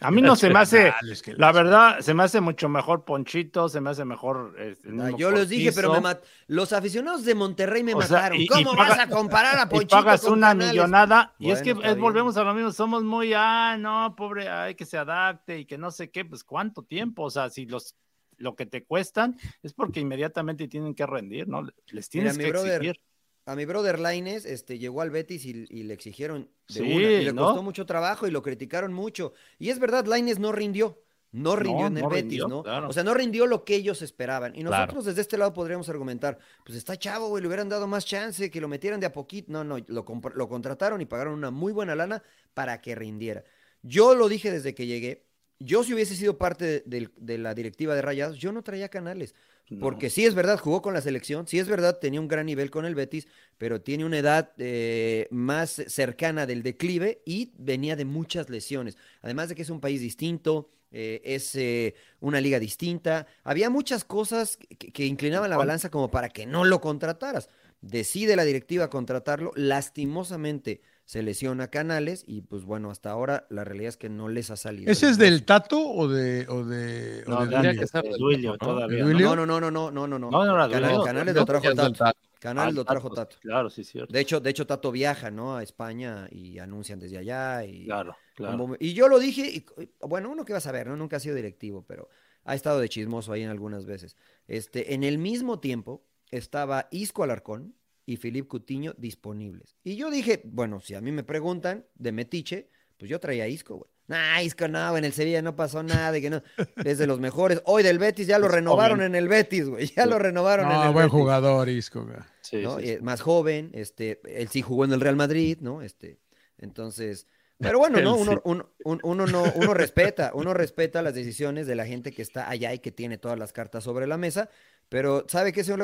Speaker 3: A mí no se me hace, Ah, la
Speaker 2: verdad
Speaker 3: verdad, se me hace mucho mejor Ponchito, se me hace mejor. eh, el
Speaker 1: Ah,
Speaker 3: mismo
Speaker 1: yo les dije, pero me
Speaker 3: Cortizo.
Speaker 1: mat- los aficionados de Monterrey me
Speaker 3: O sea,
Speaker 1: mataron.
Speaker 3: y- y
Speaker 1: ¿Cómo
Speaker 3: paga-
Speaker 1: vas a comparar a
Speaker 3: y
Speaker 1: Ponchito
Speaker 3: pagas
Speaker 1: con
Speaker 3: una
Speaker 1: Canales?
Speaker 3: millonada y es que
Speaker 1: Bueno, está
Speaker 3: eh,
Speaker 1: bien.
Speaker 3: volvemos a lo mismo, somos muy, ah, no, pobre, ay, que se adapte y que no sé qué, pues cuánto tiempo, o sea, si los lo que te cuestan es porque inmediatamente tienen que rendir, ¿no? Les
Speaker 1: Mira,
Speaker 3: tienes
Speaker 1: mi
Speaker 3: que
Speaker 1: brother,
Speaker 3: exigir.
Speaker 1: A mi brother Laines este, llegó al Betis y, y le exigieron de
Speaker 3: Sí,
Speaker 1: una. Y le
Speaker 3: ¿no?
Speaker 1: costó mucho trabajo y lo criticaron mucho. Y es verdad, Laines no rindió. No rindió
Speaker 3: No,
Speaker 1: en el
Speaker 3: no
Speaker 1: Betis,
Speaker 3: rindió,
Speaker 1: ¿no?
Speaker 3: claro.
Speaker 1: O sea, no rindió lo que ellos esperaban. Y
Speaker 4: Claro.
Speaker 1: nosotros desde este lado podríamos argumentar, pues está chavo, güey, le hubieran dado más chance, que lo metieran de a poquito. No, no, lo, compr- lo contrataron y pagaron una muy buena lana para que rindiera. Yo lo dije desde que llegué. Yo si hubiese sido parte de, del- de la directiva de Rayados, yo no traía canales.
Speaker 3: No.
Speaker 1: Porque sí es verdad, jugó con la selección, sí es verdad, tenía un gran nivel con el Betis, pero tiene una edad eh, más cercana del declive y venía de muchas lesiones. Además de que es un país distinto, eh, es eh, una liga distinta. Había muchas cosas que, que inclinaban la balanza como para que no lo contrataras. Decide la directiva contratarlo, lastimosamente se lesiona Canales y pues bueno, hasta ahora la realidad es que no les ha salido.
Speaker 2: ¿Ese
Speaker 1: el
Speaker 2: es del
Speaker 1: negocio.
Speaker 2: Tato o de.? O de, o
Speaker 3: No,
Speaker 2: de
Speaker 3: tendría
Speaker 2: Duilio?
Speaker 3: que ser de
Speaker 4: ¿no?
Speaker 3: Duilio todavía. ¿no?
Speaker 1: No,
Speaker 2: Duilio?
Speaker 1: no, no, no, no, no, no, no.
Speaker 3: No, no era
Speaker 1: Canales,
Speaker 3: Duilio.
Speaker 1: Canales lo trajo
Speaker 4: Es del
Speaker 1: Tato.
Speaker 4: Tato.
Speaker 1: Canales
Speaker 3: Ah,
Speaker 1: lo trajo
Speaker 3: Tato,
Speaker 1: Tato.
Speaker 3: Claro, sí, cierto.
Speaker 1: De hecho, de hecho, Tato viaja, ¿no? A España y anuncian desde allá. Y,
Speaker 3: Claro, claro.
Speaker 1: y yo lo dije, y- y- bueno, uno que va a saber, ¿no? Nunca ha sido directivo, pero ha estado de chismoso ahí en algunas veces. Este, en el mismo tiempo estaba Isco Alarcón, y Filip Cutiño disponibles. Y yo dije, bueno, si a mí me preguntan de Metiche, pues yo traía a Isco, güey. Nah, Isco no, en el Sevilla no pasó nada, y que no, es de los mejores. Hoy del Betis ya lo renovaron en el Betis, güey, ya lo renovaron en
Speaker 2: No,
Speaker 1: el
Speaker 2: buen
Speaker 1: Betis.
Speaker 2: jugador, Isco. güey.
Speaker 3: Sí,
Speaker 1: ¿no?
Speaker 3: sí,
Speaker 1: Y,
Speaker 3: sí.
Speaker 1: eh, más joven, este, él sí jugó en el Real Madrid, ¿no? Este, entonces, pero bueno,
Speaker 4: Él
Speaker 1: ¿no? Uno,
Speaker 4: sí.
Speaker 1: un- un- uno no, uno respeta, uno respeta las decisiones de la gente que está allá y que tiene todas las cartas sobre la mesa, pero sabe que ese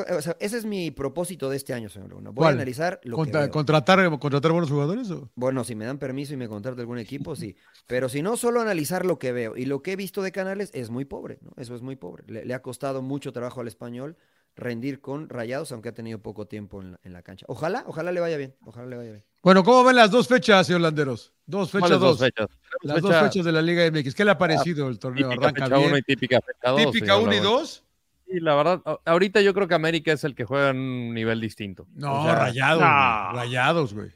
Speaker 1: es mi propósito de este año, señor Laguna. Voy
Speaker 2: ¿Cuál?
Speaker 1: a analizar lo
Speaker 2: Contra-
Speaker 1: que veo.
Speaker 2: contratar, eh, ¿Contratar buenos jugadores? o?
Speaker 1: Bueno, si me dan permiso y me contrata algún equipo, sí. Pero si no, solo analizar lo que veo. Y lo que he visto de Canales es muy pobre, ¿no? Eso es muy pobre. Le, le ha costado mucho trabajo al español rendir con Rayados, aunque ha tenido poco tiempo en la, en la cancha. Ojalá, ojalá le vaya bien. Ojalá le vaya bien.
Speaker 2: Bueno, ¿cómo ven las dos fechas, señor Landeros? Dos fechas,
Speaker 4: ¿Cuáles
Speaker 2: dos.
Speaker 4: dos fechas?
Speaker 2: Las
Speaker 4: Fecha
Speaker 2: dos fechas de la Liga MX. ¿Qué le ha parecido el torneo?
Speaker 4: Típica
Speaker 2: Arranca
Speaker 4: fecha 1 y
Speaker 2: bien.
Speaker 4: típica fecha 2.
Speaker 2: Típica 1 y 2.
Speaker 4: Sí, la verdad, a- ahorita yo creo que América es el que juega en un nivel distinto.
Speaker 2: No,
Speaker 4: O sea,
Speaker 2: rayados.
Speaker 3: no.
Speaker 2: güey. Rayados, güey.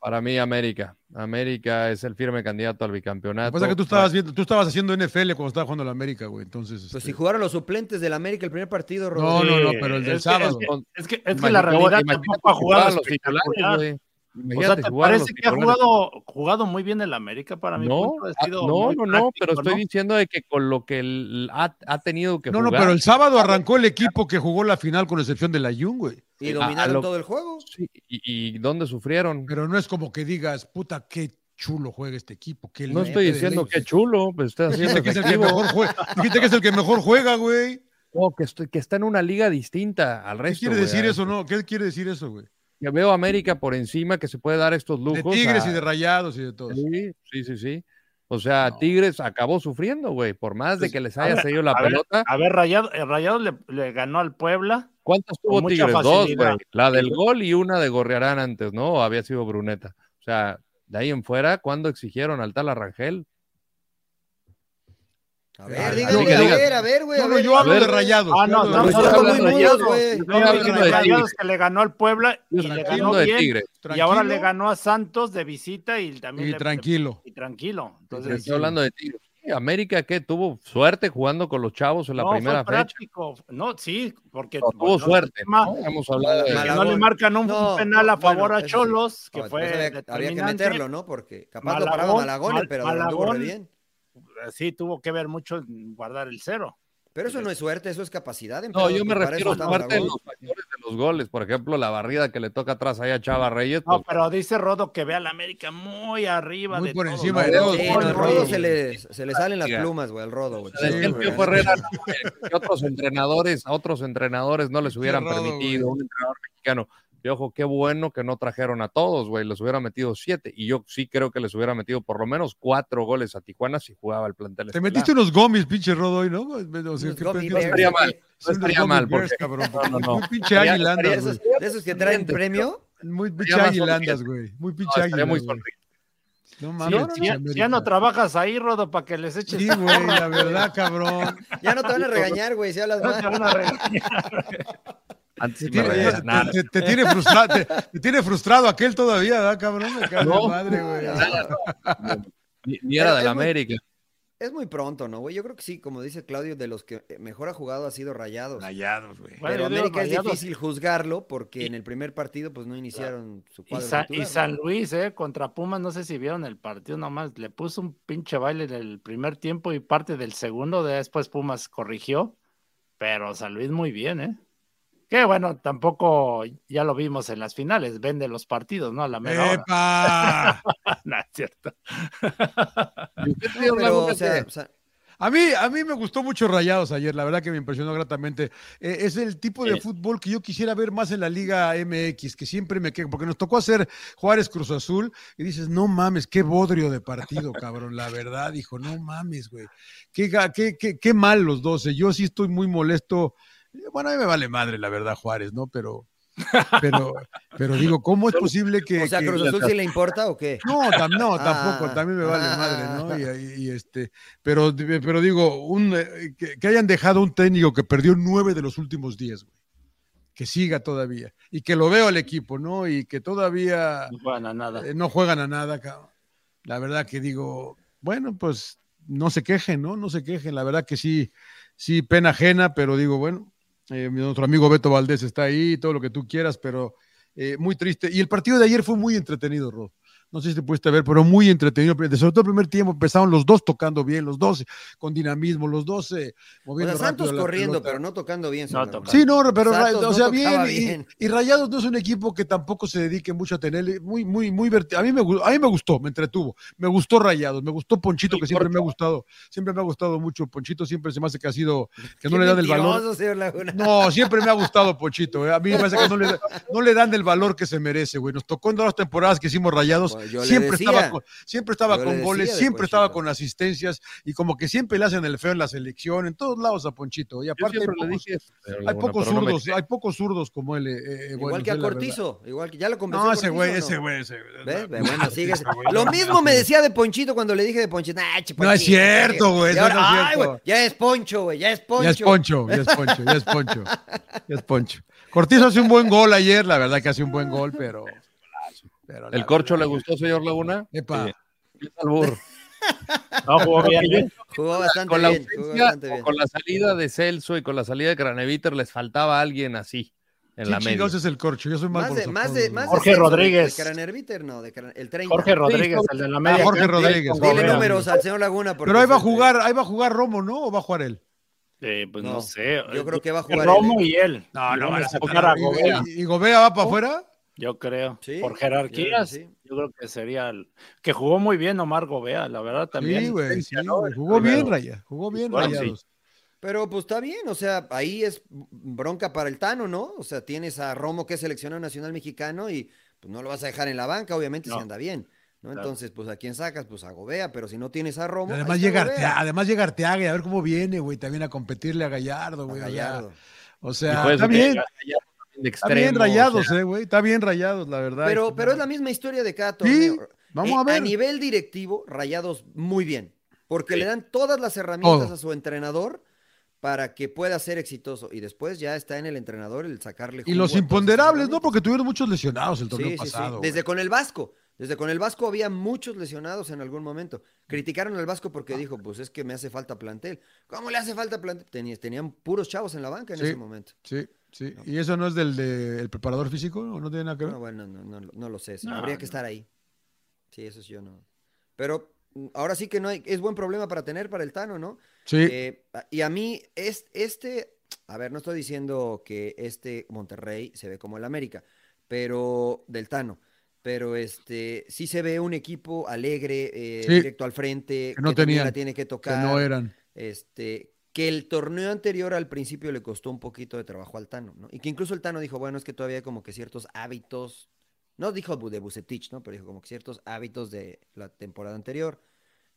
Speaker 4: Para mí, América. América es el firme candidato al
Speaker 2: Lo que pasa
Speaker 4: bicampeonato.
Speaker 2: Pues es que tú estabas, viendo, tú estabas haciendo NFL cuando estaba jugando la América, güey. Entonces.
Speaker 1: Pues
Speaker 2: este,
Speaker 1: si jugaron los suplentes del América el primer partido, Rodo.
Speaker 2: no, no, no,
Speaker 3: Sí,
Speaker 2: pero el del
Speaker 3: es que-
Speaker 2: sábado.
Speaker 4: que-
Speaker 3: Es que, es que
Speaker 4: Imagínate-
Speaker 3: la realidad
Speaker 4: imagínate
Speaker 3: tampoco ha
Speaker 4: jugar a
Speaker 3: jugado
Speaker 4: los titulares,
Speaker 3: espectacular.
Speaker 4: güey.
Speaker 3: O sea,
Speaker 4: Imagínate
Speaker 3: ¿te
Speaker 4: jugar a los
Speaker 3: parece que ha
Speaker 4: titulares.
Speaker 3: jugado, jugado muy bien el América para mí?
Speaker 4: No, ah, no, no, no, pero estoy diciendo de que con lo que el- ha, ha tenido que
Speaker 2: No, no,
Speaker 4: jugar.
Speaker 2: pero el sábado arrancó el equipo que jugó la final con excepción de la Jun, güey.
Speaker 1: Y
Speaker 4: a- a
Speaker 1: dominaron
Speaker 4: lo-
Speaker 1: todo el juego.
Speaker 4: Sí, y, y dónde sufrieron.
Speaker 2: Pero no es como que digas, puta, qué chulo juega este equipo. Qué
Speaker 4: No
Speaker 2: lindo,
Speaker 4: estoy
Speaker 2: qué
Speaker 4: diciendo
Speaker 2: lindo".
Speaker 4: que chulo, pues está haciendo
Speaker 2: Dijiste que, es el que mejor juega, dijiste que es el que mejor juega, güey.
Speaker 4: No, Oh, que, estoy- que está en una liga distinta al
Speaker 2: ¿Qué
Speaker 4: resto.
Speaker 2: quiere
Speaker 4: güey.
Speaker 2: decir eso, no? ¿Qué quiere decir eso, güey?
Speaker 4: Que veo a América por encima, que se puede dar estos
Speaker 2: De
Speaker 4: lujos.
Speaker 2: Tigres
Speaker 4: a-
Speaker 2: y de Rayados y de todos.
Speaker 4: Sí, sí, sí, sí. O sea,
Speaker 2: No.
Speaker 4: Tigres acabó sufriendo, güey, por más de que les haya
Speaker 3: ver,
Speaker 4: seguido la
Speaker 3: a ver,
Speaker 4: pelota.
Speaker 3: A ver, Rayado, eh, Rayado le, le ganó al Puebla.
Speaker 4: ¿Cuántas tuvo
Speaker 3: mucha
Speaker 4: Tigres? Dos,
Speaker 3: facilidad.
Speaker 4: güey. La del gol y una de Gorriarán antes, ¿no? Había sido Bruneta. O sea, de ahí en fuera, ¿cuándo exigieron al tal Arrangel?
Speaker 1: A
Speaker 2: Ah,
Speaker 1: ver,
Speaker 2: no,
Speaker 1: díganle,
Speaker 4: que
Speaker 1: a
Speaker 4: digan.
Speaker 1: ver, a ver, güey. a
Speaker 2: No, no,
Speaker 1: ver.
Speaker 2: yo hablo
Speaker 4: ver.
Speaker 2: de Rayados.
Speaker 3: Ah,
Speaker 2: yo
Speaker 3: no,
Speaker 2: hablo de
Speaker 3: estamos
Speaker 1: Pero
Speaker 2: Rayados.
Speaker 1: están
Speaker 4: hablando
Speaker 1: muy
Speaker 4: de
Speaker 1: mudos,
Speaker 4: Rayados.
Speaker 1: güey.
Speaker 4: No,
Speaker 3: Yo
Speaker 4: no,
Speaker 3: hablo
Speaker 4: no,
Speaker 3: de
Speaker 4: no, de
Speaker 3: Rayados
Speaker 4: Tigres.
Speaker 3: que le ganó al Puebla
Speaker 4: Yo
Speaker 3: y
Speaker 4: estoy
Speaker 3: le
Speaker 4: hablando
Speaker 3: ganó
Speaker 4: de
Speaker 3: bien.
Speaker 4: Tigres.
Speaker 3: Y ahora
Speaker 2: Tranquilo
Speaker 3: le ganó a Santos de visita y también
Speaker 2: Y
Speaker 3: le-
Speaker 2: tranquilo.
Speaker 3: y tranquilo.
Speaker 4: Estoy
Speaker 3: Entonces,
Speaker 4: hablando de Tigres. Sí, América que tuvo suerte jugando con los chavos en la
Speaker 3: no, fue
Speaker 4: primera fecha.
Speaker 3: práctico. No, sí, porque
Speaker 4: No, tuvo
Speaker 3: bueno,
Speaker 4: suerte.
Speaker 3: el tema
Speaker 4: ¿no? Hemos hablado
Speaker 1: Mala-
Speaker 4: de-
Speaker 3: que
Speaker 1: mala-
Speaker 3: no le
Speaker 1: Malagón.
Speaker 3: marcan un
Speaker 1: No,
Speaker 3: penal a
Speaker 1: no,
Speaker 3: favor
Speaker 1: bueno,
Speaker 3: a
Speaker 1: eso sí.
Speaker 3: Cholos, que
Speaker 1: Ah,
Speaker 3: fue
Speaker 1: entonces había, había que
Speaker 3: determinante.
Speaker 1: meterlo, ¿no? Porque capaz lo paraba
Speaker 3: Malagón,
Speaker 1: Malagones,
Speaker 3: Mal-
Speaker 1: pero lo anduvo re
Speaker 3: Malagón.
Speaker 1: bien.
Speaker 3: Sí, tuvo que ver mucho en guardar el cero.
Speaker 1: Pero eso no es suerte, eso es capacidad.
Speaker 4: No,
Speaker 1: emperador,
Speaker 4: yo me
Speaker 1: y pues, para eso
Speaker 4: refiero
Speaker 1: está
Speaker 4: a parte de
Speaker 1: Malagón.
Speaker 4: los factores de los goles. Por ejemplo, la barrida que le toca atrás ahí a Chava Reyes.
Speaker 3: No,
Speaker 2: Ah,
Speaker 4: pues,
Speaker 3: pero dice Rodo que ve a la América muy arriba.
Speaker 2: Muy
Speaker 3: de
Speaker 2: por
Speaker 3: todos,
Speaker 2: encima
Speaker 3: ¿no?
Speaker 2: de todos.
Speaker 1: Sí,
Speaker 2: Rodo,
Speaker 1: no, al
Speaker 2: Rodo.
Speaker 1: rodo se le, se le salen las
Speaker 4: Diga.
Speaker 1: plumas, güey, al rodo, güey.
Speaker 4: decía
Speaker 2: Sí,
Speaker 4: el
Speaker 2: güey.
Speaker 4: Piojo Herrera, ¿no? Que- que otros entrenadores, a otros entrenadores no les hubieran
Speaker 2: rodo,
Speaker 4: permitido un entrenador mexicano. Y ojo, qué bueno que no trajeron a todos, güey, les hubiera metido siete. Y yo sí creo que les hubiera metido por lo menos cuatro goles a Tijuana si jugaba el plantel.
Speaker 2: Te
Speaker 4: estelar.
Speaker 2: metiste unos gomis, pinche Rodo, hoy, ¿no? O sea, este
Speaker 1: Unos
Speaker 2: ¿qué
Speaker 1: gummy
Speaker 2: pedo?
Speaker 1: bears.
Speaker 4: No estaría mal,
Speaker 2: Sí,
Speaker 4: no
Speaker 2: unos
Speaker 4: estaría
Speaker 2: gummy
Speaker 4: mal,
Speaker 2: bears,
Speaker 4: porque
Speaker 2: cabrón,
Speaker 4: No, no, no.
Speaker 2: Muy pinche
Speaker 4: Estaría-
Speaker 2: águila
Speaker 1: De
Speaker 4: estaría-
Speaker 2: andas, güey.
Speaker 1: esos, de esos que traen
Speaker 4: Excelente.
Speaker 1: premio,
Speaker 2: Muy pinche
Speaker 4: estaría más
Speaker 2: águila
Speaker 4: sonriente.
Speaker 2: andas, güey. Muy
Speaker 4: No,
Speaker 2: pinche águila.
Speaker 4: estaría muy
Speaker 2: güey.
Speaker 4: sonriente.
Speaker 2: No
Speaker 3: Sí,
Speaker 2: mames,
Speaker 3: no, no,
Speaker 2: pinche
Speaker 3: ya, ya no
Speaker 2: América.
Speaker 3: trabajas ahí, Rodo, para que les eches.
Speaker 2: Sí, güey, la verdad, cabrón.
Speaker 1: ya no te van a regañar, güey, si hablas
Speaker 3: No te
Speaker 1: mal.
Speaker 3: van a regañar.
Speaker 4: Antes me
Speaker 2: Tiene-
Speaker 4: reía.
Speaker 2: te-
Speaker 4: Nah,
Speaker 2: te, te tiene frustrado, te, te tiene frustrado aquel todavía, ¿verdad, cabrón? Me cago en
Speaker 4: No.
Speaker 2: madre, güey.
Speaker 4: ni- Ni era
Speaker 1: Pero
Speaker 4: del
Speaker 1: es muy-
Speaker 4: América.
Speaker 1: Es muy pronto, ¿no, güey? Yo creo que sí, como dice Claudio, de los que eh, mejor ha jugado ha sido Rayados.
Speaker 2: Rayados, güey.
Speaker 3: Bueno,
Speaker 1: pero
Speaker 3: yo digo
Speaker 1: América es
Speaker 3: Rayados.
Speaker 1: difícil juzgarlo porque en el primer partido pues no iniciaron su
Speaker 3: Y,
Speaker 1: cuadro
Speaker 3: Sa- y
Speaker 1: titular, ¿no?
Speaker 3: San Luis, eh, contra Pumas, no sé si vieron el partido nomás, le puso un pinche baile en el primer tiempo y parte del segundo, después Pumas corrigió, pero San Luis muy bien, ¿eh? Que bueno, tampoco ya lo vimos en las finales, vende los partidos, ¿no? A la mera hora.
Speaker 2: ¡Epa!
Speaker 3: No, es cierto.
Speaker 4: Y usted,
Speaker 1: No, pero,
Speaker 4: señor Laguna,
Speaker 1: o sea,
Speaker 4: ¿qué?
Speaker 1: o sea,
Speaker 2: A mí, a mí me gustó mucho Rayados ayer, la verdad que me impresionó gratamente. Eh, es el tipo de
Speaker 4: Sí.
Speaker 2: fútbol que yo quisiera ver más en la Liga MX, que siempre me quejo, porque nos tocó hacer Juárez Cruz Azul y dices, no mames, qué bodrio de partido, cabrón, la verdad, dijo, no mames, güey. Qué, ga- qué, qué, qué mal los 12, yo sí estoy muy molesto. Eh, Bueno, a mí me vale madre, la verdad, Juárez, ¿no? Pero, pero, pero digo, ¿cómo es posible que...
Speaker 1: o sea,
Speaker 2: que-
Speaker 1: Cruz Azul sí le importa o qué?
Speaker 2: no, tam- no, tampoco,
Speaker 1: Ah.
Speaker 2: también me vale
Speaker 1: Ah.
Speaker 2: madre, ¿no? Y, y- y este, pero, pero digo, un, eh, que, que hayan dejado un técnico que perdió nueve de los últimos diez, güey, que siga todavía, y que lo veo al equipo, ¿no? Y que todavía
Speaker 3: No juegan a nada.
Speaker 2: eh, no juegan a nada, cabrón. La verdad que digo, bueno, pues no se quejen, ¿no? No se quejen, la verdad que sí, sí, pena ajena, pero digo, bueno, eh, nuestro amigo Beto Valdés está ahí, todo lo que tú quieras, pero eh, muy triste. Y el partido de ayer fue muy entretenido, Rod. No sé si te pudiste ver, pero muy entretenido. Pero Sobre todo el primer tiempo empezaron los dos tocando bien, los dos con dinamismo, los dos eh,
Speaker 1: O
Speaker 2: moviendo
Speaker 1: sea, Santos
Speaker 2: rápido la
Speaker 1: corriendo,
Speaker 2: pelota.
Speaker 1: pero no tocando bien.
Speaker 3: No
Speaker 1: Sandra.
Speaker 3: toca.
Speaker 2: Sí, no, pero
Speaker 1: Santos
Speaker 2: Ra- o
Speaker 1: no
Speaker 2: sea, bien,
Speaker 1: tocaba
Speaker 2: y-
Speaker 1: bien.
Speaker 2: Y, Rayados no es un equipo que tampoco se dedique mucho a tener muy muy muy verti- a mí me gu- a mí me gustó, me entretuvo. Me gustó Rayados, me gustó Ponchito que siempre me ha gustado, siempre me ha gustado mucho Ponchito, siempre se me hace que ha sido que no
Speaker 1: Qué
Speaker 2: le dan el valor.
Speaker 1: mentiroso, señor Laguna.
Speaker 2: No, siempre me ha gustado Ponchito. eh. A mí me parece que no le, da- no le dan el valor que se merece, güey. Nos tocó en dos temporadas que hicimos rayados.
Speaker 1: Bueno, Pues yo le
Speaker 2: siempre,
Speaker 1: decía.
Speaker 2: estaba con, siempre estaba
Speaker 1: Yo le
Speaker 2: con
Speaker 1: decía
Speaker 2: goles,
Speaker 1: de
Speaker 2: siempre estaba
Speaker 1: Ponchito.
Speaker 2: con asistencias y como que siempre le hacen el feo en la selección, en todos lados a Ponchito. Y
Speaker 4: Yo
Speaker 2: aparte, hay
Speaker 4: siempre le
Speaker 2: pocos,
Speaker 4: dije eso, pero
Speaker 2: hay
Speaker 4: Laguna,
Speaker 2: pocos
Speaker 4: pero no me
Speaker 2: zurdos,
Speaker 4: cree.
Speaker 2: hay pocos zurdos como él. eh, eh,
Speaker 1: Igual
Speaker 2: Buenos,
Speaker 1: que a
Speaker 2: es la verdad.
Speaker 1: Cortizo, igual que ya lo convenció.
Speaker 2: No, ese
Speaker 1: Cortizo,
Speaker 2: güey,
Speaker 1: ¿o
Speaker 2: ese
Speaker 1: no?
Speaker 2: güey, ese
Speaker 1: ¿Ves?
Speaker 2: güey.
Speaker 1: Bueno, sigues. Lo mismo me decía de Ponchito cuando le dije de Ponchito. Nah, che,
Speaker 2: No es
Speaker 1: Ponchito,
Speaker 2: cierto,
Speaker 1: che.
Speaker 2: güey,
Speaker 1: Y
Speaker 2: eso
Speaker 1: ahora,
Speaker 2: no es
Speaker 1: ay,
Speaker 2: cierto.
Speaker 1: güey, Ya es Poncho, güey. Ya es Poncho.
Speaker 2: Ya es Poncho, ya es Poncho, ya es Poncho. Ya es Poncho. Cortizo hace un buen gol ayer, la verdad que hace un buen gol, pero. pero la
Speaker 4: ¿El corcho le
Speaker 2: verdad-
Speaker 4: gustó, señor Laguna?
Speaker 2: Epa.
Speaker 4: Sí. ¿Qué tal, burro?
Speaker 3: No jugó bien. ¿eh?
Speaker 1: Jugó bastante
Speaker 4: Con la
Speaker 1: bien. Jugó
Speaker 4: ausencia,
Speaker 1: bastante
Speaker 4: o
Speaker 1: bien.
Speaker 4: con la salida de Celso y con la salida de Craneviter, les faltaba alguien así en
Speaker 2: ¿Quién
Speaker 4: la media.
Speaker 2: chingados es el corcho? Yo soy mal
Speaker 1: Más
Speaker 2: por
Speaker 1: de,
Speaker 2: los
Speaker 1: más
Speaker 2: apodos,
Speaker 1: de,
Speaker 2: güey.
Speaker 1: más de
Speaker 3: Jorge
Speaker 1: Celso, de-
Speaker 3: Rodríguez.
Speaker 1: De Caranerbiter, no, de Caran- el 30.
Speaker 3: Jorge Rodríguez, el de la media.
Speaker 2: Ah, Jorge
Speaker 3: cancha,
Speaker 2: Rodríguez,
Speaker 3: con
Speaker 1: Dile
Speaker 2: Rodríguez.
Speaker 3: Correa.
Speaker 1: números al señor Laguna. porque
Speaker 2: Pero ahí va a
Speaker 1: es el-
Speaker 2: jugar, ahí va a jugar Romo, ¿no? ¿O va a jugar él?
Speaker 3: Sí, pues no,
Speaker 1: No,
Speaker 3: sé.
Speaker 1: Yo creo que va a jugar.
Speaker 3: Romo
Speaker 1: él, eh.
Speaker 3: y él.
Speaker 2: No,
Speaker 3: Y
Speaker 2: no,
Speaker 3: van
Speaker 2: van
Speaker 3: a
Speaker 2: a sacar
Speaker 3: sacar a
Speaker 2: ¿Y-
Speaker 3: Gobea,
Speaker 2: ¿Y, y Gobea va
Speaker 1: Oh,
Speaker 2: para afuera?
Speaker 3: yo creo.
Speaker 1: Sí,
Speaker 3: Por jerarquías,
Speaker 1: yo creo que
Speaker 3: yo creo que sería el que jugó muy bien Omar Gobea, la verdad también.
Speaker 2: Sí, güey.
Speaker 3: asistencia,
Speaker 2: sí,
Speaker 3: ¿no?
Speaker 2: güey. Jugó
Speaker 3: Primero.
Speaker 2: bien, Raya. Jugó bien,
Speaker 4: Bueno,
Speaker 2: Rayados.
Speaker 1: Pero pues está bien, o sea, ahí es bronca para el Tano, ¿no? O sea, tienes a Romo que es seleccionado nacional mexicano y pues no lo vas a dejar en la banca, obviamente,
Speaker 3: No.
Speaker 1: si anda bien. ¿no?
Speaker 3: Claro.
Speaker 1: Entonces, pues a quién sacas, pues a Gobea, pero si no tienes a Romo.
Speaker 2: Además
Speaker 1: ahí está
Speaker 2: llega,
Speaker 1: Gobea.
Speaker 2: Arteaga, además llega Arteaga y a ver cómo viene, güey, también a competirle a Gallardo,
Speaker 1: A
Speaker 2: güey. o sea,
Speaker 1: Gallardo.
Speaker 2: O
Speaker 4: Y
Speaker 2: sea,
Speaker 4: juegas
Speaker 2: está
Speaker 4: de
Speaker 2: bien,
Speaker 4: Gallardo también de
Speaker 2: está
Speaker 4: extremo,
Speaker 2: bien
Speaker 4: o sea,
Speaker 2: rayados, eh, güey. Está bien rayados, la verdad.
Speaker 1: Pero, pero es la misma historia de cada torneo.
Speaker 2: Sí, vamos
Speaker 1: Eh,
Speaker 2: a ver.
Speaker 1: nivel directivo, Rayados muy bien, porque le dan todas las herramientas
Speaker 2: Todo.
Speaker 1: a su entrenador para que pueda ser exitoso. Y después ya está en el entrenador el sacarle.
Speaker 2: Y
Speaker 1: jugo a
Speaker 2: los
Speaker 1: todas esas
Speaker 2: imponderables, ¿no?
Speaker 1: herramientas.
Speaker 2: Porque tuvieron muchos lesionados el torneo
Speaker 1: Sí, sí, sí.
Speaker 2: pasado. güey.
Speaker 1: Desde con el Vasco. Desde con el Vasco había muchos lesionados en algún momento. Criticaron al Vasco porque dijo, pues es que me hace falta plantel. ¿Cómo le hace falta plantel? Tenía- tenían puros chavos en la banca en
Speaker 2: Sí.
Speaker 1: ese momento.
Speaker 2: Sí, sí. ¿Y eso no es del de, el preparador físico? ¿O no tiene nada que ver?
Speaker 1: No, bueno, no, no- no lo sé.
Speaker 3: No,
Speaker 1: Habría
Speaker 3: no.
Speaker 1: que estar ahí. Sí, eso sí yo no. Pero mm, ahora sí que no hay, es buen problema para tener para el Tano, ¿no?
Speaker 2: sí.
Speaker 1: Eh, a- y a mí, es, este, a ver, no estoy diciendo que este Monterrey se ve como el América, pero del Tano, pero este, sí se ve un equipo alegre, eh,
Speaker 2: Sí.
Speaker 1: directo al frente,
Speaker 2: Que
Speaker 1: también
Speaker 2: no tenían,
Speaker 1: la tiene que
Speaker 2: que
Speaker 1: tocar,
Speaker 2: no eran.
Speaker 1: este, que el torneo anterior al principio le costó un poquito de trabajo al Tano, ¿no? Y que incluso el Tano dijo, bueno, es que todavía hay como que ciertos hábitos, no dijo bu- de Bucetich, ¿no? Pero dijo como que ciertos hábitos de la temporada anterior.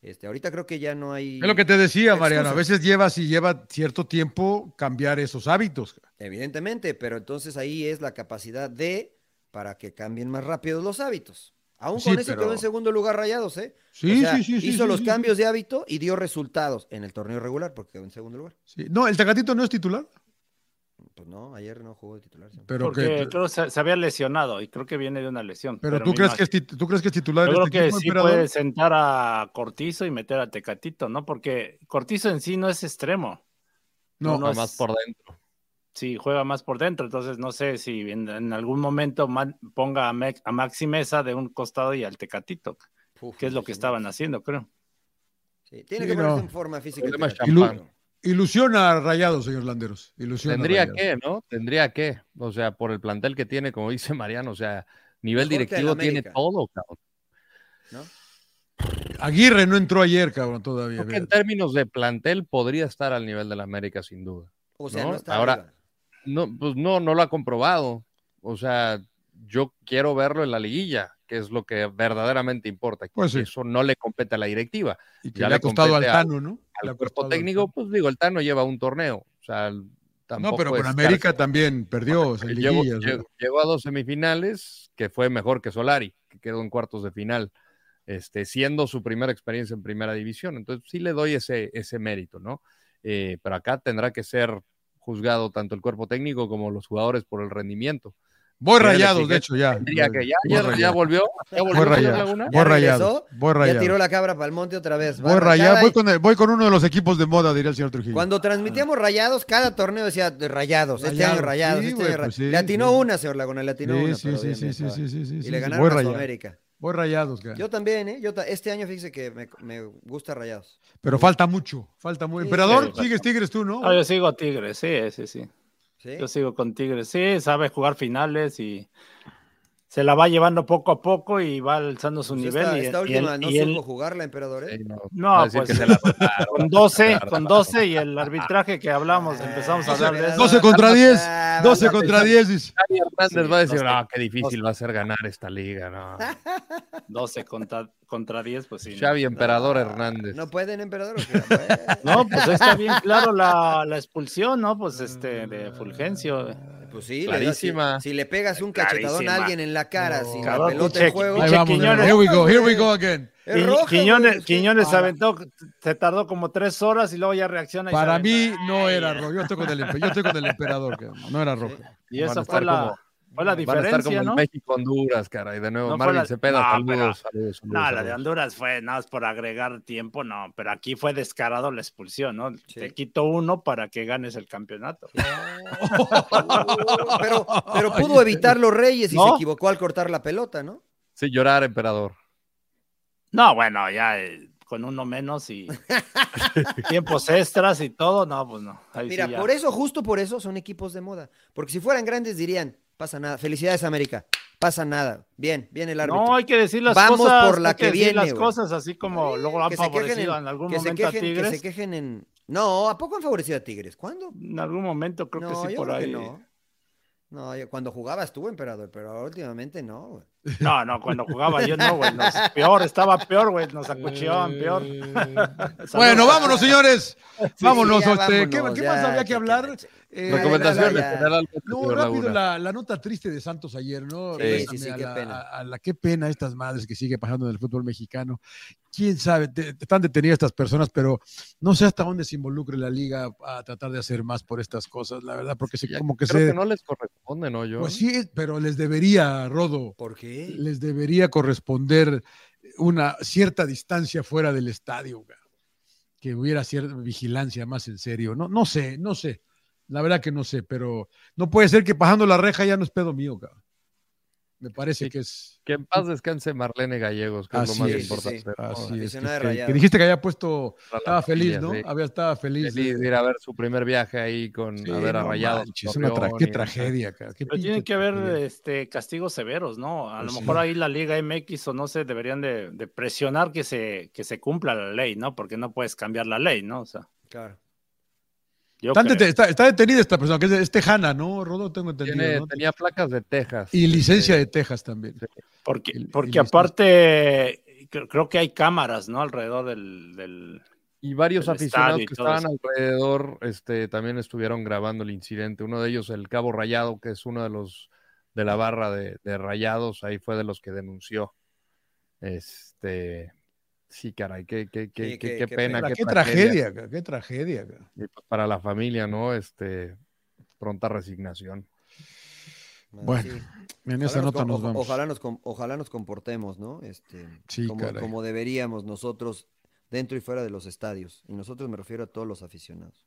Speaker 1: Este, ahorita creo que ya no hay...
Speaker 2: Es lo que te decía,
Speaker 1: Excusas.
Speaker 2: Mariano. A veces llevas y lleva cierto tiempo cambiar esos hábitos.
Speaker 1: Evidentemente, pero entonces ahí es la capacidad de para que cambien más rápido los hábitos. Aún
Speaker 2: Sí,
Speaker 1: con eso
Speaker 2: pero-
Speaker 1: quedó en segundo lugar Rayados, ¿eh?
Speaker 2: Sí,
Speaker 1: O sea,
Speaker 2: sí, sí, sí,
Speaker 1: Hizo
Speaker 2: sí,
Speaker 1: los
Speaker 2: sí,
Speaker 1: cambios de hábito y dio resultados en el torneo regular porque quedó en segundo lugar.
Speaker 2: sí. No, el Tacatito no es titular,
Speaker 1: Pues no, ayer no jugó de titular. sí.
Speaker 2: pero
Speaker 3: Porque
Speaker 2: que.
Speaker 3: creo que se, se había lesionado y creo que viene de una lesión.
Speaker 2: Pero,
Speaker 3: me
Speaker 2: tú crees, que
Speaker 3: imagino-
Speaker 2: es tit- tú crees que es titular.
Speaker 3: Yo creo
Speaker 2: este
Speaker 3: que
Speaker 2: equipo,
Speaker 3: sí
Speaker 2: emperador?
Speaker 3: puede sentar a Cortizo y meter a Tecatito, ¿no? Porque Cortizo en sí no es extremo.
Speaker 2: No,
Speaker 3: no,
Speaker 4: nada más por dentro.
Speaker 3: Sí, juega más por dentro. Entonces, no sé si en, en algún momento man- ponga a, Mex- a Maxi Mesa de un costado y al Tecatito,
Speaker 1: Uf,
Speaker 3: que es lo
Speaker 1: imagínate.
Speaker 3: que estaban haciendo, creo.
Speaker 1: Sí, tiene
Speaker 2: Sí,
Speaker 1: que ponerse
Speaker 2: no.
Speaker 1: en forma física. el
Speaker 4: Problema
Speaker 1: Tecatito.
Speaker 4: champán.
Speaker 2: Ilusiona a Rayados, señor Landeros. Ilusiona a
Speaker 4: Tendría
Speaker 2: Rayados.
Speaker 4: que, ¿no? Tendría que. O sea, por el plantel que tiene, como dice Mariano, o sea, nivel
Speaker 1: Mejor que el
Speaker 4: directivo tiene
Speaker 1: América.
Speaker 4: todo, cabrón.
Speaker 2: Aguirre no entró ayer, cabrón, todavía.
Speaker 4: Creo que en
Speaker 2: fíjate.
Speaker 4: términos de plantel podría estar al nivel del América, sin duda.
Speaker 1: O sea,
Speaker 4: ¿no?
Speaker 1: no, está
Speaker 4: Ahora-
Speaker 1: arriba.
Speaker 4: No, pues no, no lo ha comprobado. O sea, yo quiero verlo en la liguilla, que es lo que verdaderamente importa.
Speaker 2: Pues sí.
Speaker 4: Eso no le compete a la directiva.
Speaker 2: Y que
Speaker 4: ya
Speaker 2: le,
Speaker 4: le
Speaker 2: ha costado al
Speaker 4: compete a-
Speaker 2: Tano, ¿no? Le ha
Speaker 4: Al cuerpo
Speaker 2: costado al
Speaker 4: técnico,
Speaker 2: Tano.
Speaker 4: pues digo, el Tano lleva un torneo. O sea, tampoco
Speaker 2: No, pero
Speaker 4: es
Speaker 2: con
Speaker 4: Carlos
Speaker 2: América también perdió o sea, en
Speaker 4: Llegó,
Speaker 2: liguillas,
Speaker 4: llegó-
Speaker 2: ¿no?
Speaker 4: llegó a dos semifinales, que fue mejor que Solari, que quedó en cuartos de final, este, siendo su primera experiencia en primera división. Entonces sí le doy ese, ese mérito, ¿no? Eh, pero acá tendrá que ser juzgado tanto el cuerpo técnico como los jugadores por el rendimiento.
Speaker 2: Voy
Speaker 4: Pero le
Speaker 2: rayados,
Speaker 4: sigue-
Speaker 2: de hecho, ya.
Speaker 4: Tendría que ya, ya,
Speaker 2: Voy
Speaker 4: ya
Speaker 2: rayados.
Speaker 4: volvió. Ya
Speaker 2: Voy
Speaker 4: volvió Cruz
Speaker 2: rayados.
Speaker 4: Laguna.
Speaker 2: Voy
Speaker 1: ¿Ya regresó?
Speaker 2: rayados. Voy
Speaker 1: Ya
Speaker 2: rayados.
Speaker 1: tiró la cabra para el monte otra vez. Va
Speaker 2: Voy
Speaker 1: rayada
Speaker 2: rayado, voy
Speaker 1: y-
Speaker 2: con, el- voy con uno de los equipos de moda, diría el señor Trujillo.
Speaker 1: Cuando transmitíamos rayados, cada torneo decía de rayados, este año
Speaker 2: Rayados,
Speaker 1: rayados,
Speaker 2: sí,
Speaker 1: este
Speaker 2: güey,
Speaker 1: año ra-
Speaker 2: pues sí,
Speaker 1: Le atinó
Speaker 2: sí.
Speaker 1: una, señor Laguna, le
Speaker 2: Sí,
Speaker 1: atinó una.
Speaker 2: sí,
Speaker 1: pero
Speaker 2: sí,
Speaker 1: bien,
Speaker 2: sí,
Speaker 1: bien,
Speaker 2: sí,
Speaker 1: estaba.
Speaker 2: sí, sí, sí,
Speaker 1: Y
Speaker 2: sí,
Speaker 1: le
Speaker 2: sí.
Speaker 1: ganaron
Speaker 2: Voy
Speaker 1: a
Speaker 2: rayados.
Speaker 1: América.
Speaker 2: Voy rayados, cara.
Speaker 1: Yo también, ¿eh? Yo ta- este año fíjese que me, me gusta rayados.
Speaker 2: Pero falta mucho, falta mucho.
Speaker 1: Sí,
Speaker 2: Emperador,
Speaker 1: sí.
Speaker 2: sigues Tigres tú, ¿no?
Speaker 3: No, Ah, yo sigo Tigres, sí, sí, sí.
Speaker 1: ¿Sí?
Speaker 3: Yo sigo con Tigres, sí, sabe jugar finales y se la va llevando poco a poco y va alzando su
Speaker 1: Pues
Speaker 3: nivel.
Speaker 1: esta,
Speaker 3: y-
Speaker 1: esta
Speaker 3: y él-
Speaker 1: última no
Speaker 3: y él-
Speaker 1: supo jugarla, emperador, ¿eh?
Speaker 4: Sí, no,
Speaker 3: No,
Speaker 4: va a decir
Speaker 3: pues,
Speaker 4: que se la robaron.
Speaker 3: con 12, con 12 y el arbitraje que hablamos, empezamos a hablar de eso.
Speaker 2: 12 contra 10,
Speaker 1: Ah,
Speaker 2: 12
Speaker 1: banda,
Speaker 2: contra 10. dice.
Speaker 4: Xavi Hernández va a decir,
Speaker 3: Sí,
Speaker 4: no, qué difícil va a ser ganar esta liga, no.
Speaker 3: 12 contra, contra 10, pues sí.
Speaker 4: Xavi Emperador
Speaker 1: no,
Speaker 4: Hernández.
Speaker 1: ¿No pueden, emperador? o qué? Bueno,
Speaker 3: No, pues ahí está bien claro la, la expulsión, ¿no? Pues este,
Speaker 1: Ah.
Speaker 3: de Fulgencio.
Speaker 1: Pues sí, le das-
Speaker 4: Clarísima.
Speaker 1: si, si le pegas un cachetadón a
Speaker 4: Clarísima.
Speaker 1: alguien en la cara, sin la
Speaker 3: Cabrón,
Speaker 1: pelota
Speaker 3: pinche-
Speaker 1: en juego,
Speaker 2: Ahí
Speaker 3: Pinche
Speaker 2: vamos,
Speaker 3: Quiñones.
Speaker 2: here we go, here we go again.
Speaker 1: es
Speaker 3: Quiñ-
Speaker 1: roja, güey,
Speaker 3: Quiñones,
Speaker 1: es que-
Speaker 3: Quiñones
Speaker 2: Para-
Speaker 3: aventó, se tardó como tres horas y luego ya reacciona. y se
Speaker 2: Para
Speaker 3: aventó.
Speaker 2: mí no era rojo. Yo estoy con el, empe- yo estoy con el emperador, cara. no era rojo.
Speaker 3: Y
Speaker 4: Van a
Speaker 3: esa
Speaker 4: estar
Speaker 3: fue la,
Speaker 4: como-
Speaker 3: fue la
Speaker 4: Eh, Van a estar como
Speaker 3: diferencia,
Speaker 4: en
Speaker 3: ¿no?
Speaker 4: México-Honduras, cara. Y de nuevo,
Speaker 3: No fue
Speaker 4: Marvin
Speaker 3: la-
Speaker 4: Cepeda,
Speaker 3: No,
Speaker 4: saludos,
Speaker 3: pero-
Speaker 4: saludos, saludos,
Speaker 3: No, la
Speaker 4: saludos.
Speaker 3: de Honduras fue nada más por agregar tiempo, no, pero aquí fue descarado la expulsión, ¿no?
Speaker 1: Sí.
Speaker 3: Te quito uno para que ganes el campeonato.
Speaker 1: Uh, pero, pero pudo evitar los Reyes y se
Speaker 3: ¿No?
Speaker 1: equivocó al cortar la pelota, ¿no?
Speaker 4: Sí, llorar, emperador.
Speaker 3: No, bueno, ya eh, con uno menos y tiempos extras y todo, no, pues no. Ahí sí
Speaker 1: Mira,
Speaker 3: ya.
Speaker 1: por eso, justo por eso, son equipos de moda. Porque si fueran grandes dirían, pasa nada, felicidades América, pasa nada. Bien, bien el árbitro.
Speaker 3: No, hay que decir las
Speaker 1: Vamos
Speaker 3: cosas.
Speaker 1: por la
Speaker 3: hay
Speaker 1: que
Speaker 3: decir
Speaker 1: viene,
Speaker 3: las
Speaker 1: güey.
Speaker 3: cosas así como
Speaker 1: Sí,
Speaker 3: luego han
Speaker 1: que se quejen
Speaker 3: favorecido
Speaker 1: en-
Speaker 3: en algún
Speaker 1: que se
Speaker 3: momento
Speaker 1: quejen,
Speaker 3: a
Speaker 1: Que se
Speaker 3: Tigres.
Speaker 1: quejen en... No, ¿a poco han favorecido a Tigres? ¿Cuándo?
Speaker 3: En algún momento creo
Speaker 1: no,
Speaker 3: que sí
Speaker 1: yo
Speaker 3: por
Speaker 1: creo que
Speaker 3: ahí. No.
Speaker 1: no. No, yo- cuando jugabas tú, emperador, pero ahora últimamente no. güey.
Speaker 3: no, cuando jugaba yo no, güey. nos- Peor, estaba peor, güey. Nos acuchillaban peor.
Speaker 2: Bueno, vámonos, señores.
Speaker 1: Sí,
Speaker 2: Vámonos.
Speaker 1: sí, ya
Speaker 2: este, ¿Qué,
Speaker 1: vámonos,
Speaker 2: qué
Speaker 1: ya,
Speaker 2: más había que hablar? Eh,
Speaker 4: Recomendaciones,
Speaker 1: ya.
Speaker 4: generalmente,
Speaker 2: No,
Speaker 4: señor
Speaker 2: rápido,
Speaker 4: Laguna.
Speaker 2: la, la nota triste de Santos ayer, ¿no?
Speaker 1: Sí,
Speaker 2: Regresame
Speaker 1: sí, sí,
Speaker 2: a,
Speaker 1: qué
Speaker 2: la,
Speaker 1: pena.
Speaker 2: a- a la- qué pena estas madres que sigue pasando en el fútbol mexicano. Quién sabe, te- te están detenidas estas personas, pero no sé hasta dónde se involucre la liga a tratar de hacer más por estas cosas, la verdad, porque se,
Speaker 4: Ya
Speaker 2: como que
Speaker 4: Creo
Speaker 2: se.
Speaker 4: que no les corresponde, ¿no? Yo.
Speaker 2: pues sí, pero les debería, Rodo,
Speaker 1: ¿Por qué?
Speaker 2: les debería corresponder una cierta distancia fuera del estadio, güey. que hubiera cierta vigilancia más en serio. No, no sé, no sé. La verdad que no sé, pero no puede ser que bajando la reja ya no es pedo mío, cabrón. Me parece
Speaker 4: Sí.
Speaker 2: que es
Speaker 4: Que en paz descanse Marlene Gallegos, que es
Speaker 2: Así
Speaker 4: lo más
Speaker 1: es, sí,
Speaker 4: importante.
Speaker 1: sí.
Speaker 4: ¿no?
Speaker 2: así. Es, que,
Speaker 1: aficionado de
Speaker 2: que- que
Speaker 1: Rayados.
Speaker 2: dijiste que había puesto,
Speaker 4: Para la
Speaker 2: estaba feliz,
Speaker 4: familia,
Speaker 2: ¿no?
Speaker 4: sí.
Speaker 2: Había estaba feliz.
Speaker 4: Ah,
Speaker 2: ¿eh?
Speaker 4: Feliz de ir a ver su primer viaje ahí con
Speaker 2: Sí,
Speaker 4: a ver a
Speaker 2: no
Speaker 4: Rayados.
Speaker 2: manches, una tra-
Speaker 4: Torreón
Speaker 2: qué
Speaker 4: y-
Speaker 2: tragedia, cara. qué
Speaker 3: Pero
Speaker 2: pinche
Speaker 3: tienen que haber
Speaker 2: tragedia.
Speaker 3: este, castigos severos, ¿no? A
Speaker 2: Pues
Speaker 3: lo
Speaker 2: sí.
Speaker 3: mejor ahí la Liga MX o no sé, deberían de, de presionar que se, que se cumpla la ley, ¿no? Porque no puedes cambiar la ley, ¿no? O sea,
Speaker 1: Claro.
Speaker 3: yo
Speaker 2: Está,
Speaker 3: creo.
Speaker 2: deten- está- está detenida esta persona, que es, es tejana, ¿no? Rodo, tengo entendido.
Speaker 4: Tiene- eh,
Speaker 2: ¿no?
Speaker 4: Tenía placas de Texas.
Speaker 2: Y licencia de Texas también.
Speaker 3: Porque,
Speaker 2: El-
Speaker 3: porque
Speaker 2: el mismo-
Speaker 3: aparte, cre- creo que hay cámaras, ¿no? Alrededor del... del-
Speaker 4: Y varios
Speaker 3: del
Speaker 4: aficionados
Speaker 3: estadio y
Speaker 4: que
Speaker 3: todo
Speaker 4: estaban alrededor este, también estuvieron grabando el incidente. Uno de ellos, el Cabo Rayado, que es uno de los de la barra de, de Rayados, ahí fue de los que denunció. Este, sí, caray, qué, qué,
Speaker 1: Sí,
Speaker 4: qué, qué-
Speaker 1: qué-
Speaker 4: qué
Speaker 1: qué
Speaker 4: pena,
Speaker 1: pena.
Speaker 2: Ahora,
Speaker 4: qué,
Speaker 2: Qué
Speaker 4: tragedia.
Speaker 2: tragedia, cara, qué tragedia. cara.
Speaker 4: Y, pues, Para la familia, ¿no? Este, pronta resignación.
Speaker 1: No,
Speaker 2: Bueno,
Speaker 1: sí.
Speaker 2: En esa
Speaker 1: Ojalá
Speaker 2: nota
Speaker 1: com-
Speaker 2: nos
Speaker 1: oja-
Speaker 2: vamos.
Speaker 1: Ojalá nos, com- ojalá nos comportemos, ¿no? Este,
Speaker 2: Sí,
Speaker 1: como,
Speaker 2: caray.
Speaker 1: como deberíamos nosotros dentro y fuera de los estadios. Y nosotros me refiero a todos los aficionados.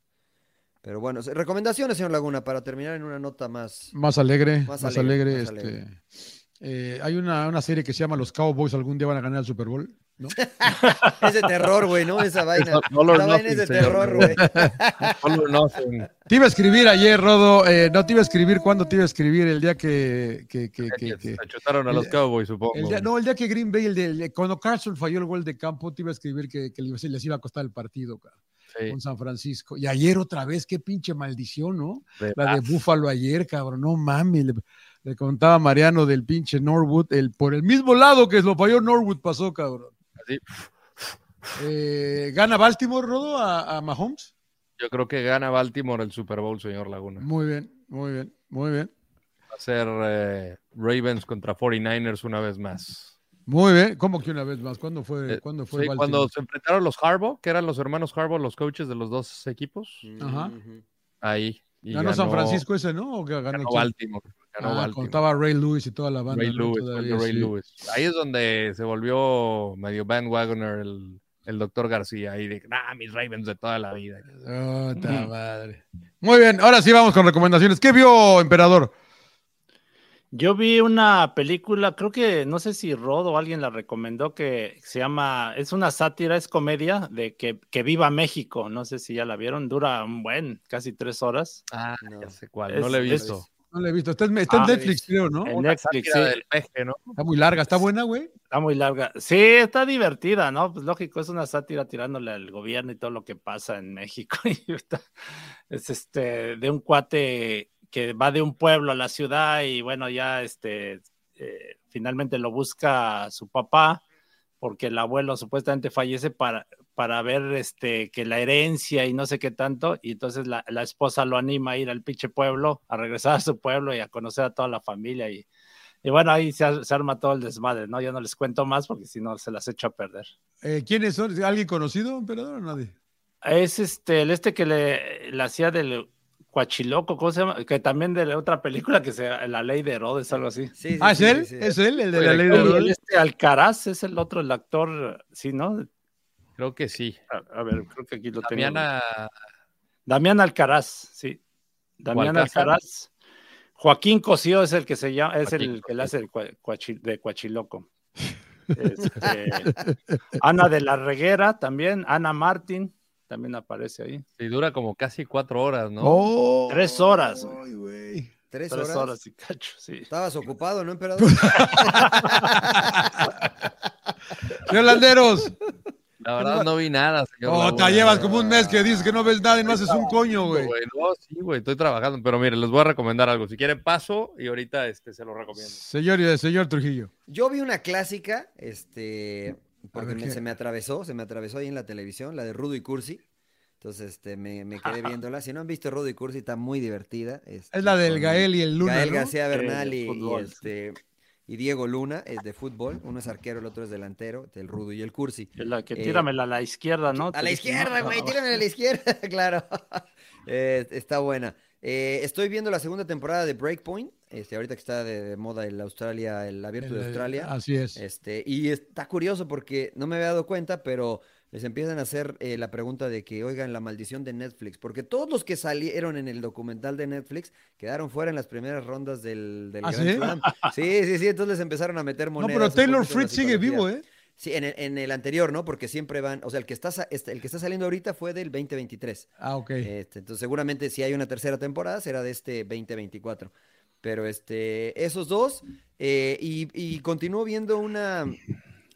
Speaker 1: Pero bueno, se- recomendaciones, señor Laguna, para terminar en una nota más.
Speaker 2: Más alegre,
Speaker 1: Más
Speaker 2: más,
Speaker 1: alegre,
Speaker 2: alegre.
Speaker 1: más
Speaker 2: este, eh, hay una, una serie que se llama Los Cowboys algún día van a ganar el Super Bowl. ¿no?
Speaker 1: Es de terror, güey, ¿no? Esa vaina.
Speaker 4: No- no lo
Speaker 1: Esa vaina
Speaker 4: noten,
Speaker 1: es de
Speaker 4: señor
Speaker 1: terror,
Speaker 4: Laguna.
Speaker 1: güey.
Speaker 4: Solo no hacen-
Speaker 2: Te iba a escribir ayer, Rodo. eh, no te iba a escribir cuándo te iba a escribir el día que. que- que- que- que-
Speaker 4: se chutaron a
Speaker 2: el-
Speaker 4: los Cowboys, supongo.
Speaker 2: el día- no, el día que Green Bay, el de- el de- cuando Carson falló el gol de campo, te iba a escribir que, que les les iba a costar el partido cara,
Speaker 4: Sí,
Speaker 2: con San Francisco. Y ayer otra vez, qué pinche maldición, ¿no?
Speaker 4: de-
Speaker 2: pues, La de Búfalo ayer, cabrón, no mames. Le, le contaba a Mariano del pinche Norwood, el, por el mismo lado que lo falló Norwood pasó, cabrón.
Speaker 4: Así.
Speaker 2: Eh, ¿Gana Baltimore, Rodo, a, a Mahomes?
Speaker 4: Yo creo que gana Baltimore el Super Bowl, señor Laguna.
Speaker 2: Muy bien, muy bien, muy bien.
Speaker 4: Va a ser eh, Ravens contra 49ers una vez más.
Speaker 2: Muy bien. ¿Cómo que una vez más? ¿Cuándo fue,
Speaker 4: Eh,
Speaker 2: ¿cuándo fue
Speaker 4: Sí,
Speaker 2: Baltimore?
Speaker 4: cuando se enfrentaron los Harbaugh, que eran los hermanos Harbaugh, los coaches de los dos equipos,
Speaker 2: Ajá.
Speaker 1: Ujú.
Speaker 4: ahí. y
Speaker 2: Ganó San Francisco ese, ¿no? ¿O que ganó
Speaker 4: ganó
Speaker 2: el Chiefs?
Speaker 4: Baltimore. Ganó ganó
Speaker 2: Ah,
Speaker 4: Baltimore.
Speaker 2: contaba Ray Lewis y toda la banda.
Speaker 4: Ray
Speaker 2: ¿no?
Speaker 4: Lewis, fue el de
Speaker 2: Todavía,
Speaker 4: Ray
Speaker 2: sí.
Speaker 4: Lewis. Ahí es donde se volvió medio bandwagoner el, el doctor García. Ahí de, ah, mis Ravens de toda la vida.
Speaker 2: Puta madre. Muy bien, ahora sí vamos con recomendaciones. ¿Qué vio, emperador?
Speaker 3: Yo vi una película, creo que no sé si Rod o alguien la recomendó, que se llama, es una sátira, es comedia de que, que viva México. No sé si ya la vieron, dura un buen, casi tres horas.
Speaker 4: Ah,
Speaker 1: No.
Speaker 4: ya sé cuál. no
Speaker 3: Es-
Speaker 4: le he
Speaker 3: es-
Speaker 4: visto.
Speaker 2: No la he visto. Está en, está en
Speaker 3: Ah,
Speaker 2: Netflix, creo, ¿no?
Speaker 3: En
Speaker 4: Una
Speaker 3: Netflix,
Speaker 4: sátira
Speaker 3: sí.
Speaker 4: del peje, ¿no?
Speaker 2: Está muy larga. ¿Está buena, güey?
Speaker 3: Está muy larga. Sí, está divertida, ¿no? Pues lógico, es una sátira tirándole al gobierno y todo lo que pasa en México. Y está- es este de un cuate que va de un pueblo a la ciudad y bueno, ya este eh, finalmente lo busca su papá porque el abuelo supuestamente fallece para, para ver este, que la herencia y no sé qué tanto, y entonces la, la esposa lo anima a ir al pinche pueblo, a regresar a su pueblo y a conocer a toda la familia y y bueno, ahí se, ar- se arma todo el desmadre, ¿no? Yo no les cuento más porque si no se las echo a perder.
Speaker 2: Eh, ¿Quiénes son? ¿Alguien conocido, emperador o nadie?
Speaker 3: Es este, el este que le, le hacía del Cuachiloco, ¿cómo se llama? Que también de la otra película que se La Ley de Herodes, algo así.
Speaker 1: Sí, sí,
Speaker 2: Ah, ¿es
Speaker 1: sí,
Speaker 2: él?
Speaker 1: sí, sí.
Speaker 2: ¿Es él? El de
Speaker 4: Oye,
Speaker 2: la ley
Speaker 3: Y
Speaker 2: de
Speaker 3: el
Speaker 2: Herodes.
Speaker 3: este Alcaraz es el otro, el actor, sí, ¿no?
Speaker 4: Creo que sí.
Speaker 3: A, a ver, creo que aquí lo tenía.
Speaker 4: Damiana,
Speaker 3: Damián Alcaraz, sí. Damián
Speaker 4: Alcázar.
Speaker 3: Alcaraz. Joaquín Cosío es el que se llama, es
Speaker 4: Joaquín
Speaker 3: el que le hace el cua- cuachi- de Cuachiloco. Este, Ana de la Reguera también, Ana Martín también aparece ahí.
Speaker 4: sí, dura como casi cuatro horas, ¿no?
Speaker 2: Oh,
Speaker 3: Tres horas, güey.
Speaker 2: ay, güey.
Speaker 1: ¿Tres,
Speaker 3: Tres
Speaker 1: horas?
Speaker 3: horas y cacho, sí.
Speaker 1: Estabas ocupado, ¿no, emperador?
Speaker 2: Yolanderos,
Speaker 4: La verdad no vi nada, señor.
Speaker 2: oh,
Speaker 4: Laguna.
Speaker 2: te llevas como un mes que dices que no ves nada y no haces un coño,
Speaker 4: Güey,
Speaker 2: güey.
Speaker 4: No, sí, güey, estoy trabajando, pero mire, les voy a recomendar algo. Si quieren paso y ahorita este, se lo recomiendo.
Speaker 2: Señor, eh, señor Trujillo.
Speaker 1: Yo vi una clásica, este, porque
Speaker 2: ver,
Speaker 1: me-
Speaker 2: ¿qué?
Speaker 1: se me atravesó, se me atravesó ahí en la televisión, la de Rudo y Cursi. Entonces, este, me, me quedé viéndola. Si no han visto Rudo y Cursi, está muy divertida. este,
Speaker 2: Es la del
Speaker 1: con
Speaker 2: Gael y el Luna.
Speaker 1: Gael
Speaker 2: ¿no?
Speaker 1: García Bernal
Speaker 3: de
Speaker 1: y, y
Speaker 3: fútbol, sí.
Speaker 1: este, y Diego Luna, es de fútbol. Uno es arquero, el otro es delantero, el Rudo y el Cursi.
Speaker 3: Es la que
Speaker 1: Eh,
Speaker 3: tíramela a la izquierda, ¿no?
Speaker 1: A
Speaker 3: Te
Speaker 2: pues,
Speaker 1: la
Speaker 3: dije,
Speaker 1: izquierda,
Speaker 3: ¿no?
Speaker 1: güey, tírame a la izquierda, claro. Eh, está buena. Eh, estoy viendo la segunda temporada de Breakpoint, este, ahorita que está de, de moda el Australia, el abierto de
Speaker 2: El-
Speaker 1: Australia.
Speaker 2: Así es.
Speaker 1: Este, y está curioso porque no me había dado cuenta, pero les empiezan a hacer eh, la pregunta de que, oigan, la maldición de Netflix, porque todos los que salieron en el documental de Netflix quedaron fuera en las primeras rondas del, del
Speaker 2: ¿Ah,
Speaker 1: Grand
Speaker 2: sí?
Speaker 1: Slam. Sí, sí, sí, entonces les empezaron a meter
Speaker 2: No,
Speaker 1: monedas.
Speaker 2: pero
Speaker 1: un
Speaker 2: Taylor
Speaker 1: poquito en la
Speaker 2: Fritz sigue
Speaker 1: psicología.
Speaker 2: vivo, ¿eh?
Speaker 1: Sí, en el, en el anterior, ¿no? Porque siempre van, o sea, el que está, sa- este- el que está saliendo ahorita fue del 2023.
Speaker 2: Ah, ok.
Speaker 1: Este, entonces, seguramente si hay una tercera temporada será de este 2024. Pero este, esos dos. eh, y, y continúo viendo una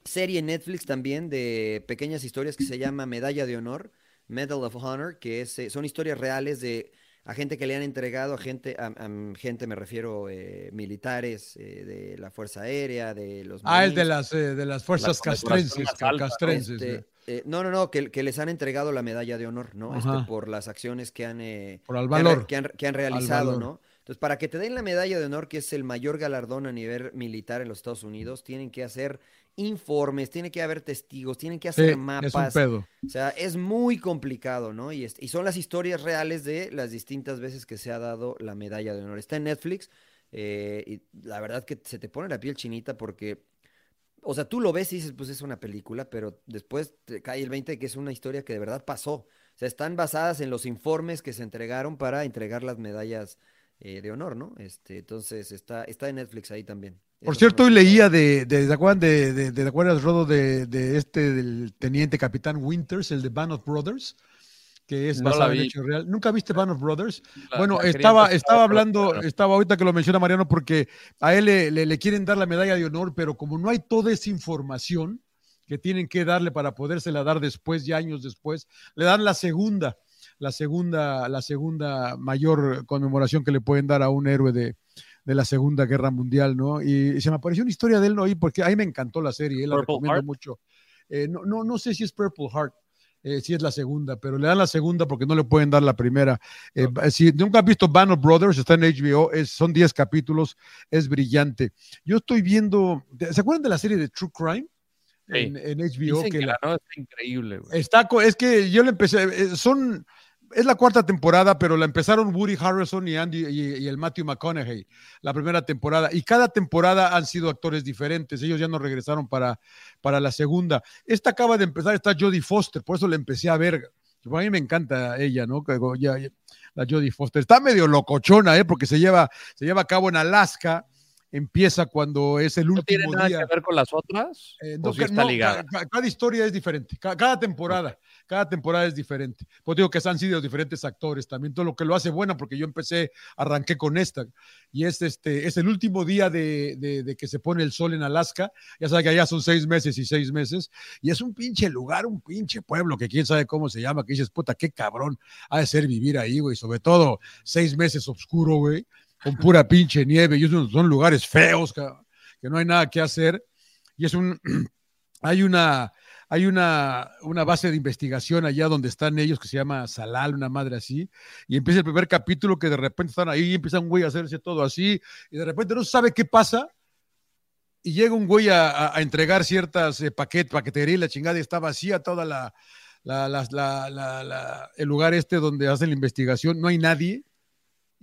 Speaker 1: serie en Netflix también de pequeñas historias que se llama Medalla de Honor, Medal of Honor, que es, eh, son historias reales de a gente que le han entregado, a gente, a, a gente me refiero, eh, militares eh, de la Fuerza Aérea, de los...
Speaker 2: Ah, el de
Speaker 1: Marines.
Speaker 2: las, eh, de las fuerzas
Speaker 4: Las- las- las
Speaker 2: castrenses.
Speaker 4: zonas altas, ¿no?
Speaker 2: castrenses
Speaker 1: Este,
Speaker 2: eh,
Speaker 1: eh, no, no, no, que, que les han entregado la medalla de honor, ¿no? Este,
Speaker 2: Ajá.
Speaker 1: por las acciones que han, eh,
Speaker 2: Por el
Speaker 1: que han re-
Speaker 2: valor.
Speaker 1: que han, que han realizado,
Speaker 2: valor.
Speaker 1: ¿no? Entonces, para que te den la medalla de honor, que es el mayor galardón a nivel militar en los Estados Unidos, tienen que hacer informes, tiene que haber testigos, tienen que
Speaker 2: Sí,
Speaker 1: hacer
Speaker 2: es un
Speaker 1: mapas.
Speaker 2: pedo.
Speaker 1: O sea, es muy complicado, ¿no? Y, es- y son las historias reales de las distintas veces que se ha dado la medalla de honor. Está en Netflix eh, y la verdad que se te pone la piel chinita porque, o sea, tú lo ves y dices, pues es una película, pero después te cae el 20 de que es una historia que de verdad pasó. O sea, están basadas en los informes que se entregaron para entregar las medallas eh, de honor, ¿no? Este, entonces está, está en Netflix ahí también.
Speaker 2: Por
Speaker 1: Esas
Speaker 2: cierto,
Speaker 1: son
Speaker 2: hoy
Speaker 1: las que-
Speaker 2: leía de, de, ¿te acuerdan de, de, de- ¿te acuerdas, Rodo, de, de este, del teniente capitán Winters, el de Band of Brothers? Que es
Speaker 4: No la
Speaker 2: basado en
Speaker 4: vi.
Speaker 2: hecho real. ¿Nunca viste Band of Brothers?
Speaker 4: La-
Speaker 2: Bueno,
Speaker 4: la quería
Speaker 2: estaba,
Speaker 4: empezar,
Speaker 2: estaba
Speaker 4: pero-
Speaker 2: hablando,
Speaker 4: pero-
Speaker 2: estaba ahorita que lo menciona Mariano, porque a él le, le- le quieren dar la medalla de honor, pero como no hay toda esa información que tienen que darle para podérsela dar después, ya años después, le dan la segunda, la segunda, la segunda mayor conmemoración que le pueden dar a un héroe de, de la Segunda Guerra Mundial, ¿no? Y se me apareció una historia de él ¿no? ahí, porque ahí me encantó la serie, eh, la
Speaker 4: Purple
Speaker 2: recomiendo
Speaker 4: Heart.
Speaker 2: mucho. Eh, no, no, no sé si es Purple Heart, eh, si es la segunda, pero le dan la segunda porque no le pueden dar la primera. Eh, ba- Si nunca has visto Band of Brothers, está en HBO, es- son 10 capítulos, es brillante. Yo estoy viendo, ¿se acuerdan de la serie de True Crime?
Speaker 4: Sí.
Speaker 2: En, en HBO,
Speaker 4: Dicen que
Speaker 2: que la-
Speaker 4: la nueva está increíble, güey.
Speaker 2: Está, co- es que yo le empecé, eh, son, es la cuarta temporada, pero la empezaron Woody Harrison y Andy y, y el Matthew McConaughey, la primera temporada. Y cada temporada han sido actores diferentes. Ellos ya no regresaron para, para la segunda. Esta acaba de empezar, está Jodie Foster, por eso la empecé a ver. A mí me encanta ella, ¿no? Que go- ya- ya- la Jodie Foster. Está medio locochona, ¿eh? Porque se lleva, se lleva a cabo en Alaska. Empieza cuando es el
Speaker 4: ¿No tiene
Speaker 2: último
Speaker 4: nada
Speaker 2: día.
Speaker 4: que ver con las otras?
Speaker 2: Eh,
Speaker 4: ¿O
Speaker 2: no,
Speaker 4: sí
Speaker 2: ca-
Speaker 4: está
Speaker 2: no,
Speaker 4: ligada?
Speaker 2: ca- ca- Cada, historia es diferente, ca- cada, temporada, cada temporada es diferente. Pues digo que han sido diferentes actores también, todo lo que lo hace buena, porque yo empecé, arranqué con esta, y es este, es el último día de, de- de que se pone el sol en Alaska, ya sabes que allá son seis meses y seis meses, y es un pinche lugar, un pinche pueblo, que quién sabe cómo se llama, que dices, puta, qué cabrón ha de ser vivir ahí, güey, sobre todo seis meses oscuro, güey, con pura pinche nieve, y esos son lugares feos, ca- que no hay nada que hacer, y es un, hay una, hay una, una base de investigación allá donde están ellos que se llama Salal, una madre así, y empieza el primer capítulo que de repente están ahí y empiezan güey a hacerse todo así, y de repente no se sabe qué pasa, y llega un güey a, a- a entregar ciertas eh, paquet, paquetería y la chingada y está vacía toda la, la- la- la- la- la- el lugar este donde hacen la investigación, no hay nadie,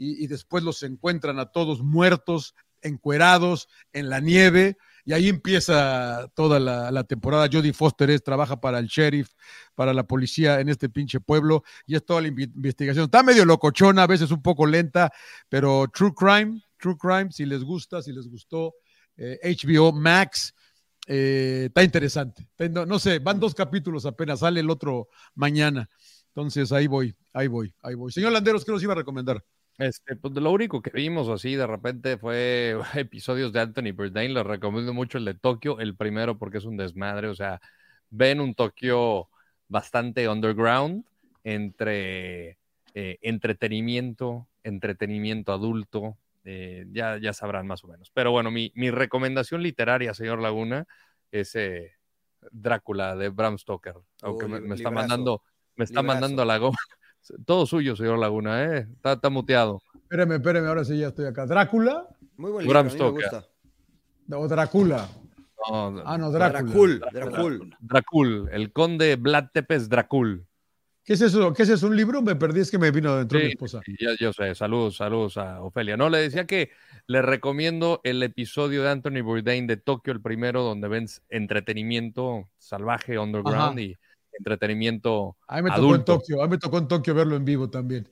Speaker 2: y, y después los encuentran a todos muertos, encuerados, en la nieve, y ahí empieza toda la, la temporada. Jodie Foster es, trabaja para el sheriff, para la policía en este pinche pueblo, y es toda la invi- investigación. Está medio locochona, a veces un poco lenta, pero True Crime, True Crime, si les gusta, si les gustó, eh, HBO Max, eh, está interesante. Está- No, no sé, van dos capítulos apenas, sale el otro mañana. Entonces ahí voy, ahí voy, ahí voy. Señor Landeros, ¿qué nos iba a recomendar?
Speaker 4: Este, pues lo único que vimos así de repente fue episodios de Anthony Bourdain. Les recomiendo mucho el de Tokio, el primero porque es un desmadre. O sea, ven un Tokio bastante underground entre eh, entretenimiento, entretenimiento adulto. eh, ya, ya sabrán más o menos. Pero bueno, mi, mi recomendación literaria, señor Laguna, es eh, Drácula de Bram Stoker. Aunque
Speaker 1: Uy,
Speaker 4: me, me está
Speaker 1: librazo.
Speaker 4: mandando, me está
Speaker 1: Librazo.
Speaker 4: mandando a la goma. Todo suyo, señor Laguna, ¿eh? Está- está muteado.
Speaker 2: Espérame, espérame, ahora sí ya estoy acá. ¿Drácula
Speaker 1: Muy buen libro,
Speaker 4: Bram
Speaker 1: a mí me
Speaker 4: Stoker.
Speaker 1: gusta.
Speaker 2: o Drácula?
Speaker 4: No,
Speaker 2: Ah, no, Drácula.
Speaker 1: Dracul, Dracul.
Speaker 4: Dracul, el conde Vlad Tepes Dracul.
Speaker 2: ¿Qué es eso? ¿Qué es eso? ¿Un libro? Me perdí, es que me vino dentro
Speaker 4: Sí,
Speaker 2: mi esposa.
Speaker 4: sí, ya- yo sé, saludos, saludos a Ofelia. No, le decía que le recomiendo el episodio de Anthony Bourdain de Tokio, el primero, donde ven entretenimiento salvaje, underground
Speaker 2: Ajá.
Speaker 4: y entretenimiento,
Speaker 2: A mí me
Speaker 4: Adulto.
Speaker 2: tocó en Tokio, a mí me tocó en Tokio verlo en vivo también.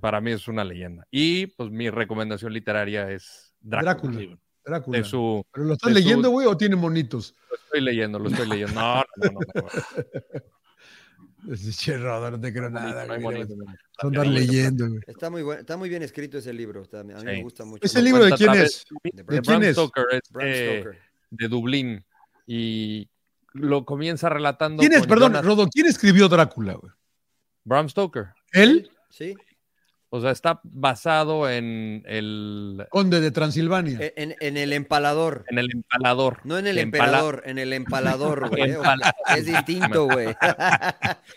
Speaker 4: para mí es una leyenda. Y pues mi recomendación literaria es Drácula.
Speaker 2: Drácula. Drácula.
Speaker 4: De su,
Speaker 2: ¿Pero lo estás
Speaker 4: de su-
Speaker 2: leyendo, güey, o tiene monitos?
Speaker 4: lo estoy leyendo, lo estoy leyendo. No, no, no, no, no.
Speaker 2: Dice, Che, Rodo, no te creo nada.
Speaker 4: Muy
Speaker 2: güey,
Speaker 4: bonito,
Speaker 2: vas
Speaker 4: muy bonito.
Speaker 2: a andar leyendo, güey.
Speaker 1: Está muy, buen- está muy bien escrito ese libro. está- a mí me
Speaker 4: Sí.
Speaker 1: gusta mucho.
Speaker 2: ¿Ese libro de
Speaker 4: cuenta
Speaker 2: quién
Speaker 4: otra
Speaker 2: es?
Speaker 1: de
Speaker 4: De
Speaker 1: Bram,
Speaker 2: quién
Speaker 4: Bram
Speaker 2: es?
Speaker 4: Stoker, es,
Speaker 1: Bram
Speaker 4: eh,
Speaker 1: Stoker.
Speaker 4: de Dublín y lo comienza relatando.
Speaker 2: ¿Quién es,
Speaker 4: con
Speaker 2: perdón,
Speaker 4: Jonas-
Speaker 2: Rodo, quién escribió Drácula, güey?
Speaker 4: Bram Stoker.
Speaker 2: ¿Él?
Speaker 1: Sí.
Speaker 4: O sea, está basado en el,
Speaker 2: Conde de
Speaker 4: Eh,
Speaker 2: Transilvania.
Speaker 1: E, En, en- en el empalador.
Speaker 4: en el empalador.
Speaker 1: No en el
Speaker 4: Que empala-
Speaker 1: emperador, en el empalador, güey.
Speaker 4: Empala-
Speaker 1: Es distinto, güey. No,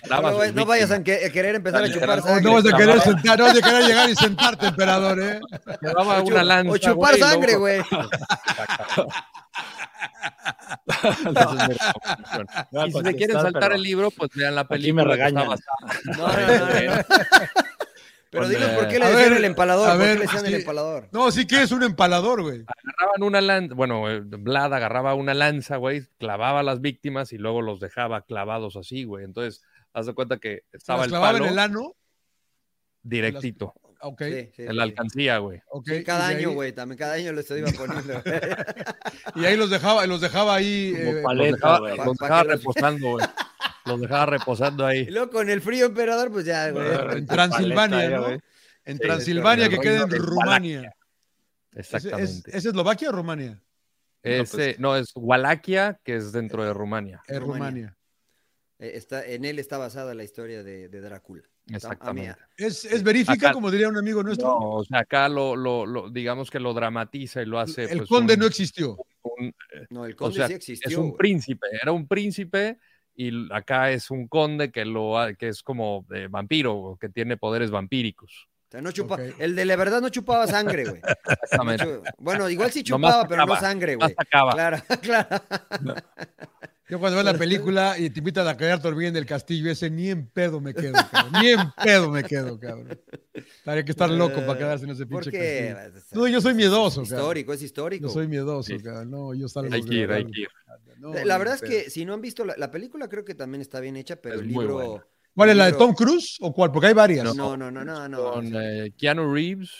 Speaker 4: Lava sus
Speaker 1: vayas- no vayas
Speaker 4: víctimas.
Speaker 1: a, que- a querer empezar a
Speaker 4: Dale,
Speaker 1: chupar
Speaker 4: no,
Speaker 1: sangre.
Speaker 2: No vas a querer
Speaker 4: Trabajo.
Speaker 2: sentar, no vas a querer llegar y sentarte, emperador, ¿eh?
Speaker 4: Llevaba
Speaker 1: O chu-
Speaker 4: una lanza,
Speaker 1: o chupar
Speaker 4: güey, y luego-
Speaker 1: sangre, güey.
Speaker 4: Esa es mi recomendación.
Speaker 3: Voy
Speaker 4: Y si
Speaker 3: a
Speaker 4: se
Speaker 3: contestar,
Speaker 4: quieren saltar
Speaker 3: pero
Speaker 4: el libro, pues vean la
Speaker 3: me
Speaker 4: película. que está
Speaker 3: regañan.
Speaker 4: basada
Speaker 1: No, no, no, no, no. Pero
Speaker 4: Ponle-
Speaker 1: dinos por qué le
Speaker 2: A
Speaker 1: decían
Speaker 2: ver,
Speaker 1: el empalador.
Speaker 2: a
Speaker 1: ¿Por qué
Speaker 2: ver,
Speaker 1: le decían el
Speaker 2: sí.
Speaker 1: empalador?
Speaker 2: No, sí que es un empalador, güey.
Speaker 4: agarraban una lanza, bueno, eh, Vlad agarraba una lanza, güey, clavaba a las víctimas y luego los dejaba clavados así, güey. Entonces, haz de cuenta que estaba
Speaker 2: Las
Speaker 4: el
Speaker 2: clavaba en
Speaker 4: palo
Speaker 2: el ano.
Speaker 4: directito,
Speaker 2: Ok,
Speaker 1: Sí, sí,
Speaker 4: en la
Speaker 2: eh,
Speaker 1: sí.
Speaker 4: alcancía, güey.
Speaker 2: ok.
Speaker 1: Sí, cada
Speaker 2: y de
Speaker 1: año,
Speaker 2: ahí-
Speaker 1: güey, también cada año les iba poniendo.
Speaker 2: Y ahí los dejaba, los dejaba ahí.
Speaker 3: Como
Speaker 2: eh,
Speaker 3: paleta.
Speaker 4: Los dejaba,
Speaker 3: güey.
Speaker 4: los
Speaker 1: Pa-
Speaker 4: dejaba
Speaker 1: pa' que los-
Speaker 4: reposando, güey. Los dejaba reposando
Speaker 1: y
Speaker 4: ahí.
Speaker 1: luego con el frío emperador, pues ya, güey.
Speaker 2: en Transilvania,
Speaker 3: Paleta,
Speaker 2: ¿no?
Speaker 3: güey.
Speaker 2: En
Speaker 4: Sí,
Speaker 2: Transilvania,
Speaker 4: en el
Speaker 2: que queda en
Speaker 4: reino de
Speaker 2: Rumania. ¿Es, es,
Speaker 4: Exactamente.
Speaker 2: es Eslovaquia o Rumania?
Speaker 4: Ese- no, es Walaquia, que es dentro de Rumania.
Speaker 2: Es
Speaker 1: Rumania.
Speaker 2: Rumania.
Speaker 1: Eh, Está, en él está basada la historia de, de Drácula. Está- a mí-
Speaker 4: Exactamente.
Speaker 2: ¿Es, es verífica,
Speaker 4: Acá-
Speaker 2: como diría un amigo
Speaker 4: No,
Speaker 2: nuestro?
Speaker 4: o sea, acá lo, lo- lo- digamos que lo dramatiza y lo hace.
Speaker 2: el
Speaker 4: pues,
Speaker 2: conde
Speaker 4: un-
Speaker 2: no existió.
Speaker 4: un-
Speaker 1: No, el conde
Speaker 4: sea,
Speaker 1: sí
Speaker 4: es
Speaker 1: existió.
Speaker 4: un
Speaker 1: güey.
Speaker 4: príncipe, era un príncipe y l- acá es un conde que lo ha- que es como eh, vampiro, o que tiene poderes vampíricos.
Speaker 1: O sea, no chupa-
Speaker 2: Ok.
Speaker 1: El de la verdad no chupaba sangre, güey.
Speaker 4: Exactamente.
Speaker 1: Chu- Bueno, igual sí
Speaker 4: Nomás
Speaker 1: chupaba, pero no
Speaker 4: sacaba,
Speaker 1: sangre,
Speaker 4: Más
Speaker 1: güey.
Speaker 4: acaba.
Speaker 1: Claro, claro.
Speaker 2: Yo cuando veo la película y te invitan a quedar dormir en el castillo ese, ni en pedo me quedo, cabrón. Ni en pedo me quedo, cabrón. Habría que estar loco para quedarse en ese pinche
Speaker 1: Porque
Speaker 2: castillo. No, yo soy miedoso,
Speaker 1: es
Speaker 2: cabrón.
Speaker 1: histórico, es histórico.
Speaker 2: Yo soy miedoso,
Speaker 4: Sí.
Speaker 2: cabrón. No, yo salgo.
Speaker 4: Hay que ir, hay que ir.
Speaker 2: No,
Speaker 1: la verdad es
Speaker 2: ni en pedo.
Speaker 1: que si no han visto la, la película, creo que también está bien hecha, pero
Speaker 4: Es
Speaker 1: el
Speaker 4: muy
Speaker 1: libro.
Speaker 4: buena.
Speaker 2: ¿Cuál es la de
Speaker 1: libro-
Speaker 2: Tom Cruise o cuál? Porque hay varias.
Speaker 1: No, no, no, no, no.
Speaker 4: Con eh, Keanu Reeves,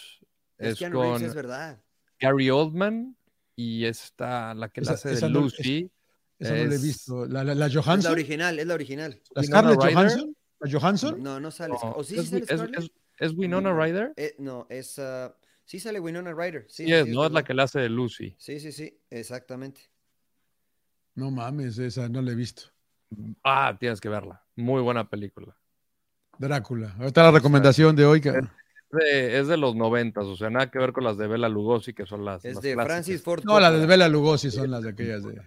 Speaker 1: es,
Speaker 4: es,
Speaker 1: Keanu Reeves,
Speaker 4: con
Speaker 1: es verdad.
Speaker 4: Gary Oldman y esta, la que
Speaker 2: Esa-
Speaker 4: la hace
Speaker 2: esa
Speaker 4: de
Speaker 2: no-
Speaker 4: Lucy.
Speaker 2: Esa no la he
Speaker 4: es-
Speaker 2: visto. ¿La, la, la
Speaker 1: Es la
Speaker 2: Johansson?
Speaker 1: original, es la original.
Speaker 2: ¿La
Speaker 4: Winona
Speaker 2: Scarlett
Speaker 4: Ryder.
Speaker 2: Johansson? ¿La Johansson?
Speaker 1: No, no sale.
Speaker 4: No,
Speaker 1: Scar- ¿O sí
Speaker 4: es,
Speaker 1: sale
Speaker 4: es-
Speaker 1: Scarlett?
Speaker 4: es- es Winona Ryder?
Speaker 1: Eh, no, es. ah, sí sale Winona Ryder. Sí,
Speaker 4: Sí, es,
Speaker 1: sí,
Speaker 4: ¿no? Es la
Speaker 1: verdad.
Speaker 4: que la hace de Lucy.
Speaker 1: Sí, sí, sí, exactamente.
Speaker 2: No mames, esa no la he visto.
Speaker 4: Ah, tienes que verla. Muy buena película.
Speaker 2: Drácula. Ahorita la recomendación de hoy. cabrón.
Speaker 4: De- es de los noventas, o sea, nada que ver con las de Bela Lugosi, que son las.
Speaker 1: Es
Speaker 4: las
Speaker 1: de
Speaker 4: clásicas.
Speaker 1: Francis Ford.
Speaker 2: No, las de
Speaker 1: Coppola.
Speaker 2: Bela Lugosi son las de aquellas de.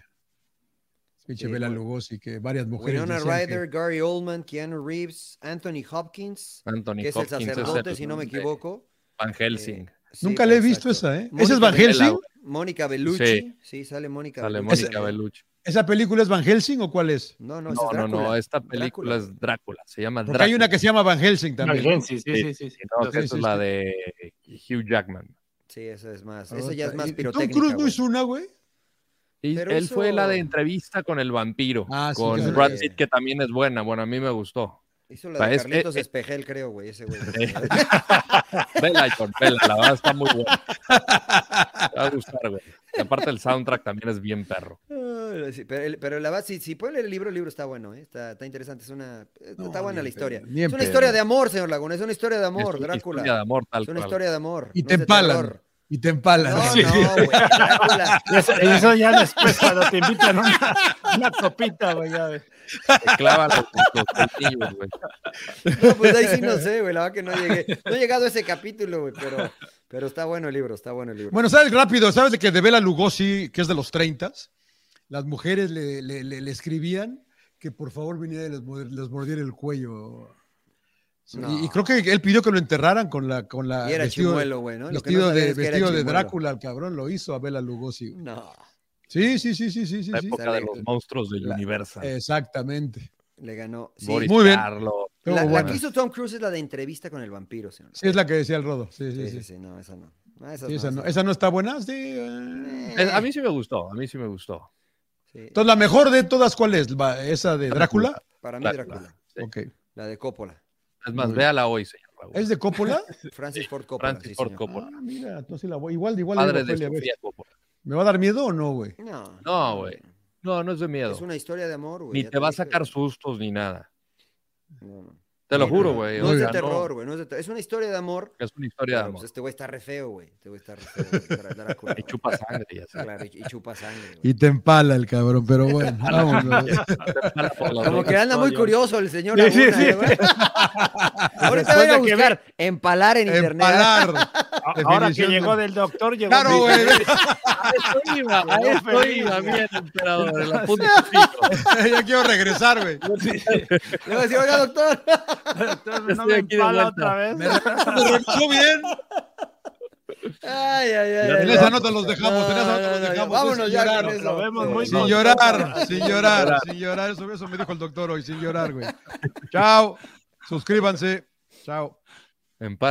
Speaker 2: Pinche
Speaker 1: Sí,
Speaker 2: Bela
Speaker 1: bueno.
Speaker 2: Lugosi, que varias mujeres.
Speaker 1: Winona
Speaker 2: decían que-
Speaker 1: Ryder, Gary Oldman, Keanu Reeves, Anthony Hopkins,
Speaker 4: Anthony
Speaker 1: que es el
Speaker 4: Hopkins, es
Speaker 1: sacerdote,
Speaker 4: el-
Speaker 1: si no me
Speaker 4: de
Speaker 1: equivoco. Eh,
Speaker 4: Van Helsing.
Speaker 1: Sí,
Speaker 2: Nunca la he visto
Speaker 1: exacto.
Speaker 2: esa, ¿eh? ¿Esa
Speaker 1: Mónica
Speaker 2: es Van
Speaker 1: Bellucci.
Speaker 2: Helsing?
Speaker 1: Mónica Bellucci. Sí,
Speaker 4: Sí.
Speaker 1: sale Mónica
Speaker 4: Sale
Speaker 1: Bellucci.
Speaker 4: Mónica Bellucci.
Speaker 2: ¿Esa película es Van Helsing o cuál es?
Speaker 1: No, no,
Speaker 4: No,
Speaker 1: esa es
Speaker 4: no,
Speaker 1: Drácula.
Speaker 4: no, esta película
Speaker 1: Drácula.
Speaker 4: es Drácula, se llama
Speaker 2: Porque
Speaker 4: Drácula.
Speaker 2: hay una que se llama Van Helsing también.
Speaker 3: También, sí, sí, sí, sí, sí.
Speaker 4: No, que
Speaker 2: Sí,
Speaker 4: esa
Speaker 2: sí,
Speaker 4: es la
Speaker 2: sí.
Speaker 4: de Hugh Jackman.
Speaker 1: Sí, esa es más.
Speaker 2: Ahora
Speaker 1: Esa ya es
Speaker 2: está.
Speaker 1: más
Speaker 2: Ah, ¿Y- y
Speaker 1: pirotécnica.
Speaker 2: Tom Cruise no
Speaker 1: güey.
Speaker 2: hizo una, güey.
Speaker 4: Y
Speaker 1: Pero
Speaker 4: él
Speaker 1: eso-
Speaker 4: fue la de entrevista con el vampiro,
Speaker 2: Ah, sí,
Speaker 4: con
Speaker 2: claro.
Speaker 4: Brad Pitt, que también es buena. Bueno, a mí me gustó.
Speaker 1: Hizo la de
Speaker 4: Es-
Speaker 1: Carlitos
Speaker 4: eh, eh.
Speaker 1: Espejel, creo, güey, ese güey.
Speaker 4: Vela, John, vela, la verdad está muy buena. Te va a gustar, güey. Y aparte, el soundtrack también es bien perro.
Speaker 1: Ay, sí, pero, el- pero la verdad, si, si pueden leer el libro, el libro está bueno, ¿eh? está, está interesante, es una, eh,
Speaker 2: No,
Speaker 1: está buena
Speaker 2: ni
Speaker 1: la
Speaker 2: en
Speaker 1: historia.
Speaker 2: pedo, ni en
Speaker 1: Es una
Speaker 2: pedo.
Speaker 1: historia de amor, señor Laguna, es una historia de amor,
Speaker 4: es una
Speaker 1: Drácula.
Speaker 4: historia de amor, tal
Speaker 1: es una
Speaker 4: cual.
Speaker 1: historia de amor.
Speaker 2: Y
Speaker 1: no
Speaker 2: te
Speaker 1: es de
Speaker 2: empalan.
Speaker 1: terror.
Speaker 2: Y te empalan.
Speaker 1: No,
Speaker 2: Sí.
Speaker 1: no, güey, Drácula.
Speaker 3: Y Eso, y eso ya después cuando te invitan a una, una copita, güey. ya ves.
Speaker 4: Te clava los, los colmillos, güey.
Speaker 1: No, pues ahí sí no sé, güey, la verdad que no llegué. No he llegado a ese capítulo, güey, pero, pero está bueno el libro, está bueno el libro.
Speaker 2: Bueno, sabes rápido, sabes de que de Bela Lugosi, que es de los 30, las mujeres le, le- le- le escribían que por favor viniera y les, mord- les mordiera el cuello. Sí,
Speaker 1: No.
Speaker 2: Y, y creo que él pidió que lo enterraran con la con la
Speaker 1: y era
Speaker 2: vestido,
Speaker 1: chimuelo, güey, ¿no? Lo que no
Speaker 2: vestido de
Speaker 1: sabía es que era
Speaker 2: vestido de
Speaker 1: chimuelo.
Speaker 2: Drácula, el cabrón lo hizo a Bela Lugosi. güey.
Speaker 1: No,
Speaker 2: Sí, sí, sí, sí, sí, sí.
Speaker 4: La
Speaker 2: sí.
Speaker 4: época de los monstruos del universo.
Speaker 1: eh,
Speaker 2: Exactamente.
Speaker 1: le ganó. sí.
Speaker 4: Boris
Speaker 2: muy bien.
Speaker 4: Karloff.
Speaker 2: Estuvo
Speaker 1: La, la
Speaker 2: buena.
Speaker 1: que hizo Tom Cruise es la de entrevista con el vampiro, señor.
Speaker 2: Sí, es la que decía el Rodo. Sí, sí,
Speaker 1: Sí,
Speaker 2: sí.
Speaker 1: sí, sí, no, esa no. No, esas
Speaker 2: Sí, esa, no,
Speaker 1: esas
Speaker 2: esa no está buena. Sí. eh.
Speaker 4: Es- a mí sí me gustó, a mí sí me gustó.
Speaker 1: Sí,
Speaker 2: Entonces, la mejor de todas, ¿cuál es? Va, ¿Esa de Drácula?
Speaker 1: para mí
Speaker 4: Drácula.
Speaker 1: Drácula,
Speaker 4: Sí.
Speaker 2: Ok.
Speaker 1: la de Coppola,
Speaker 4: Es más, véala hoy, señor. Raúl.
Speaker 2: ¿Es de Coppola?
Speaker 1: Francis Ford Coppola.
Speaker 4: Francis
Speaker 1: sí,
Speaker 4: Ford
Speaker 1: señor. Ah,
Speaker 4: Coppola,
Speaker 2: Ah, mira, entonces la voy. Igual, igual.
Speaker 4: padre
Speaker 2: la
Speaker 4: de
Speaker 2: peli, a ver.
Speaker 4: Sofía Coppola.
Speaker 2: ¿Me va a dar miedo o no, güey?
Speaker 1: No,
Speaker 4: No, güey, No, no es de miedo.
Speaker 1: Es una historia de amor, güey.
Speaker 4: Ni
Speaker 1: ya
Speaker 4: te va a
Speaker 1: dije,
Speaker 4: sacar
Speaker 1: güey.
Speaker 4: sustos ni nada.
Speaker 1: No, no.
Speaker 4: Te lo
Speaker 1: Sí,
Speaker 4: juro,
Speaker 1: no,
Speaker 4: güey.
Speaker 1: No
Speaker 4: o
Speaker 1: es de
Speaker 4: sea,
Speaker 1: terror, güey. No es, de ter- es una historia de amor.
Speaker 4: es una historia de
Speaker 1: Pero, pues,
Speaker 4: amor.
Speaker 1: este güey está re feo, güey. Este güey está re feo. güey, Dra- Drácula,
Speaker 4: Y
Speaker 1: güey.
Speaker 4: chupa sangre y así.
Speaker 1: Claro, y, y chupa sangre, güey.
Speaker 2: Y te empala el cabrón, pero bueno, vámonos.
Speaker 4: Por las
Speaker 1: Como
Speaker 4: drogas.
Speaker 1: que anda muy
Speaker 3: Oye.
Speaker 1: curioso el señor.
Speaker 3: Sí, sí,
Speaker 1: Laguna,
Speaker 3: sí.
Speaker 1: eh, güey. Ahorita voy
Speaker 3: Después
Speaker 1: a
Speaker 3: de que
Speaker 1: buscar empalar en internet.
Speaker 2: Empalar.
Speaker 3: A- Ahora que
Speaker 2: Definición
Speaker 3: llegó
Speaker 2: de-
Speaker 3: del doctor, llegó.
Speaker 2: Claro,
Speaker 3: mi-
Speaker 2: güey.
Speaker 4: A eso iba, a
Speaker 3: Llegó
Speaker 4: eso
Speaker 3: feliz,
Speaker 4: iba,
Speaker 3: güey.
Speaker 4: bien, emperador. en La punta del pico.
Speaker 2: Ya quiero regresar, güey.
Speaker 1: Le voy a decir, oiga, doctor.
Speaker 3: Entonces, no
Speaker 4: Estoy
Speaker 3: me
Speaker 4: aquí de
Speaker 3: empala
Speaker 4: vuelta.
Speaker 3: otra vez.
Speaker 2: Me regresó bien.
Speaker 1: Ay, ay, ay.
Speaker 2: En
Speaker 1: ay,
Speaker 2: esa
Speaker 1: ay.
Speaker 2: nota los dejamos, en esa
Speaker 1: No,
Speaker 2: nota
Speaker 1: no,
Speaker 2: los
Speaker 1: no, ya, Vámonos
Speaker 2: dejamos. sin
Speaker 1: ya con
Speaker 2: llorar,
Speaker 3: Nos
Speaker 1: eso.
Speaker 3: vemos
Speaker 1: Sí.
Speaker 3: muy
Speaker 2: Sin llorar, sin llorar, sin llorar. Eso, eso me dijo el doctor hoy, sin llorar, güey. Chao. Suscríbanse. Chao.
Speaker 4: Empate.